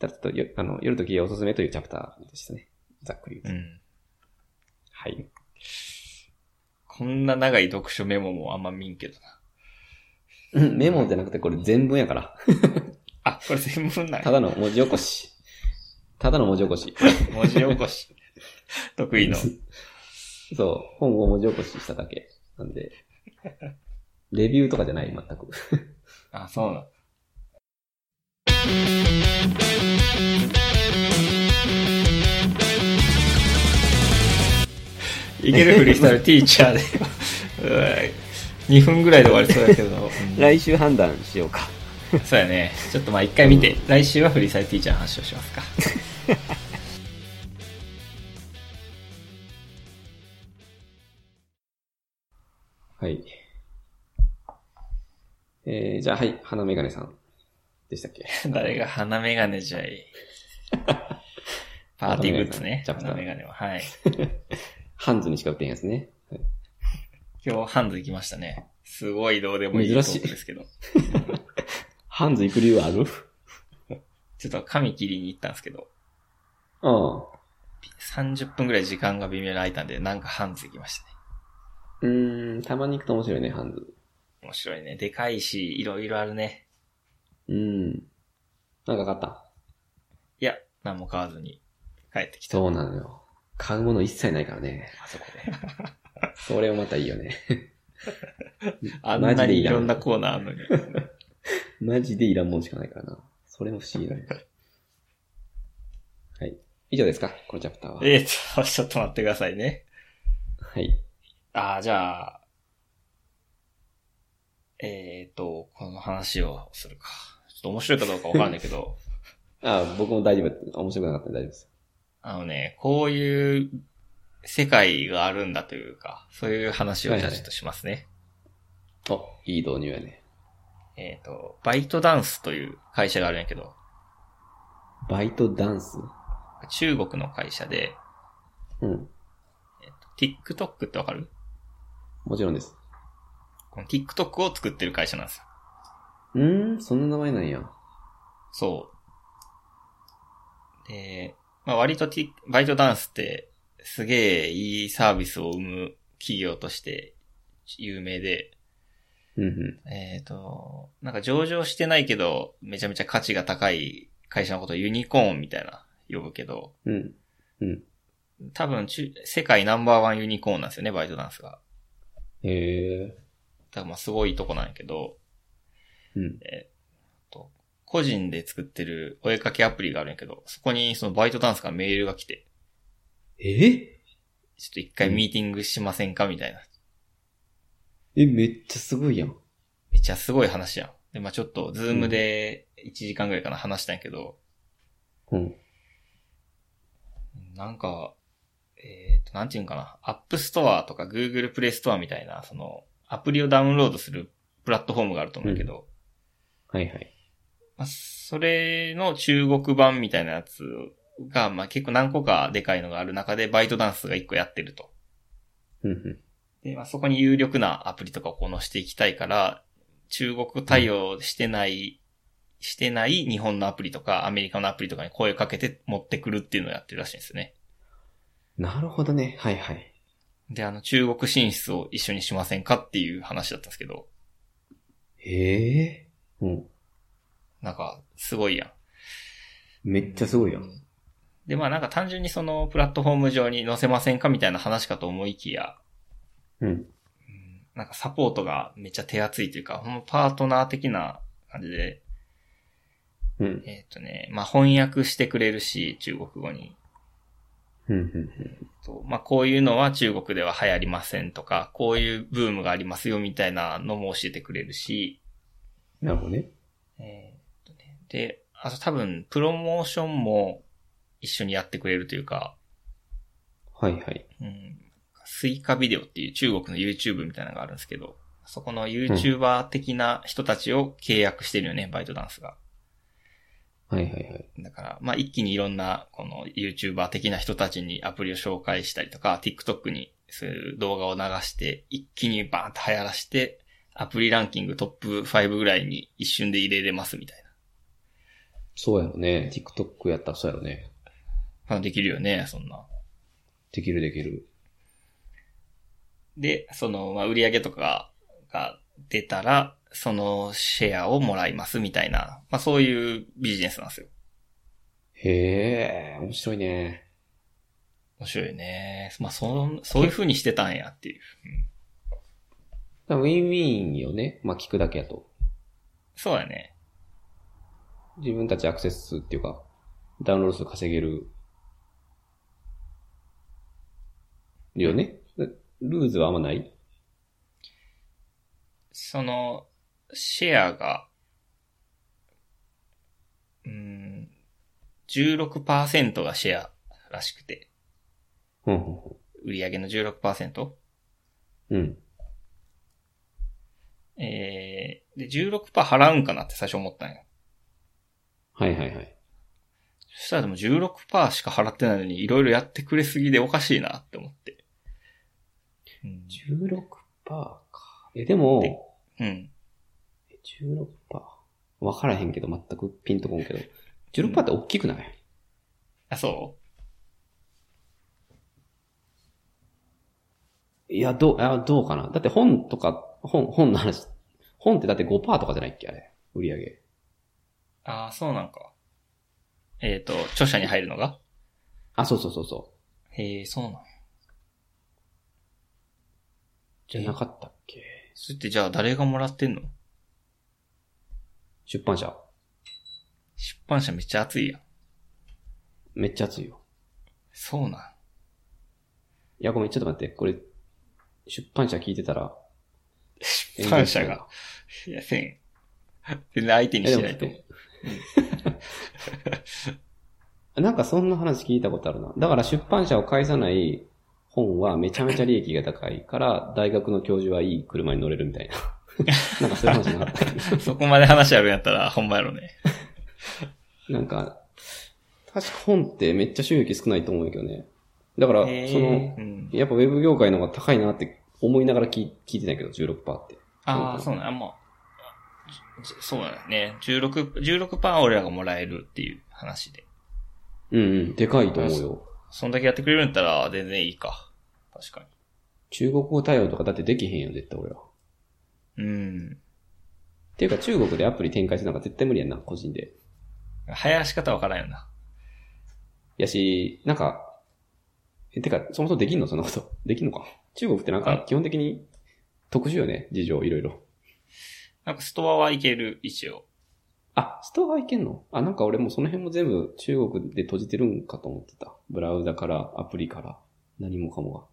A: ただちょっとよ、あの、夜ときおすすめというチャプターでしたね。ざっくり言うと。
B: うん。
A: はい。
B: こんな長い読書メモもあんま見んけど
A: う
B: な。
A: んメモじゃなくてこれ全文やから。
B: あ、これ全部ない
A: た。だの文字起こし。ただの文字起こし。
B: 文字起こし。 *laughs* 得意の。
A: *laughs* そう。本を文字起こししただけ。なんで。レビューとかじゃない、全く。
B: あ、そうなの。いけるふりしたらティーチャーで。う2分ぐらいで終わりそうだけど。
A: 来週判断しようか。
B: そうやね。ちょっとまあ一回見て、来週はフリーサイティーチャーの話をしますか。 *laughs*
A: はい。えー、じゃあ、はい。花メガネさん。でしたっけ
B: 誰が鼻メガネじゃ
A: *laughs*
B: い。パーティーグッズね。
A: 鼻眼鏡
B: 鼻メガネは。はい。
A: ハンズにしか売ってんやつね。はい
B: 今日ハンズ行きましたね。すごいどうでもいい
A: 珍
B: ト
A: しい
B: ークですけど。
A: ハンズ行く理由ある
B: ちょっと髪切りに行ったんですけど。
A: う
B: 30分ぐらい時間が微妙に空いたんで、なんかハンズ行きましたね。
A: ん。うーん、たまに行くと面白いね、ハンズ。
B: 面白いね。でかいし、いろいろあるね。
A: うん。なんか買った
B: いや、何も買わずに帰ってきた。
A: そうなのよ。買うもの一切ないからね、あそこで。それもまたいいよね。
B: あんなにいろんなコーナーあるのに。
A: マジでいらんもんしかないからな。それも不思議だね。はい。以上ですかこのチャプターは。
B: えっと、ちょっと待ってくださいね。
A: はい。
B: ああ、じゃあ、えっ、と、この話をするか。ちょっと面白いかどうかわかんないけど、
A: あ、僕も大丈夫。面白くなかったんで大丈夫です。
B: あのね、こういう世界があるんだというか、そういう話をじゃあちょっとしますね。
A: お、いい導入やね。
B: えっ、と、バイトダンスという会社があるんやけど、
A: バイトダンス
B: 中国の会社で、
A: うん。
B: TikTok ってわかる
A: もちろんです。
B: この TikTok を作ってる会社なんですよ。
A: うーん、そんな名前なんや。
B: そう。で、まあ、割と Tik- バイトダンスってすげえいいサービスを生む企業として有名で、
A: うんう
B: えっ、と、なんか上場してないけど、めちゃめちゃ価値が高い会社のことをユニコーンみたいな呼ぶけど、
A: ん。うん。うん。
B: 多分中世界ナンバーワンユニコーンなんですよね、バイトダンスが。
A: へえ。
B: だからまあすごいとこなんやけど、
A: うん。
B: 個人で作ってるお絵かきアプリがあるんやけど、そこにそのバイトダンスからメールが来て、
A: え
B: ちょっと一回ミーティングしませんかみたいな。
A: え、めっちゃすごいやん。
B: めっちゃすごい話やん。で、まあちょっと、ズームで1時間ぐらいかな話したんやけど、
A: うん。
B: なんか、えっ、と、なんていうんかな、App Store とか Google Play Store みたいな、その、アプリをダウンロードするプラットフォームがあると思うんやけど、
A: はいはい。
B: まあ、それの中国版みたいなやつが、まあ結構何個かでかいのがある中で、バイトダンスが1個やってると。
A: うんう
B: で、まあ、そこに有力なアプリとかをこう載していきたいから、中国対応してないしてない日本のアプリとかアメリカのアプリとかに声をかけて持ってくるっていうのをやってるらしいんですよね。
A: なるほどね。はいはい。
B: で、あの、中国進出を一緒にしませんかっていう話だったんですけど、
A: へえ。うん。
B: なんか、すごいやん。
A: めっちゃすごいやん。
B: で、まあなんか単純にそのプラットフォーム上に載せませんかみたいな話かと思いきや、
A: うん。
B: うんなんかサポートがめっちゃ手厚いというか、ほんまパートナー的な感じで、
A: うん。
B: えっ、とね、まあ翻訳してくれるし、中国語に。
A: うん。うん
B: とまあこういうのは中国では流行りませんとか、こういうブームがありますよみたいなのも教えてくれるし、
A: なるほどね。
B: えっ、とね、で、あと多分プロモーションも一緒にやってくれるというか、
A: はいはい。
B: うん、スイカビデオっていう中国の YouTube みたいなのがあるんですけど、そこの YouTuber 的な人たちを契約してるよね、バイトダンスが。
A: はいはいはい。
B: だから、まあ、一気にいろんな、この YouTuber 的な人たちにアプリを紹介したりとか、TikTok にそういう動画を流して、一気にバーンと流行らして、アプリランキングトップ5ぐらいに一瞬で入れれますみたいな。
A: そうやろね。TikTok やったらそうやろね。
B: まあできるよね、そんな。
A: できるできる。
B: で、その、まあ、売り上げとかが出たら、そのシェアをもらいますみたいな、まあ、そういうビジネスなんですよ。
A: へえ、面白いね。
B: 面白いよね。まあ、そん、そういう風にしてたんやっていう。
A: だからウィンウィンよね。まあ、聞くだけやと。
B: そうだね。
A: 自分たちアクセス数っていうか、ダウンロード数稼げる。よね。ルーズはあんまない
B: その、シェアが、うん、16%がシェアらしくて、
A: うんうん
B: 売り上げの 16%?
A: うん。うん。
B: えー、で、16%払うんかなって最初思ったんや。
A: はいはいはい。
B: そしたらでも16%しか払ってないのに、いろいろやってくれすぎでおかしいなって思って。うん。
A: 16%か。え、でも、
B: うん、
A: え16%。わからへんけど、全くピンとこんけど。16%って大きくない
B: あ、そう
A: いや、どう、あどうかな。だって本とか、本、本の話。本ってだって5%とかじゃないっけあれ。売り上げ。
B: あーそうなんか。えっ、と、著者に入るのが
A: あ、そうそうそうそう。
B: へえ、そうなんや。
A: じゃなかったっけ
B: それってじゃあ誰がもらってんの
A: 出版社。
B: 出版社めっちゃ熱いやん。
A: めっちゃ熱いよ。
B: そうなん。
A: いや、ごめん、ちょっと待って。これ、出版社聞いてたら。
B: 出版社が。いや、せん。全然相手に
A: え。
B: し
A: で
B: ないと
A: も。なん *laughs* かそんな話聞いたことあるな。だから出版社を介さない本はめちゃめちゃ利益が高いから、大学の教授はいい車に乗れるみたいな。なんか *laughs* そういう話なか
B: *laughs*
A: ったっけ
B: そこまで話あるんやったら、ほんまやろね。
A: なんか、確か本ってめっちゃ収益少ないと思うんやけどね。だから、そ
B: へー
A: の、
B: うん、
A: やっぱウェブ業界の方が高いなって思いながら聞聞いてたけど、16%って。
B: ああ、そうなんや。もう、じそうなんやね。16、16%俺らがもらえるっていう話で。
A: うんうん、でかいと思うよ。
B: そんだけやってくれるんやったら、全然いいか。確か
A: 中国語対応とかだってできへんよ、絶対俺は。
B: に。うん。
A: っていうか中国でアプリ展開するのが絶対無理やんな、個人で。
B: 流行らし方わからんよな。
A: やし、なんか、え、てか、そもそもできんのそんなこと。 *laughs* できんのか。中国ってなん
B: うん
A: か、基本的に特殊よね、事情、いろいろ。
B: なんかストアはいける、一応。
A: あ、ストアいけんのあ、なんか俺もうその辺も全部中国で閉じてるんかと思ってた。ブラウザから、アプリから、何もかもが。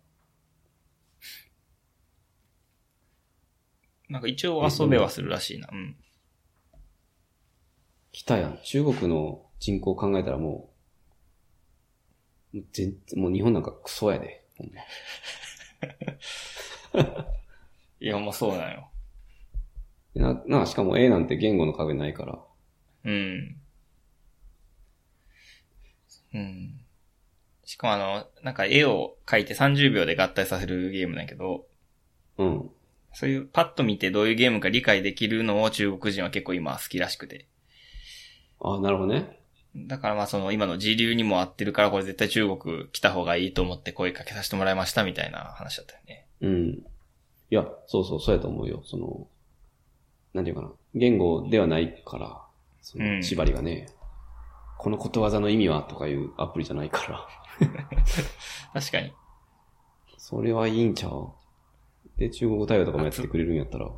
B: なんか一応遊べはするらしいな。うん。
A: 来たやん。中国の人口考えたらもう、もう全然、もう日本なんかクソやで。ほんま
B: いや、もうそうなんよ。
A: な、な、しかも A なんて言語の壁ないから。
B: うん。うん。しかもあの、なんか絵を描いて30秒で合体させるゲームなんやけど、
A: うん。
B: そういうパッと見てどういうゲームか理解できるのを中国人は結構今好きらしくて。
A: あ、なるほどね。
B: だからまあその今の時流にも合ってるからこれ絶対中国来た方がいいと思って声かけさせてもらいましたみたいな話だったよね。
A: うん。いや、そうそう、そうやと思うよ。その、なんていうかな。言語ではないから、そ
B: うん
A: の縛りがね、このことわざの意味はとかいうアプリじゃないから、 *laughs*
B: 確かに。
A: それはいいんちゃう。で、中国対応とかもやってくれるんやったら。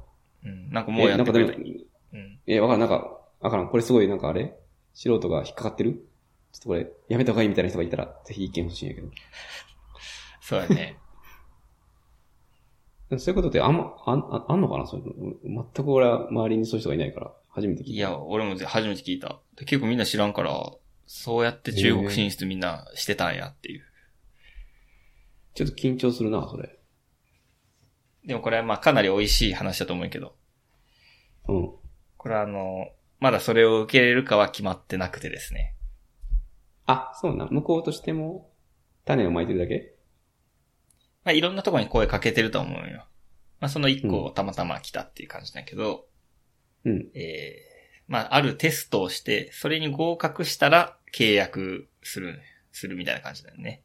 B: うん。なんかもうや
A: え
B: っ
A: なん
B: て
A: か
B: く
A: で
B: れ
A: も
B: た。、うん。
A: え、わからん、なんか、わからん。これすごい、なんかあれ素人が引っかかってるちょっとこれ、やめた方がいいみたいな人がいたら、ぜひ意見欲しいんやけど。
B: そうやね。
A: でもそういうことってあんま、あん、ああんのかなそういうの。全く俺は周りにそういう人がいないから、初めて聞いた。
B: いや、俺も初めて聞いた。で結構みんな知らんから、そうやって中国進出みんなしてたんやっていう。
A: ちょっと緊張するな、それ。
B: でもこれはまあかなり美味しい話だと思うけど。
A: うん。
B: これはあの、まだそれを受け入れるかは決まってなくてですね。
A: あ、そうな。向こうとしても、種をまいてるだけ
B: まあいろんなところに声かけてると思うよ。まあその一個をたまたま来たっていう感じだけど、
A: うん。
B: えーまあ、あるテストをして、それに合格したら契約する、するみたいな感じだよね。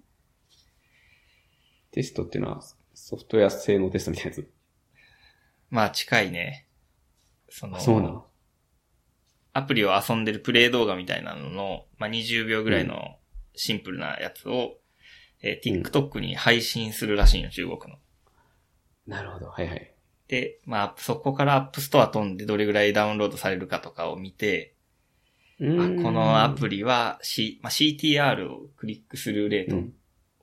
A: テストっていうのは、ソフトウェア性能テストみたいなやつ。
B: まあ、近いね。その、
A: あ、そうなん。
B: アプリを遊んでるプレイ動画みたいなのの、まあ、20秒ぐらいのシンプルなやつを、えー TikTok に配信するらしいの、中国の。
A: なるほど。はいはい。
B: で、まあ、そこからアップストア飛んでどれぐらいダウンロードされるかとかを見て、
A: こ
B: あこのアプリは、C まあ、CTR をクリックするレート
A: うん。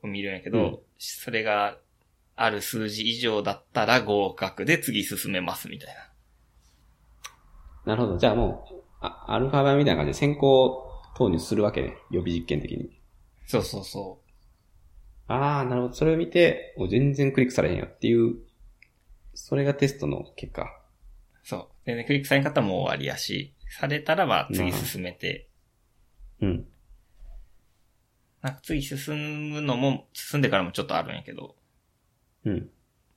B: を見るんやけど、
A: うん
B: それがある数字以上だったら合格で次進めますみたいな。
A: なるほど。じゃあもう、あアルファ版みたいな感じで先行投入するわけね。予備実験的に。
B: そうそうそ
A: ああ、なるほど。それを見て、お全然クリックされへんよっていう、それがテストの結果。
B: う。そう。でね、クリックされんかったらもう終わりやし、されたらまあ次進めて、
A: うん。
B: なんか次進むのも、進んでからもちょっとあるんやけど、
A: うん。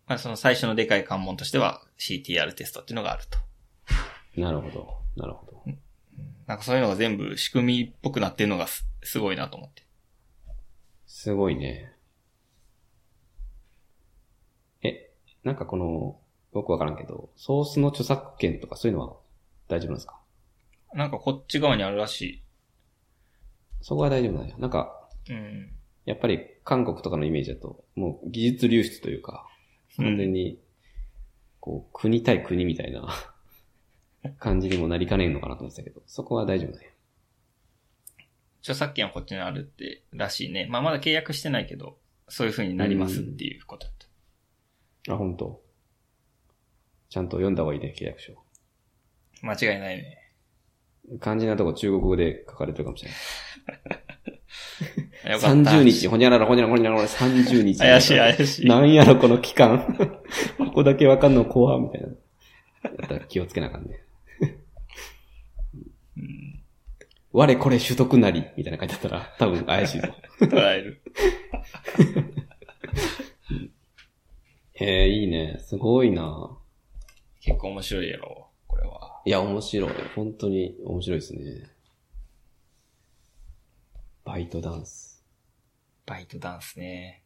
B: まあその最初のでかい関門としては CTR テストっていうのがあると。
A: なるほど。なるほど。
B: なんかそういうのが全部仕組みっぽくなってるのがすすごいなと思って。
A: すごいね。え、なんかこの、よくわからんけど、ソースの著作権とかそういうのは大丈夫なんですか
B: なんかこっち側にあるらし
A: そこは大丈夫なんや。なんか、
B: い。うん。
A: やっぱり韓国とかのイメージだと、もう技術流出というか、
B: うん
A: 完全に、こう、国対国みたいな *laughs* 感じにもなりかねえのかなと思ってたけど、そこは大丈夫なんや。
B: 著作権はこっちにあるって、らしいね。まあまだ契約してないけど、そういう風になりますっていうことだった。
A: あ、本当。ちゃんと読んだ方がいいね、契約書。
B: 間違いないね。
A: 肝心なとこ中国語で書かれてるかもしれない。
B: よかった。
A: 30日、ほにゃららほにゃららほにゃらら30日。
B: 怪しい怪しい。
A: なんやろ、この期間。 *laughs* ここだけわかんの怖みたいな。やったら気をつけなあかんね。
B: うん。
A: 我これ取得なり、みたいな書いてあったら、多分怪しいぞ。
B: 捉える。
A: へえ、いいね。すごいな
B: 結構面白いやろ、これは。
A: いや、面白い。本当に面白いですね。バイトダンス。
B: バイトダンスね。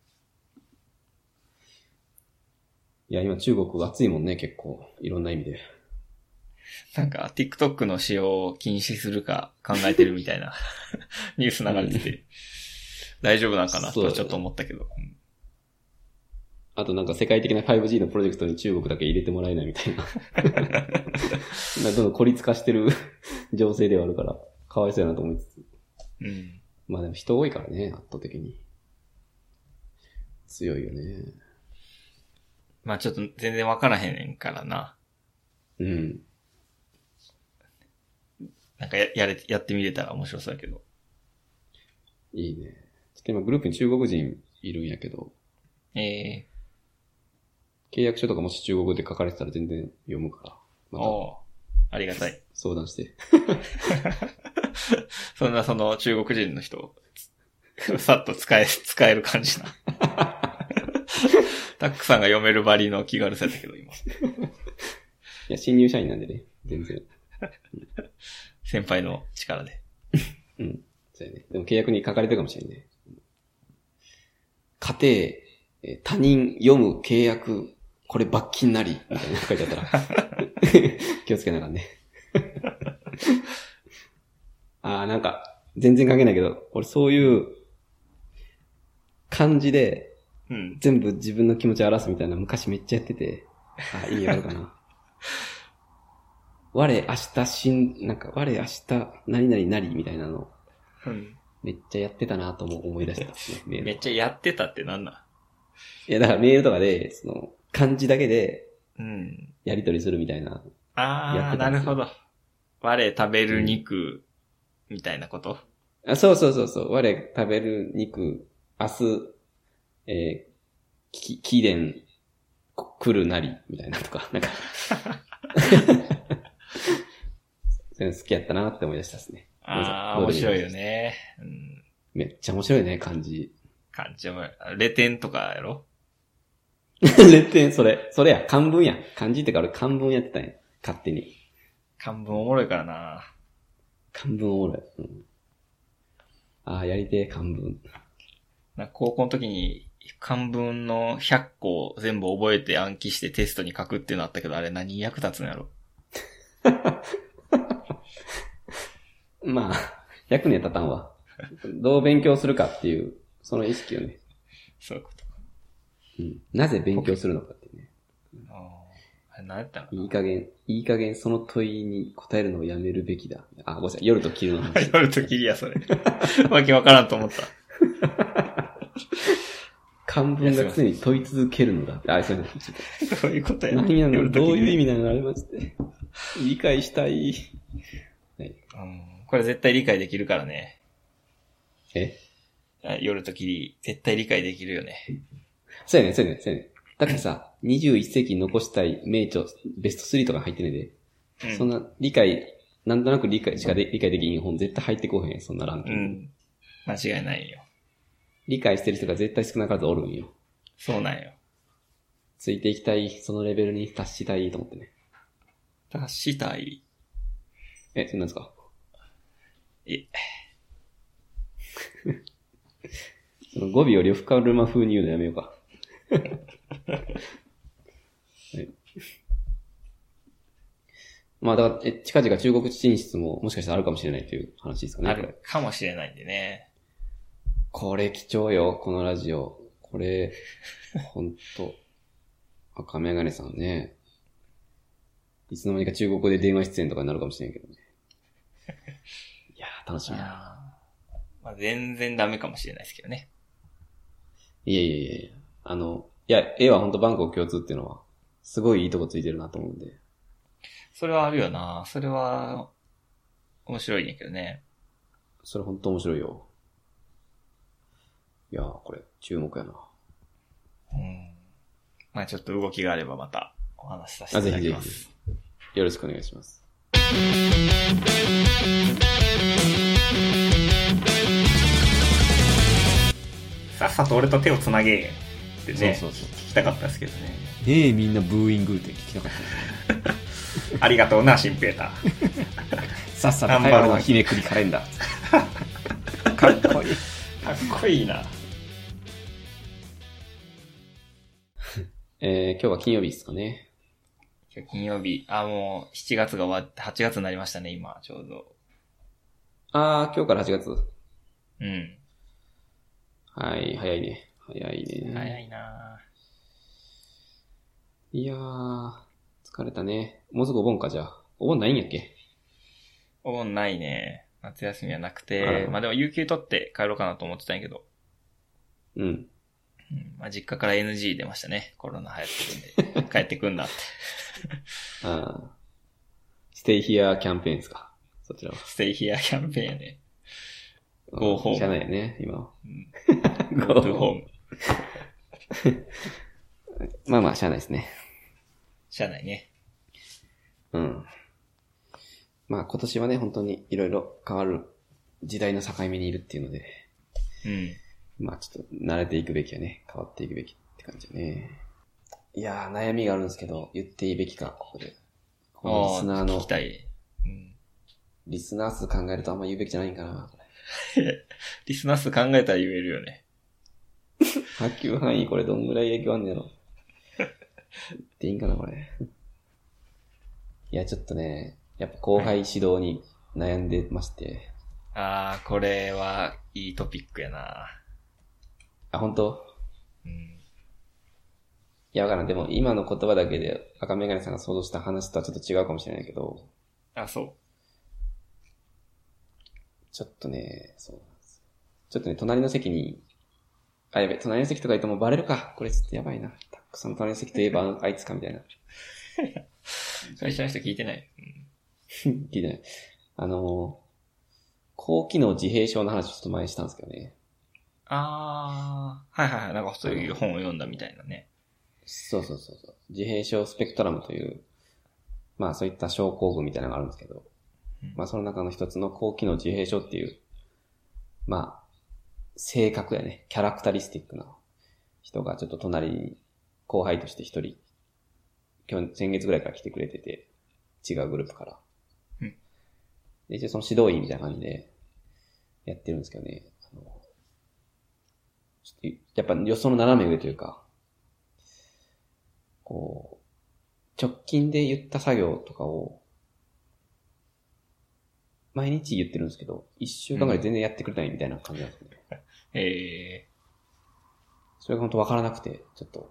A: いや、今中国暑いもんね、結構。いろんな意味で。
B: なんか、TikTok の使用を禁止するか考えてるみたいな *laughs* ニュース流れてて、大丈夫なんかなとはちょっと思ったけど。うん
A: あとなんか世界的な 5G のプロジェクトに中国だけ入れてもらえないみたいな。なんかどんどん孤立化してる情勢ではあるから、かわいそうやなと思いつつ。
B: うん。
A: まあでも人多いからね、圧倒的に。強いよね。
B: まあちょっと全然わからへんからな。
A: うん。
B: なんかややれ、やってみれたら面白そうやけど。
A: いいね。ちょっと今グループに中国人いるんやけど、
B: ええ
A: 契約書とかもし中国語で書かれてたら全然読むから。また
B: おうありがたい。
A: 相談して。
B: そんなその中国人の人をつさっと使え、使える感 *laughs* じな。タックさんが読めるばりの気軽さだけど、今。
A: いや、新入社員なんでね、全然。
B: 先輩の力で。
A: うん。そうやね。でも契約に書かれてるかもしれんね。家庭、えー他人、読む、契約、これ罰金なり、みたいなの書いてあったら。 *laughs* 気をつけなあかんね。 *laughs* ああ、なんか、全然関係ないけど、俺そういう感じで
B: うん。
A: 全部自分の気持ちを表すみたいな昔めっちゃやってて、あ、いいよ、あるかな。 *laughs* 我、明日、しん、なんか、我、明日、何々なり、みたいなの
B: うん。
A: めっちゃやってたなとも思い出し
B: *laughs*
A: たですね、メール。
B: めっちゃやってたってなんない
A: や、だからメールとかで、その、漢字だけで
B: うん。
A: やり取りするみたいな。やっ
B: あー、
A: てた
B: なん
A: で
B: る
A: すよ
B: ほど。我食べる肉、みたいなこと
A: あそうそうそうそう、我食べる肉、明日、えー、き、貴殿、こ来るなり、みたいなと
B: *laughs*
A: か、なんか。そういうの好きやったなって思い出したですね。
B: あー、
A: ど
B: 面
A: うぞ
B: 白いよ。ね。うん。
A: どうでもいいですめっちゃ面白いね、漢
B: *laughs*
A: 字。 *laughs*
B: 感じも、レテンとかやろ
A: 絶対、それ、それや、漢文や。漢字ってか俺漢文やってたんや。勝手に。
B: 漢文おもろいからな。
A: 漢文おもろい。うん、ああ、やりてえ、漢文。
B: なんか高校の時に漢文の100個を全部覚えて暗記してテストに書くっていうのあったけど、あれ何に役立つんやろ
A: まあ、役には立たんわ。どう勉強するかっていう、その意識をね。
B: そういうことか。
A: うん、なぜ勉強するのかっていうね。
B: あーあれ何やった
A: *laughs*
B: の
A: いい加減、いい加減その問いに答えるのをやめるべきだ。あ、ごめんなさい。夜と昼の *laughs* 話。
B: 夜ときりや、それ。 *laughs* わけわからんと思った。
A: *laughs* 漢文が常に問い続けるのだ。あ、すいま *laughs* せん。
B: そういうことやな。
A: 何やの
B: 夜と
A: ど
B: 霧
A: ういう意味なのありまして。理解したい。
B: うんこれ絶対理解できるからね。
A: え
B: あ夜ときり、絶対理解できるよね。
A: そうやね、そうやね、そうやね。だからさ、21世紀に残したい名著、ベスト3とか入ってねえで。
B: うん
A: そんな理解、なんとなく理解しかで理解できん本絶対入ってこへん、そんなランキ
B: う
A: ング。
B: ん。間違いないよ。
A: 理解してる人が絶対少なからずおるんよ。
B: そうなんよ。
A: ついていきたい、そのレベルに達したいと思ってね。
B: 達したい。
A: え、そんなんですか
B: え、
A: *laughs* その語尾を呂布カルマ風に言うのやめよう
B: *laughs*
A: か。はい、まあ、だから、え、近々中国進出ももしかしたらあるかもしれないという話ですかね。
B: あ
A: これ
B: るかもしれないんでね。
A: これ貴重よ、このラジオ。これ、ほんと。赤メガネさんね。いつの間にか中国語で電話出演とかになるかもしれんけどね。いやー、楽しみだ。
B: あーまあ、全然ダメかもしれないですけどね。
A: いやいやいやいやあの、いや、絵はほんとバンコク共通っていうのは、すごいいいとこついてるなと思うんで。
B: それはあるよな。それは、面白いんやけどね。
A: それほんと面白いよ。いやー、これ、注目やな。
B: うん。まあちょっと動きがあればまたお話しさせていただきま
A: あぜひぜ
B: す。
A: よろしくお願いします。
B: さっさと俺と手をつなげってね、
A: そうそうそう。
B: 聞きたかったですけどね。
A: ねえ、みんなブーイングって聞きたかった。
B: ありがとうな、シンペーター。
A: *laughs* さっさ
B: と帰ろう
A: ひねくりカレンダー。かっこいい。
B: かっこいいな。
A: えー、今日は金曜日ですかね。
B: 今日金曜日。あ、もう7月が終わって、8月になりましたね、今、ちょうど。
A: あー、今日から8月。
B: うん。
A: はい、早いね。早いね。
B: 早いない
A: やー、疲れたね。もうすぐお盆か、じゃあ。お盆ないんやっけ
B: お盆ないね。夏休みはなく
A: あ
B: て。
A: ら
B: まあでも、有給取って帰ろうかなと思ってたんやけど。
A: うん。
B: うん。まあ実家から NG 出ましたね。コロナ流行ってるん
A: *laughs*
B: で。帰ってくんなって。
A: あー、ステイヒアキャンペーンですか。そちらは。
B: ステイヒアキャンペーンやね。Go home
A: じゃないよね、今は。
B: うん。
A: Go
B: Go to home。
A: まあまあ、しゃあないですね。
B: 社内ね。
A: うん。まあ、今年はね、本当にいろいろ変わる時代の境目にいるっていうので。
B: うん。
A: まあちょっと慣れていくべきやね。変わっていくべきって感じやね。いやー、悩みがあるんですけど、言っていいべきか、ここで。このリスナー
B: あー
A: の
B: 聞きたい。うん。
A: リスナー数考えるとあんま言うべきじゃないんかな。
B: リスナー数考えたら言えるよね。
A: 波及範囲これどんぐらい影響あんねやろ。言っていいんかな、これ。いや、ちょっとね、やっぱ後輩指導に悩んでまして。
B: あー、これは、いいトピックやな。
A: あ、本当
B: うん。
A: いや、わからん。でも今の言葉だけで赤メガネさんが想像した話とはちょっと違うかもしれないけど、
B: あ、そう。
A: ちょっとね、そうなんですよ。ちょっとね、隣の席に、あ、やべ、隣の席とか言ってもバレるか。これちょっとやばいな。たくさん隣の席といえばあいつかみたいな。 *laughs*
B: 会社の人聞いてない。
A: 聞いてない。あの、高機能自閉症の話をちょっと前にしたんですけどね。
B: あー、はいはいはい。なんかそういう本を読んだみたいなね。
A: そうそうそうそう。自閉症スペクトラムという、まあそういった症候群みたいなのがあるんですけど、
B: うん
A: まあその中の一つの高機能自閉症っていう、まあ、性格やね、キャラクタリスティックな人がちょっと隣に後輩として一人、今日、先月ぐらいから来てくれてて、違うグループから。
B: うん
A: で、一応その指導員みたいな感じでやってるんですけどね、あのちょっとやっぱ予想の斜め上というか、こう、直近で言った作業とかを、毎日言ってるんですけど、一週間ぐらい全然やってくれないみたいな感じなんですよね。
B: え
A: それが本当わからなくて、ちょっと、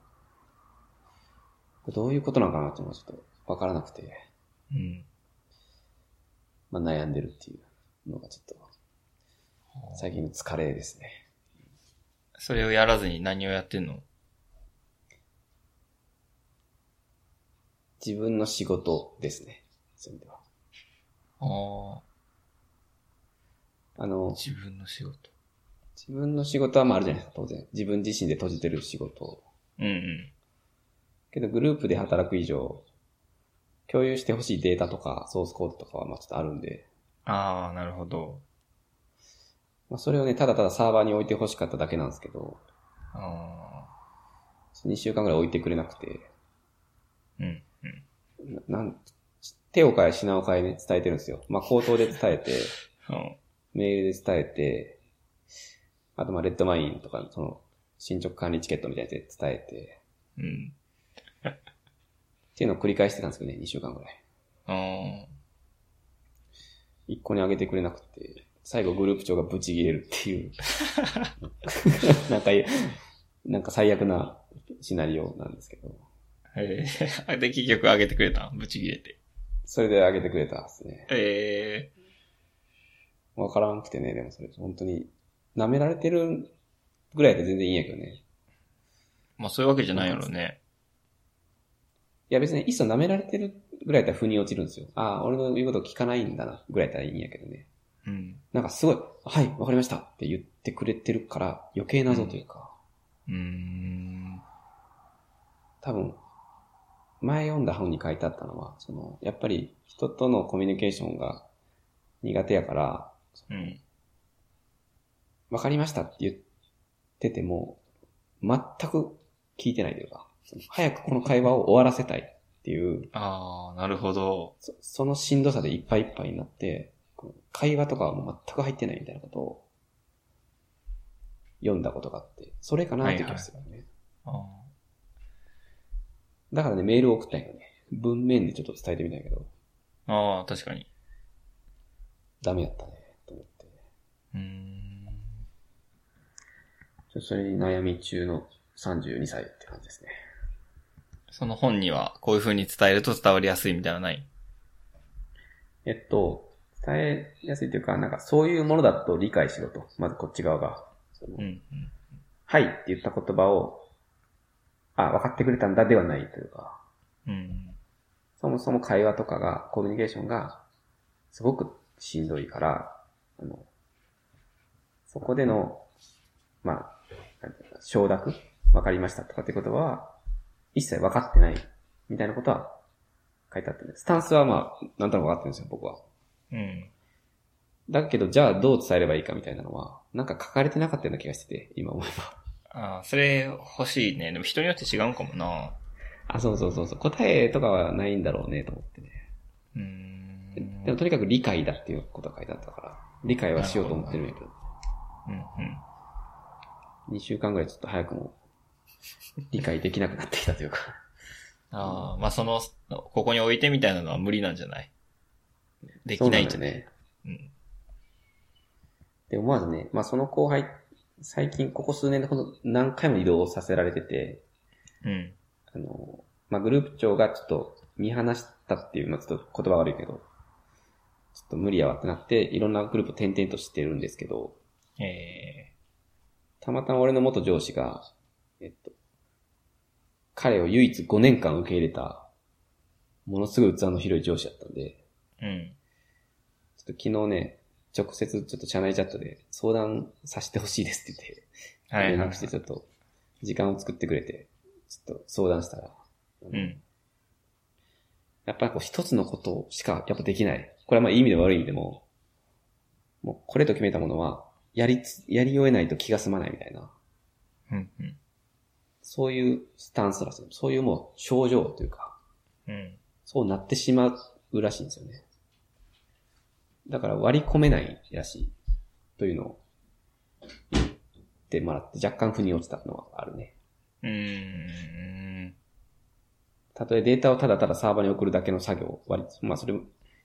A: これどういうことなのかなっていうのがちょっとわからなくて、
B: ー、うん。
A: まあ悩んでるっていうのがちょっと、最近の疲れですね。
B: それをやらずに何をやってんの
A: 自分の仕事ですね。そういう意味では。
B: あ
A: あ
B: ー、
A: の、
B: 自分の仕事。
A: 自分の仕事はまああるじゃないですか、当然。自分自身で閉じてる仕事
B: うんうん。
A: けどグループで働く以上、共有してほしいデータとかソースコードとかはまあちょっとあるんで、
B: あー、なるほど。
A: まあそれをね、ただただサーバーに置いてほしかっただけなんですけど、
B: あ
A: 2週間ぐらい置いてくれなくて、
B: ー、うんうん。
A: ななん手を変え品を変えね、伝えてるんですよ。まあ口頭で伝えて、 *laughs*
B: うん
A: メールで伝えて、あとまあレッドマインとか、その、進捗管理チケットみたいなやつで伝えて、
B: うん。
A: っていうのを繰り返してたんですけどね、2週間ぐらい。
B: あー、
A: 一個に上げてくれなくて、最後グループ長がブチ切れるって
B: *laughs*
A: いう。 *laughs* なんか、なんか最悪なシナリオなんですけど。
B: えー、 *laughs* で、結局上げてくれたんぶち切れて。
A: それで上げてくれたんですね。
B: え
A: わからんくてね、でもそれ、本当に、舐められてるぐらいで全然いいんやけどね。
B: ー、まあそういうわけじゃないやろね。
A: いや別に、いっそ舐められてるぐらいだったら腑に落ちるんですよ。ああ、俺の言うこと聞かないんだな、ぐらいだったらいいんやけどね。
B: うん。
A: なんかすごい、はい、わかりましたって言ってくれてるから、余計謎というか。
B: うーん。
A: 多分、前読んだ本に書いてあったのは、その、やっぱり人とのコミュニケーションが苦手やから、
B: うん。
A: わかりましたって言ってても、全く聞いてないというか、その早くこの会話を終わらせたいっていう、
B: あー、なるほど。
A: そそのしんどさでいっぱいいっぱいになって、こう会話とかはもう全く入ってないみたいなことを読んだことがあって、それかなって気がするよね。
B: あー
A: だからね、メールを送ったんよね。文面でちょっと伝えてみたんやけど、
B: ああ、確かに。
A: ダメやったね、と思って。
B: うーん。
A: ちょそれに悩み中の32歳って感じですね。
B: その本には、こういう風に伝えると伝わりやすいみたいなのない
A: えっと、伝えやすいというか、なんかそういうものだと理解しろと。まずこっち側が。その
B: うん。
A: はいって言った言葉を、あ、分かってくれたんだではないというか、
B: うん。
A: そもそも会話とかが、コミュニケーションが、すごくしんどいから、あの、そこでの、まあ、なんていうか承諾分かりましたとかって言葉は、一切分かってない、みたいなことは書いてあったんです。スタンスはまあ、なんとなく分かってるんですよ、僕は。
B: うん。
A: だけど、じゃあどう伝えればいいかみたいなのは、なんか書かれてなかったような気がしてて、今思えば。 *laughs*
B: ああ、それ欲しいね。でも人によって違うんかもな。
A: あ、そうそうそうそう。答えとかはないんだろうね、と思ってね。
B: うーん。
A: でもとにかく理解だっていうことが書いてあったから、理解はしようと思ってるんやけど、
B: うんうん。
A: 2週間ぐらいちょっと早くも、理解できなくなってきたというか。
B: ああ、まあその、ここに置いてみたいなのは無理なんじゃない *laughs* できないんじ
A: そ
B: ゃ
A: う
B: ない
A: だよね。
B: うん
A: で、思わずね、まあその後輩、最近ここ数年でほんと何回も移動させられてて、
B: うん。
A: あの、まあグループ長がちょっと見放したっていう、まあちょっと言葉悪いけど、ちょっと無理やわってなって、いろんなグループを転々としてるんですけど、
B: え
A: たまたま俺の元上司が、えっと、彼を唯一5年間受け入れた、ものすごい器の広い上司だったんで、
B: えうん。
A: ちょっと昨日ね、直接ちょっと社内チャットで相談させてほしいですって言って、
B: はい
A: 連
B: はい
A: 絡し。てちょっと時間を作ってくれて、ちょっと相談したら、
B: うん。
A: やっぱりこう一つのことしかやっぱできない。これはまあいい意味でも悪い意味でも、もうこれと決めたものは、やりつ、やり終えないと気が済まないみたいな、
B: うん。うん
A: そういうスタンスらしい。そういうもう症状というか、
B: うん。
A: そうなってしまうらしいんですよね。だから割り込めないらしい。というのを言ってもらって若干腑に落ちたのはあるね。
B: うーん。
A: たとえデータをただただサーバーに送るだけの作業、割りまあそれも、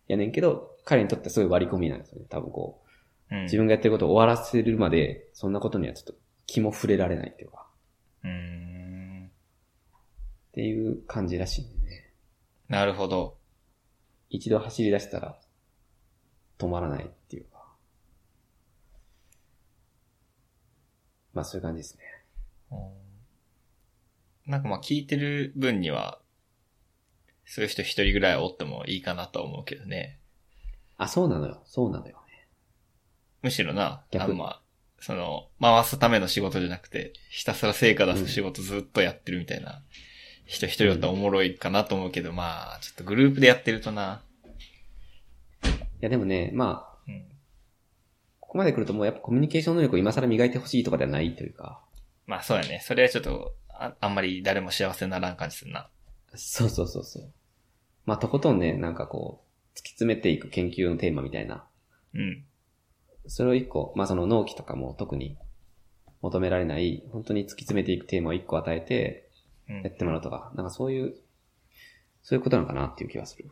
A: やねんけど、彼にとってはすごい割り込みなんですよね。多分こう、
B: うん
A: 自分がやってることを終わらせるまで、そんなことにはちょっと気も触れられないっていうか、
B: うーん。
A: っていう感じらしいんでね。
B: なるほど。
A: 一度走り出したら、止まらないっていうか。まあそういう感じですね。
B: うんなんかまあ聞いてる分には、そういう人一人ぐらいはおってもいいかなとは思うけどね。
A: あ、そうなのよ。そうなのよ。
B: むしろな、あ
A: 逆
B: んま、その、回すための仕事じゃなくて、ひたすら成果出す仕事ずっとやってるみたいな、人一人だったらおもろいかなと思うけど、まあ、ちょっとグループでやってるとな。
A: いやでもね、まあ、
B: うん。
A: ここまで来るともうやっぱコミュニケーション能力を今更磨いてほしいとかではないというか、
B: まあそうやね。それはちょっと、ああんまり誰も幸せにならん感じするな。
A: そうそうそうそう。まあ、とことんね、なんかこう、突き詰めていく研究のテーマみたいな。
B: うん。
A: それを一個、まあその納期とかも特に求められない、本当に突き詰めていくテーマを一個与えて
B: う
A: やっ
B: ん。
A: てもらうとか、なんかそういう、そういうことなのかなっていう気がする。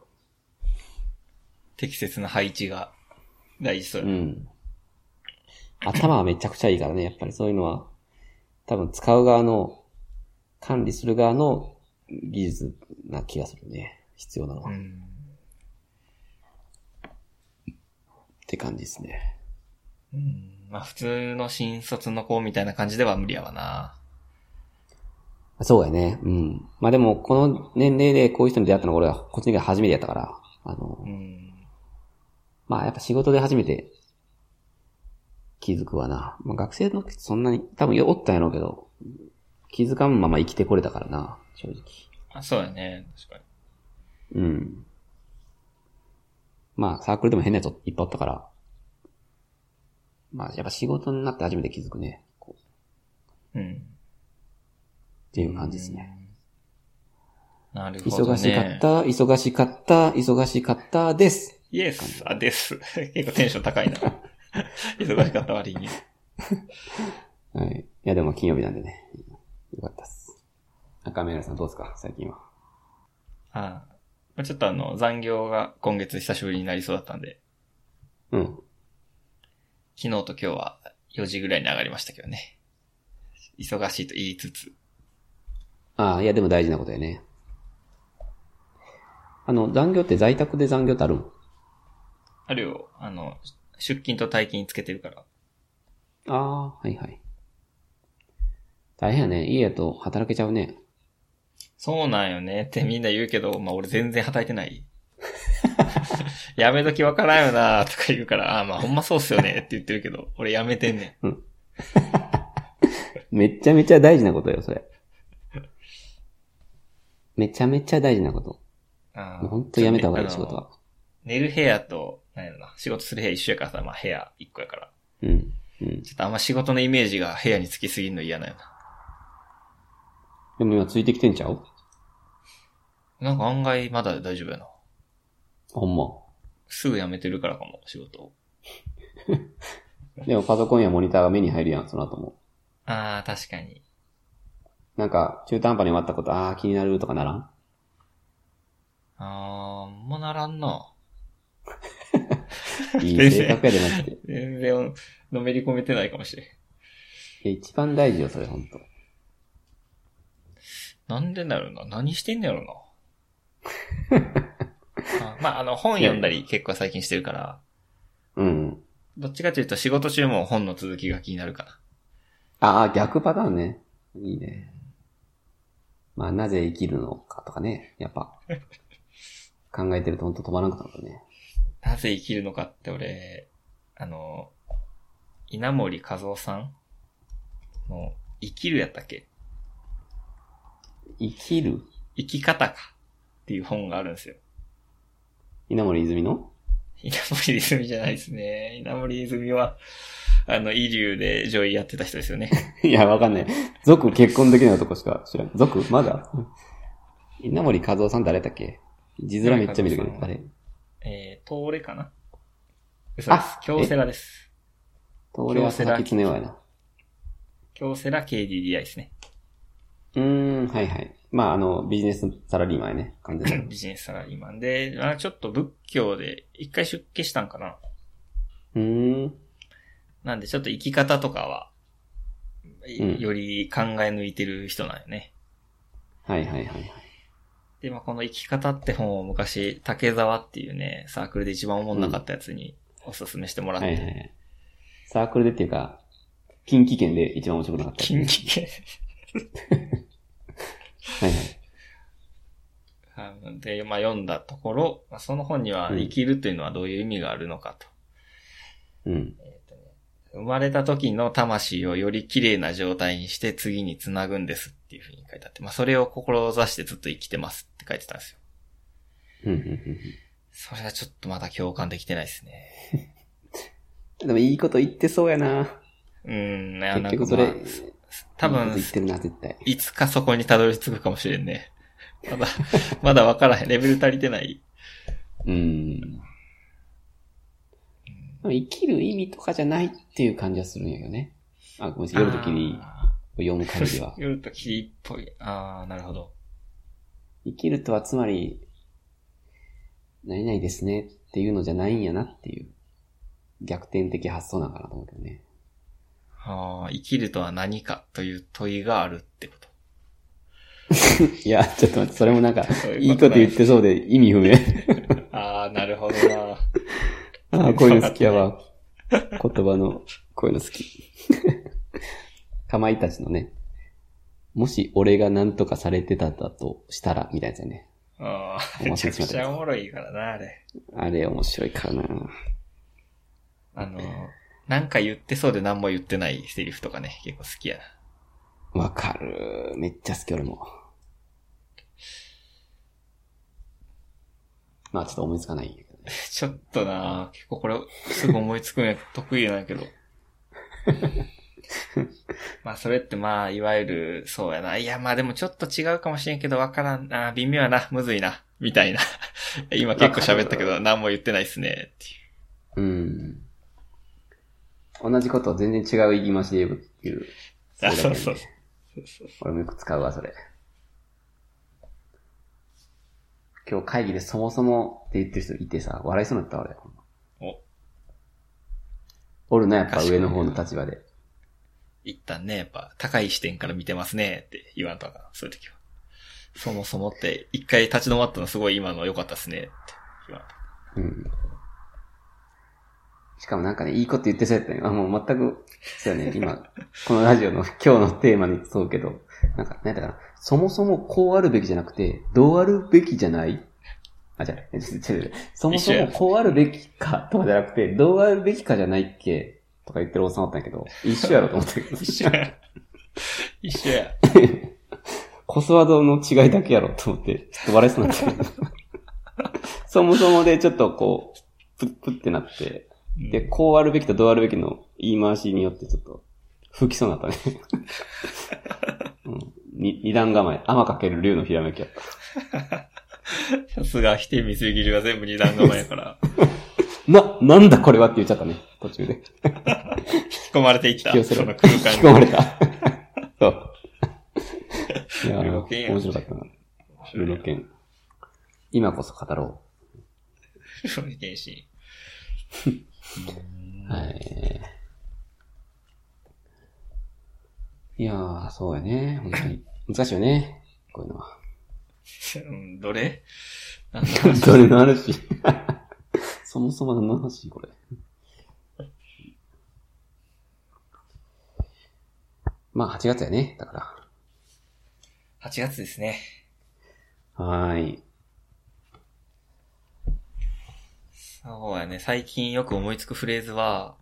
B: 適切な配置が大事そう
A: う
B: や。
A: ん。頭はめちゃくちゃいいからね、やっぱりそういうのは、多分使う側の、管理する側の技術な気がするね。必要なのは。
B: う
A: っ
B: ん。
A: て感じですね。
B: うんまあ普通の新卒の子みたいな感じでは無理やわな。
A: そうやね。うん。まあでも、この年齢でこういう人に出会ったのは俺は、こっちに来て初めてやったから、あの
B: う、ん。
A: まあやっぱ仕事で初めて気づくわな。まあ学生の時そんなに、多分おったんやろうけど、気づかんまま生きてこれたからな、正直。
B: あそうやね。確かに。
A: うん。まあサークルでも変なやついっぱいおったから、まあやっぱ仕事になって初めて気づくね。こう
B: うん。
A: っていう感じですね。
B: うん。なるほど、ね。
A: 忙しかった、忙しかった、忙しかったです。
B: イエス、あ、です。 *laughs* 結構テンション高いな。 *laughs* 忙しかった割に。
A: はい。いや、でも金曜日なんでね。よかったっす。赤目さんどうですか最近は。
B: ああちょっとあの、残業が今月久しぶりになりそうだったんで、
A: うん。
B: 昨日と今日は4時ぐらいに上がりましたけどね。忙しいと言いつつ。
A: ああ、いや、でも大事なことやね。あの、残業って在宅で残業ってあるん
B: あるよ、あの、出勤と退勤つけてるから。
A: ああ、はいはい。大変やね。家やと働けちゃうね。
B: そうなんよねってみんな言うけど、まあ俺全然働いてない。 *laughs* やめときわからんよなとか言うから、ああまあほんまそうっすよねって言ってるけど、俺やめてんねん。
A: めちゃめちゃ大事なことよ、それ。めちゃめちゃ大事なこと。
B: ああ
A: もうほんとやめた方がいい、仕事。
B: あの
A: は。
B: 寝る部屋と、なんやろな、仕事する部屋一緒やからさ、まあ部屋一個やから。
A: うん。うん。
B: ちょっとあんま仕事のイメージが部屋につきすぎるの嫌なよな。
A: でも今ついてきてんちゃう
B: なんか案外まだ大丈夫やな。
A: ほんま。
B: すぐ辞めてるからかも、仕事を。
A: でもパソコンやモニターが目に入るやん、その後も。
B: ああ、確かに。
A: なんか、中途半端に終わったこと、ああ、気になるとかならん
B: ああ、あんまならんな。
A: い
B: 全然
A: い性格やで、マジで。い
B: 全然、のめり込めてないかもしれん。
A: や、一番大事よ、それ、ほんと。
B: なんでだろうな。何してんねやろな。あまあ、あの、本読んだり結構最近してるから、
A: うん。
B: どっちかというと仕事中も本の続きが気になるかな。
A: ああ、逆パターンね。いいね。まあ、なぜ生きるのかとかね、やっ *laughs* ぱ。考えてるとほんと止まらなくなるね。
B: なぜ生きるのかって俺、あの、稲森和夫さんの、生きるやったっけ
A: 生きる
B: 生き方かっていう本があるんですよ。
A: 稲森泉の *laughs*
B: 稲森泉じゃないですね。稲森泉は、あの、イリューで女医やってた人ですよね。
A: いや、わかんない。族結婚できない男しか知らん。族まだ稲森和夫さん誰だっけ字面めっちゃ見るけど
B: 稲、
A: あ
B: 森和夫さん
A: れ。
B: えー、東レかな嘘です
A: あ。
B: 京セラです。
A: 東レは佐々木恒夫やな。
B: 京セラ KDDI です
A: *coughs*
B: ね。
A: うーん、はいはい。まあ、あの、ビジネスサラリーマンやね、完全に。
B: ビジネスサラリーマンで、あちょっと仏教で一回出家したんかな。
A: *laughs* うーん。
B: なんでちょっと生き方とかは、い
A: うん
B: より考え抜いてる人なんよね。
A: はいはいはいはい。
B: で、まあ、この生き方って本を昔、竹沢っていうね、サークルで一番おもんなかったやつにおすすめしてもらっ
A: はいはいは
B: て、
A: い。サークルでっていうか、近畿圏で一番面白くなかった。
B: 近畿圏
A: はいはい。
B: *laughs* あので、まあ、読んだところ、まあ、その本には
A: うん
B: 生きるというのはどういう意味があるのかと。
A: うん。
B: 生まれた時の魂をより綺麗な状態にして次につなぐんですっていうふうに書いてあって、まあ、それを志してずっと生きてますって書いてたんですよ。
A: うんうんうん
B: それはちょっとまだ共感できてないですね。
A: うんでもいいこと言ってそうやな。
B: うーん、いや
A: 結
B: なんか
A: 局そ
B: ま
A: れ、
B: あ、多
A: いいこと
B: 分
A: 言、ってるな、絶対。
B: いつかそこにたどり着くかもしれんね。 *laughs* まだ、まだわからへん。レベル足りてない。
A: うん。でも生きる意味とかじゃないっていう感じはするんやけどね。あ、ごめんなさい。夜と霧
B: あ
A: を読む限りは
B: ー。。 *laughs* 夜と霧っぽい。ああ、なるほど。
A: 生きるとはつまり、何々ですねっていうのじゃないんやなっていう、逆転的発想なんかなと思うけどね。
B: ああ、生きるとは何かという問いがあるってこと。
A: いや、ちょっと待って、それもなんか
B: そう、 *laughs* い
A: いうい
B: こと
A: こと
B: ない
A: 言ってそうで意味不明。
B: ああ、なるほどな。
A: ああ、こういうの好きやわ。言葉の、こういうの好き。 *laughs* かまいたちのね、もし俺が何とかされてただとしたら、みたいなやつやね。
B: ああ、め
A: 面
B: ち
A: 白
B: ゃ
A: い
B: くちゃおもろいからな、あれ。
A: あれ面白いからな。
B: あの、なんか言ってそうで何も言ってないセリフとかね、結構好きやな。 *laughs*
A: わかる。めっちゃ好き、俺も。まあ、ちょっと思いつかないんやけどね。
B: ちょっとな、結構これ、すぐ思いつくんや、得意なん
A: *laughs*
B: やけど。まあ、それってまあ、いわゆる、そうやな。いや、まあでもちょっと違うかもしれんけど、わからんな、微妙やな、むずいな、みた
A: *laughs*
B: いな。今結構喋ったけど、何も言ってないっすね、っていう。
A: うん。同じことを全然違う言い回しで言うっていう。
B: あ
A: れだけね
B: そうそう
A: 俺もよく使うわ、それ。今日会議でそもそもって言ってる人いてさ、笑いそうになった俺。
B: お、
A: おるな、やっぱ上の方の立場で。
B: 一旦ね、やっぱ高い視点から見てますねって言わんとあかん、そういう時は。そもそもって、一回立ち止まったのすごい今の良かったですねって言わんと
A: うん。しかもなんかね、いいこと言ってそうやったね。あ、もう全く、そうやね、今、このラジオの *laughs* 今日のテーマに沿うけど、なんか、なんだかな、そもそもこうあるべきじゃなくて、どうあるべきじゃないあ、じゃあ、ちょちょちょそもそもこうあるべきか *laughs* とかじゃなくて、どうあるべきかじゃないっけとか言ってるおっさんおったんやけど、一緒やろと思ったけ *laughs* ど、
B: 一緒や。一緒や。
A: コスワードの違いだけやろと思って、ちょっと笑いそうになった
B: *laughs*
A: けど。そもそもでちょっとこう、プップってなって、で、こうあるべきとどうあるべきの言い回しによってちょっと、吹きそうになったね。うん、に二段構え。天かける竜のひらめきやった。
B: さすが、否定見過ぎるが全部二段構えやから。
A: な、なんだこれはって言っちゃったね。途中で。
B: 引き込まれていった。
A: 引き寄せ
B: そ
A: ら
B: の
A: れ
B: 空
A: 引き
B: 間に。
A: 込まれた。
B: *laughs*
A: そう。いや
B: ルロケン
A: ー、
B: や
A: 面白かったな。ルロケン。今こそ語ろ
B: ルロケンシ
A: う。はい。いやー、そうやね。本当に。難しいよね。こういうのは。
B: ーンうんどれなんだ *laughs*
A: どれの話 *laughs* そもそも何の話これ。まあ、8月やね。だか
B: ?8 月ですね。
A: ら。はーい。
B: そうやね。最近よく思いつくフレーズは、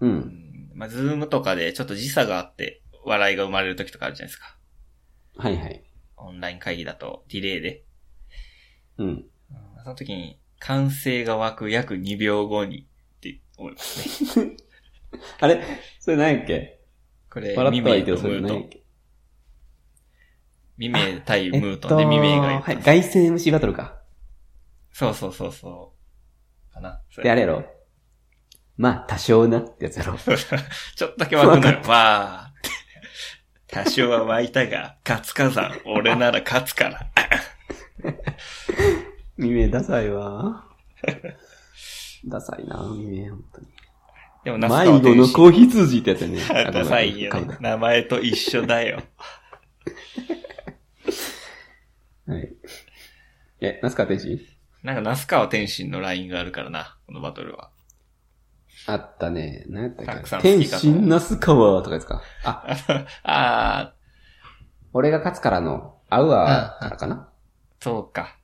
A: う。
B: うんんまあ、ズームとかでちょっと時差があって、笑いが生まれる時とかあるじゃないですか。
A: はいはい。
B: オンライン会議だと、ディレイで。
A: うん。
B: うんその時に、歓声が湧く約2秒後にって思いま
A: *laughs*
B: すね。
A: あれそれ何やっけ
B: これ、
A: 笑
B: ミ
A: ったら
B: メ
A: い
B: イ
A: いけど、
B: と
A: そ
B: ム
A: れ
B: ー
A: 何
B: ト
A: やっ。け
B: ミメイ対ムート
A: *laughs* え
B: で
A: っと
B: ミメイが言っ
A: は
B: た
A: い。。外線 MC バトルか。
B: そうそうそうそう。かな。そ
A: で、あれやろまあ、多少なってやつや *laughs* ろ。
B: ちょっとだけ湧くのよ。まあ。多少は湧いたが、勝つかさ。俺なら勝つから。
A: 未明ダサい *laughs* わ。ダサいな、未明、本当に。
B: でも、
A: 迷子の
B: ー
A: 子羊ってやつやね。
B: *laughs* ダサいよ
A: あごめんごめん
B: ね。名前と一緒だよ。
A: はい。え、ナスカ天使
B: なんか、那須川天心のラインがあるからな、このバトルは。
A: あったね。何やった
B: た
A: っ
B: く
A: け
B: さん好
A: 天
B: きかと
A: 心ナスカワとかですか。あ、
B: あのあ
A: 俺が勝つからの、アウアーからかな。
B: ー、そうか。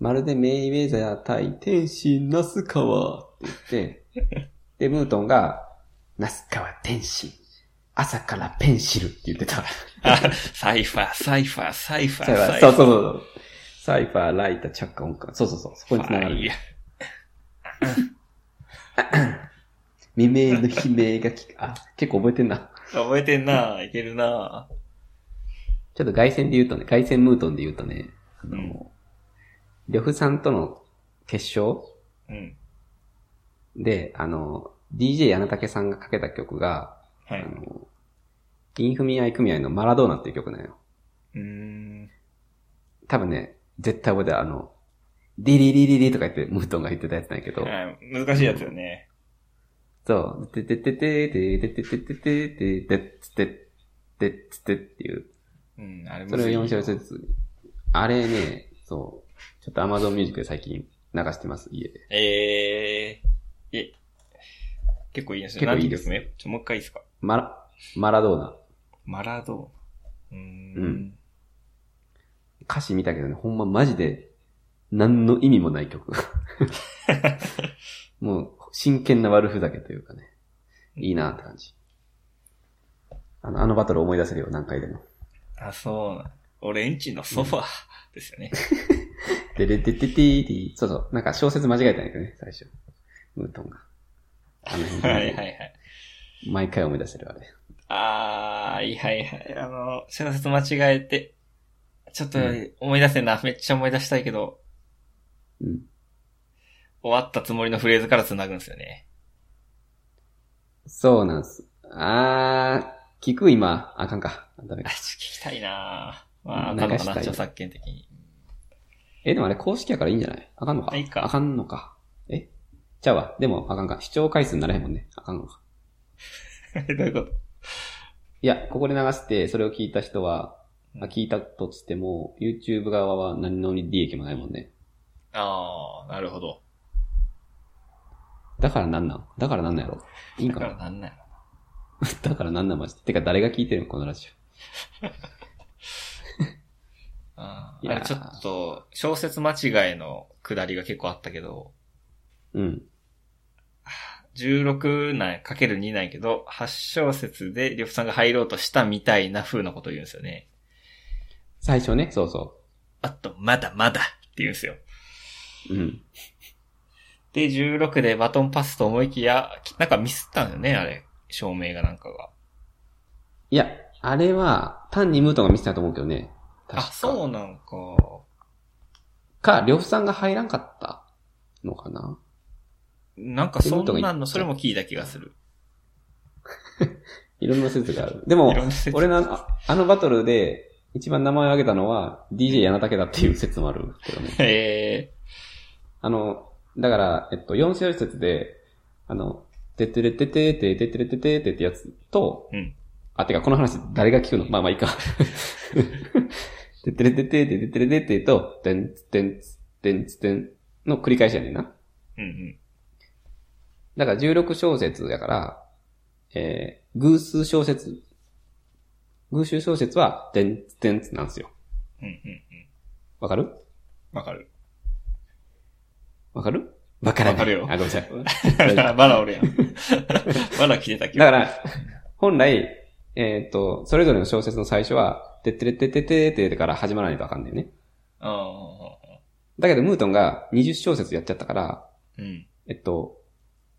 A: まるでメイウェザー対天心ナスカワって言って、で、ムートンが、ナスカワ天心。朝からペンシルって言ってた。
B: あサイファー、サイファー、サイファー、サイフ
A: そ
B: ァ
A: うそう
B: ー。
A: そう。サイファー、ライター、チャッカ、音感。そうそうそう。そこに繋が
B: い
A: る
B: や。
A: 未明の悲鳴が聞く。あ、結構覚えてんな。
B: 覚えてんな、いけるな。
A: ちょっと外線で言うとね、外線ムートンで言うとね、あの、
B: うん
A: 呂布さんとの決勝
B: うん。
A: で、あの、DJ 柳竹さんがかけた曲が、
B: は
A: あ
B: い。
A: の、インフミアイ組合のマラドーナっていう曲なんよ。
B: うーん。
A: 多分ね、絶対覚えてる。あの、ディリリリリとか言って、ムートンが言ってたやつなんやけど、
B: はい難しいやつよね。
A: そう、てててててててててててててててっていう、
B: うん、あれ
A: そ
B: 難し
A: れ
B: い。
A: を4小節ずつ。あれね、そう、ちょっと Amazon Music で最近流してます、家で。
B: えー、え、結構いいですね。
A: 結構いいです
B: なんて曲名ちょ、もう一回いいですか
A: マラ、マラドーナ。
B: マラドーナ。うーん,、
A: うん歌詞見たけどね、ほんまマジで、何の意味もない曲。もう、真剣な悪ふざけというかね。いいなって感じ。あの、あのバトル思い出せるよ、何回でも。
B: あ、そうな。俺んちのソファーです
A: *laughs*
B: よね。
A: でれてててーてーそうそう、なんか小説間違えたんやけどね、最初。ムートンが。あの辺
B: はいはいはい。
A: 毎回思い出せる、あれ。
B: あー、いいはいはい。あの、小説間違えて、ちょっと思い出せんな。めっちゃ思い出したいけど、
A: うん。
B: 終わったつもりのフレーズから繋ぐんですよね。
A: そうなんす。あー、聞く今。あかんか。ダメ
B: あ、
A: か
B: ちょ。っと聞きたいなまあ、あ
A: 流
B: かんのか
A: したい
B: な、著作権的に。 *laughs*
A: え、でもあれ公式やからいいんじゃないあかんのか
B: あいいか
A: あかんのか。えちゃうわ。でもあかんか。視聴回数にならへんもんね。あかんのか。
B: どういうこと
A: いや、ここで流して、それを聞いた人は、あ聞いたとしても、YouTube 側は何の利益もないもんね。
B: あー、なるほど。
A: だからなんなんだからなんなんやろいいん
B: だ
A: か
B: から
A: な
B: なんなんやろ
A: *laughs* だからなんなんマジで。てか誰が聞いてるのこのラジ
B: あ
A: い
B: ー
A: やー
B: あれちょっと、小説間違いの下りが結構あったけど、
A: オ。うん。
B: 16なんかける2なんやけど、8小節で呂布さんが入ろうとしたみたいな風なこと言うんですよね。
A: 最初ね、そうそ
B: あと、まだまだって言うんですよ。
A: う。うん。
B: で、16でバトンパスと思いきや、きなんかミスったんだよね、あれ。照明がなんかが。
A: いや、あれは、単にムートンが見せたと思うけどね。確
B: あ、
A: か
B: そうなんか。
A: か、両夫さんが入らんかったのかな
B: なんかそ
A: テ
B: ん
A: ン
B: な
A: トがい
B: の、それも聞いた気がする。
A: いろんな説がある。でも
B: いろんな説、
A: 俺のああのバトルで一番名前を挙げたのは DJ 柳竹だっていう説もあるけどね。
B: *laughs* え
A: あの、だから、えっと、4小節で、あの、てってれてててててれてててってやつと、
B: うん
A: あ、てか、この話誰が聞くのまあまあいいか。てってれてててててれててと、てんつてんつてんつてんの繰り返しやねんな。
B: ー、うんうん。
A: だから16小節やから、えー、偶数小節。偶数小節は、てんつてんつなんですよ。
B: うんうんうん。
A: わかる
B: わかる。
A: わかるわからない。
B: わかるよ
A: あ、ごめんなさい。
B: *laughs*
A: 大丈
B: バラおる
A: *laughs*
B: やん。バラ来てた気
A: だか
B: が
A: ら、本来、えっ、と、それぞれの小説の最初は、てってれってってってってから始まらないとあかんねんね。
B: ああ
A: だけど、ムートンが20小節やっちゃったから、
B: ー。うん。
A: えっと、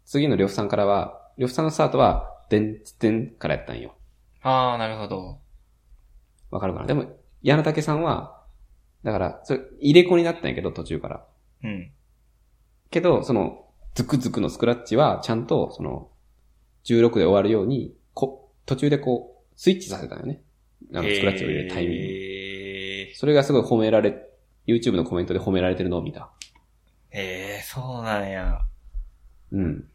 A: 次の呂布さんからは、呂布さんのスタートは、でんつてんからやったんよ。
B: ああ、なるほど。
A: わかるかなでも、柳竹さんは、だから、それ、入れ子になったんやけど、途中から。
B: うん。
A: けど、その、ズクズクのスクラッチは、ちゃんと、その、16で終わるように、こ、途中でこう、スイッチさせたんよね。あの、スクラッチを入れるタイミング。
B: えー、
A: それがすごい褒められ、YouTube のコメントで褒められてるのを見た。
B: えー、そうなんや。
A: うん。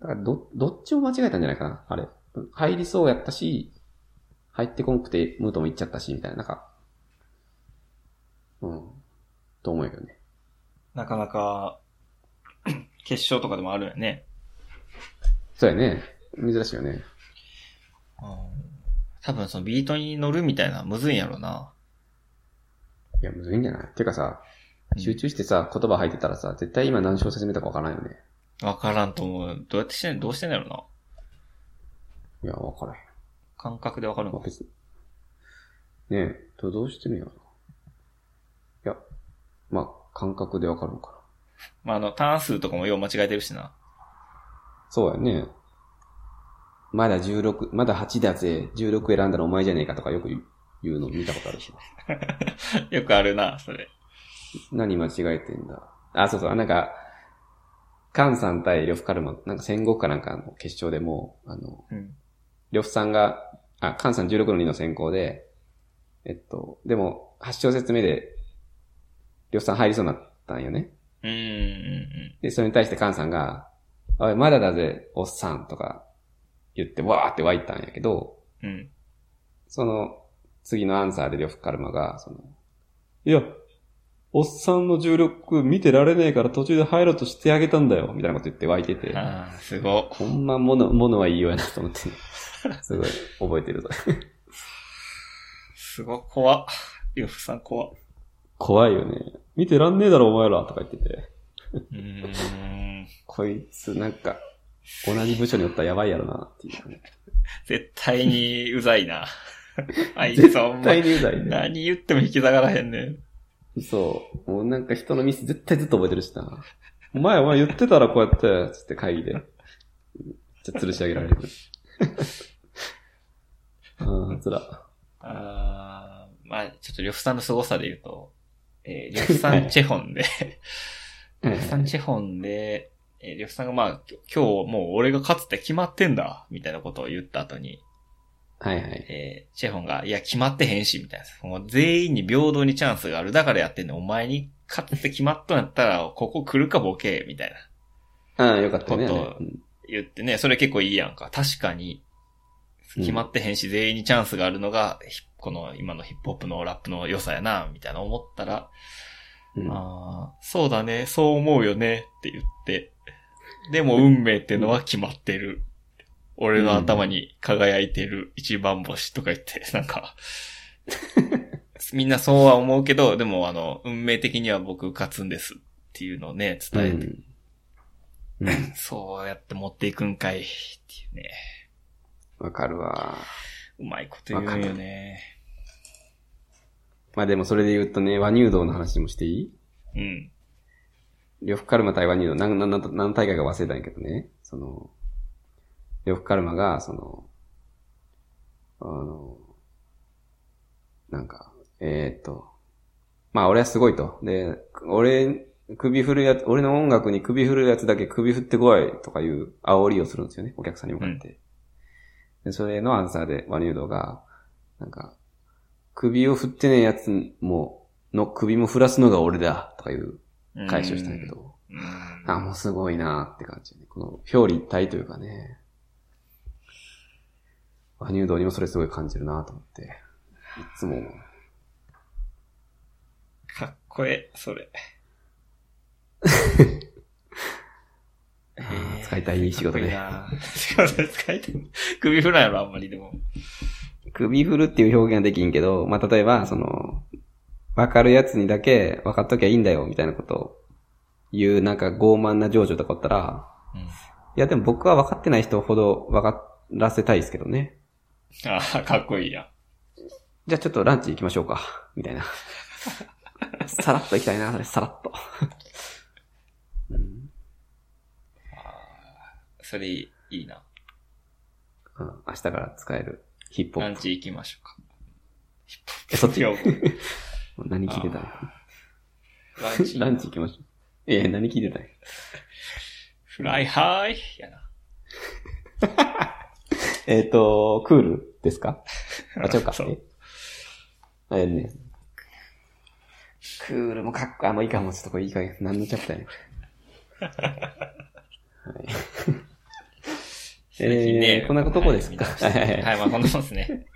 A: だから、ど、どっちも間違えたんじゃないかな、あれ。入りそうやったし、入ってこんくて、ムートンも行っちゃったし、みたいな、なんか。うん。と思うけどね。
B: なかなか、 *clears throat* 決勝とかでもあるよね。
A: そうやね。珍しいよね。
B: 多分そのビートに乗るみたいなむずいんやろな。
A: いや、むずいんじゃないてかさ、
B: うん
A: 集中してさ、言葉入ってたらさ、絶対今何小説目とかわからんよね。
B: わからんと思う。どうやってしてんどうしてんやろな。
A: いや、わからへん。
B: 感覚でわかる
A: ま
B: の
A: あ
B: か。
A: 別に。ねえ、どどうしてるんやろな。いや、まあ、感覚でわかるのかな。
B: まあ、あの、ターン数とかもよう間違えてるしな。 *laughs*
A: そうやね。まだ16、まだ8だぜ、16選んだらお前じゃねえかとかよく言う言うの見たことあるし。
B: よくあるな、それ。
A: 何間違えてんだ。あ、そうそう、あなんか、カンさん対呂布カルマ、なんか戦後かなんかの決勝でもう、あの、
B: うん。
A: 呂布さんが、あ、菅さん16の2の先行で、えっと、でも、8小節目で、呂布さん入りそうになったんよね。
B: うん、うん、うん。
A: で、それに対して菅さんが、おい、まだだぜ、おっさんとか言って、わーって湧いたんやけど、
B: うん。
A: その、次のアンサーで呂布カルマが、その、いや、おっさんの重力見てられねえから途中で入ろうとしてあげたんだよ、みたいなこと言って湧いてて、
B: ああ、すご。
A: ほんま、もの、ものは言いようやなと思って、すごい覚えてるぞ。
B: すご、怖っ。リョフさん怖っ。
A: 怖いよね。見てらんねえだろ、お前らとか言ってて。
B: うーん。
A: こいつ、なんか、同じ部署におったらやばいやろな、って *laughs* いう、ね。
B: 絶対にうざ
A: *laughs*
B: いな。あいつ、お
A: 絶対
B: 前、
A: にうざいね。
B: 何言っても引き下がらへんねん。
A: そう。もうなんか人のミス絶対ずっと覚えてるしな。お前、お前言ってたらこうやって、つって会議で。じゃ、吊るし上げられ *laughs* る。うん、つら。
B: あーまあちょっとリョフさんの凄さで言うと、えー、リョフさんチェホンで、リョフさんチェホンで、えー、リョフさんがまあきょ今日もう俺が勝つって決まってんだ、みたいなことを言った後に、
A: はいはい。
B: えーチェホンが、いや、決まってへんし、みたいな。もう全員に平等にチャンスがある。だからやってんの。お前に勝って決まっとんやったら、ここ来るかボケ、みたいな。
A: ああ、よかったね。
B: ちょっと
A: あれうん
B: 言ってね、それ結構いいやんか。確かに、
A: うん
B: 決まってへんし、全員にチャンスがあるのが、ひこの今のヒップホップのラップの良さやな、みたいな思ったら、
A: うん
B: ああ、そうだね、そう思うよね、って言って、でも運命ってのは決まってる。俺の頭に輝いてる一番星とか言って、なんか、みんなそうは思うけど、でもあの、運命的には僕勝つんですっていうのをね、伝えて、
A: うんうん。
B: そうやって持っていくんかい、っていうね。
A: わかるわ。
B: うまいこと言うよね。
A: まあでもそれで言うとね、和乳道の話もしていい
B: うん。
A: 呂布カルマ対ワニード、何、何、何何大会か忘れたんやけどね、その、呂布カルマが、その、あの、なんか、えーっと、まあ俺はすごいと。で、俺首振るやつ、俺の音楽に首振るやつだけ首振ってこいとかいう煽りをするんですよね、お客さんに向かって。でそれのアンサーで、ワニュードが、なんか、首を振ってねえやつも、の首も振らすのが俺だとかいう
B: うん
A: 返しをしたんだけ。ど、
B: うん
A: あ、もうすごいなーって感じ、この表裏一体というかね、ワニュードにもそれすごい感じるなと思って、いつも思う。
B: かっこええ、
A: *laughs*
B: それ。
A: あー使いたい仕事で
B: かっこいいな *laughs* 仕事で使いたい。首振らんやろ、あんまりでも。
A: 首振るっていう表現はできんけど、まあ、例えば、その、わかるやつにだけ分かっときゃいいんだよ、みたいなことを言う、なんか傲慢な情緒とかおったら、
B: うん
A: いや、でも僕は分かってない人ほど分からせたいですけどね。
B: ああ、かっこいいや。
A: じゃあちょっとランチ行きましょうか、みた
B: *laughs*
A: いな。さらっと行きたいな、それさらっと。うん
B: それいいいいな。
A: うん明日から使えるヒップホ
B: ラ
A: ッ
B: ン
A: プ。
B: チ行きましょうか。
A: え、そっち
B: 用語。
A: *laughs* 何聞いてたの
B: ランチ。
A: ランチ行きましょう。え何聞いてたの
B: フライハイやな。
A: えっ、と、クールですかあ、ちょっか。
B: そう
A: えあれね。クールもかっこ、あ、もういいかも、ちょっとこれいいかげん何のチャプターやねん
B: 最近
A: えーこんなとこですか
B: はい、
A: はいはい
B: はいまあこんなもんで
A: *laughs*
B: すね。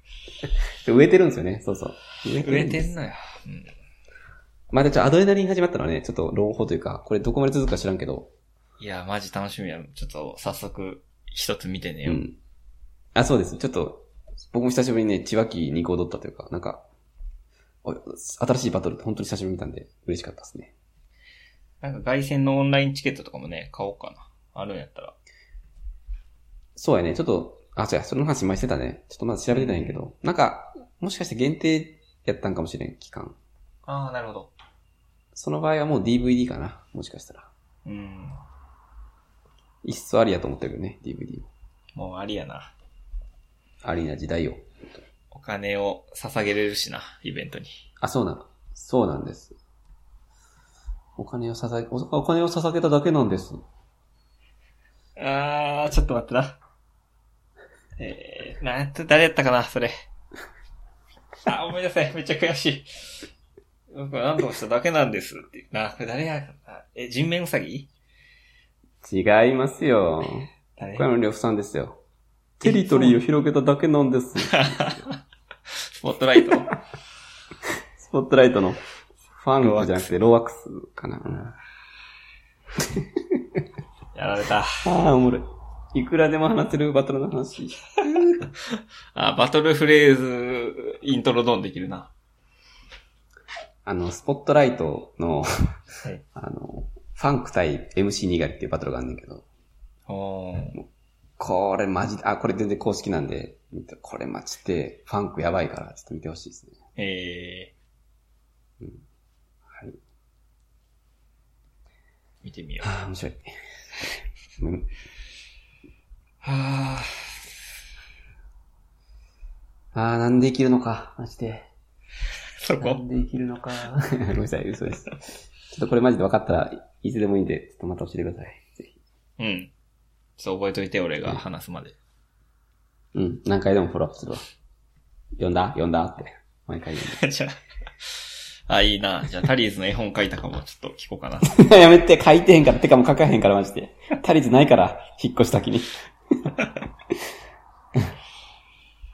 A: で植えてるんですよね、そうそう。植
B: 植え
A: ん
B: て
A: です
B: んのよ。うん
A: まあ、で、ちょ、アドレナリン始まったのはね、ちょっと朗報というか、これどこまで続くか知らんけど。
B: いや、マジ楽しみや。ちょっと、早速、一つ見てね
A: う
B: よ。
A: ん。あ、そうです。ちょっと、僕も久しぶりにね、千葉木に行こうとったというか、なんか、お新しいバトルって本当に久しぶりに見たんで、嬉しかったですね。
B: なんか、外線のオンラインチケットとかもね、買おうかな。あるんやったら。
A: そうやね、ちょっと、あ、そうや、その話前してたね。ちょっとまだ調べてないんやけど、なんか、もしかして限定やったんかもしれん、期間。
B: ああ、なるほど。
A: その場合はもう DVD かな、もしかしたら。
B: うん。
A: いっそありやと思ってるよね、DVD も。
B: もうありやな。
A: ありな時代を。
B: お金を捧げれるしな、イベントに。
A: あ、そうなの。そうなんです。お金を捧げ、おお金を捧げただけなんです。
B: あー、ちょっと待ってな。 *laughs* えー、なんて、誰やったかな、それ。 *laughs* あ、ごめんなさい、めっちゃ悔しい。僕は何とかしただけなんですっていう。な、これ誰やかな。え、人面うさぎ
A: 違いますよ。
B: 誰
A: 小山良夫さんですよ。テリトリーを広げただけなんです。
B: スポットライ *laughs* ト。
A: スポットライトのファンクじゃなくてローワックスかな。うん
B: やられた。
A: ああ、おもろい。いくらでも話せるバトルの話。
B: あ、バトルフレーズ、イントロドンできるな。
A: あの、スポットライトの、
B: はい。
A: あの、ファンク対 MC にがりっていうバトルがあんねんけど、
B: おー。
A: これマジで、あ、これ全然公式なんで、見てこれマジで、ファンクやばいから、ちょっと見てほしいですね。
B: え
A: はい。
B: ー、見てみよう。
A: はあ、面白い。うん
B: は
A: ああ、なんで生きるのか、マジで。
B: ー、そ
A: な
B: こ
A: んで生きるのか。 *laughs* ごめんなさい、嘘です。ちょっとこれマジで分かったらいつでもいいんで、ちょっとまた教えてください。ぜひ。
B: うん。そう覚えといて、俺が話すまで。 *laughs*
A: うん、何回でもフォローアップするわ。読んだ読んだって。毎回読んで
B: じゃあ、あ、いいな。じゃあ、タリーズの絵本書いたかも、ちょっと聞こうか
A: *laughs*
B: な。
A: やめて、書いてへんから、てかもう書かへんから、マジで。足りずないから、引っ越したき *laughs* に。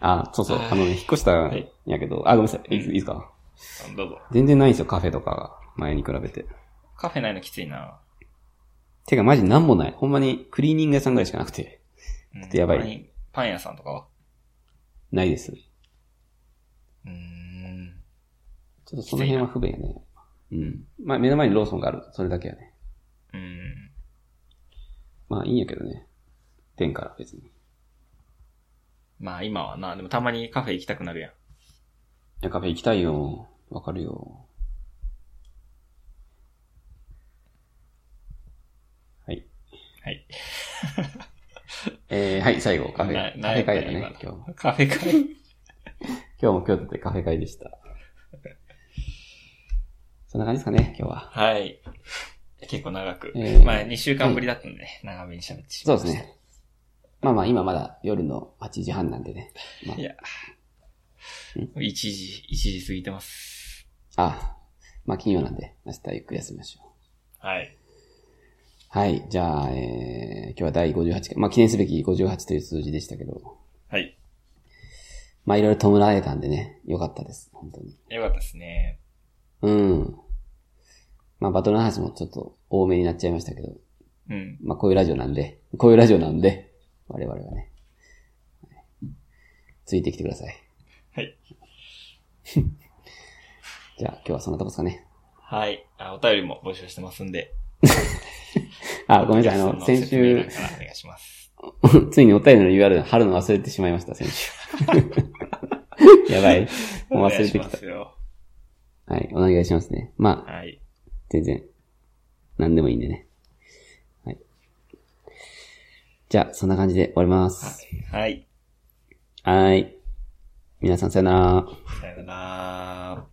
A: あ、そうそう、あのね、引っ越したんやけど、あ、ごめんなさい、いいいいですか
B: どうぞ。
A: 全然ないんですよ、カフェとかが、前に比べて。
B: カフェないのきついな。
A: てか、マジなんもない。ほんまに、クリーニング屋さんぐらいしかなくて、
B: うん
A: っとやばい
B: パンパン屋さんとかは
A: ないです。ち
B: うーん。
A: ょっとその辺は不便やね。うん。まあ、目の前にローソンがある。それだけやね。
B: うん。
A: まあ、いいんやけどね。天から、別に。い
B: まあ、今はな、でもたまにカフェ行きたくなるやん。
A: や、カフェ行きたいよ。わかるよ。はい。
B: はい。
A: *laughs* えー、はい、最後、カフ
B: な
A: ェ。カ
B: な
A: フェ会だ
B: な
A: ね
B: ん、か
A: 今日も。
B: カフェ *laughs* 会。
A: 今日も今日だってカフェ会でした。そんな感じですかね、今日は。
B: はい。結構長く。
A: えー
B: まあ、2週間ぶりだったんでね、長めに喋ってしま
A: そ
B: いうま
A: で
B: した。
A: すね。まあまあ、今まだ夜の8時半なんでね。まあ
B: いや、1時、1時過ぎてます。
A: あ、まあ金曜なんで、明日ゆっくり休みましょう。
B: はい。
A: はい。じゃあ、えー、今日は第58回、まあ記念すべき58という数字でしたけど、
B: はい。
A: まあいろいろ弔えたんでね、よかったです。本当に。
B: よかったですね。
A: うん。まあバトルの話もちょっと多めになっちゃいましたけど、
B: うん。
A: まあこういうラジオなんで、こういうラジオなんで、我々はね、ついてきてください。
B: はい。
A: じゃあ今日はそんなとこですかね。
B: はい。あ、お便りも募集してますんで。
A: あ、ごめんなさい。あの、先
B: 説明
A: 週
B: 欄、からお願いします。
A: *laughs* ついにお便りの URL 貼るの忘れてしまいました、先 *laughs* 週。やばい。もう忘れて
B: お願
A: き
B: いしま
A: た。
B: すよ。
A: はい、お願いしますね。まあ、
B: はい。
A: 全然、何でもいいんでね。はい。じゃあ、そんな感じで終わります。
B: はい。
A: はーい。皆さんさよなら。
B: さよなら。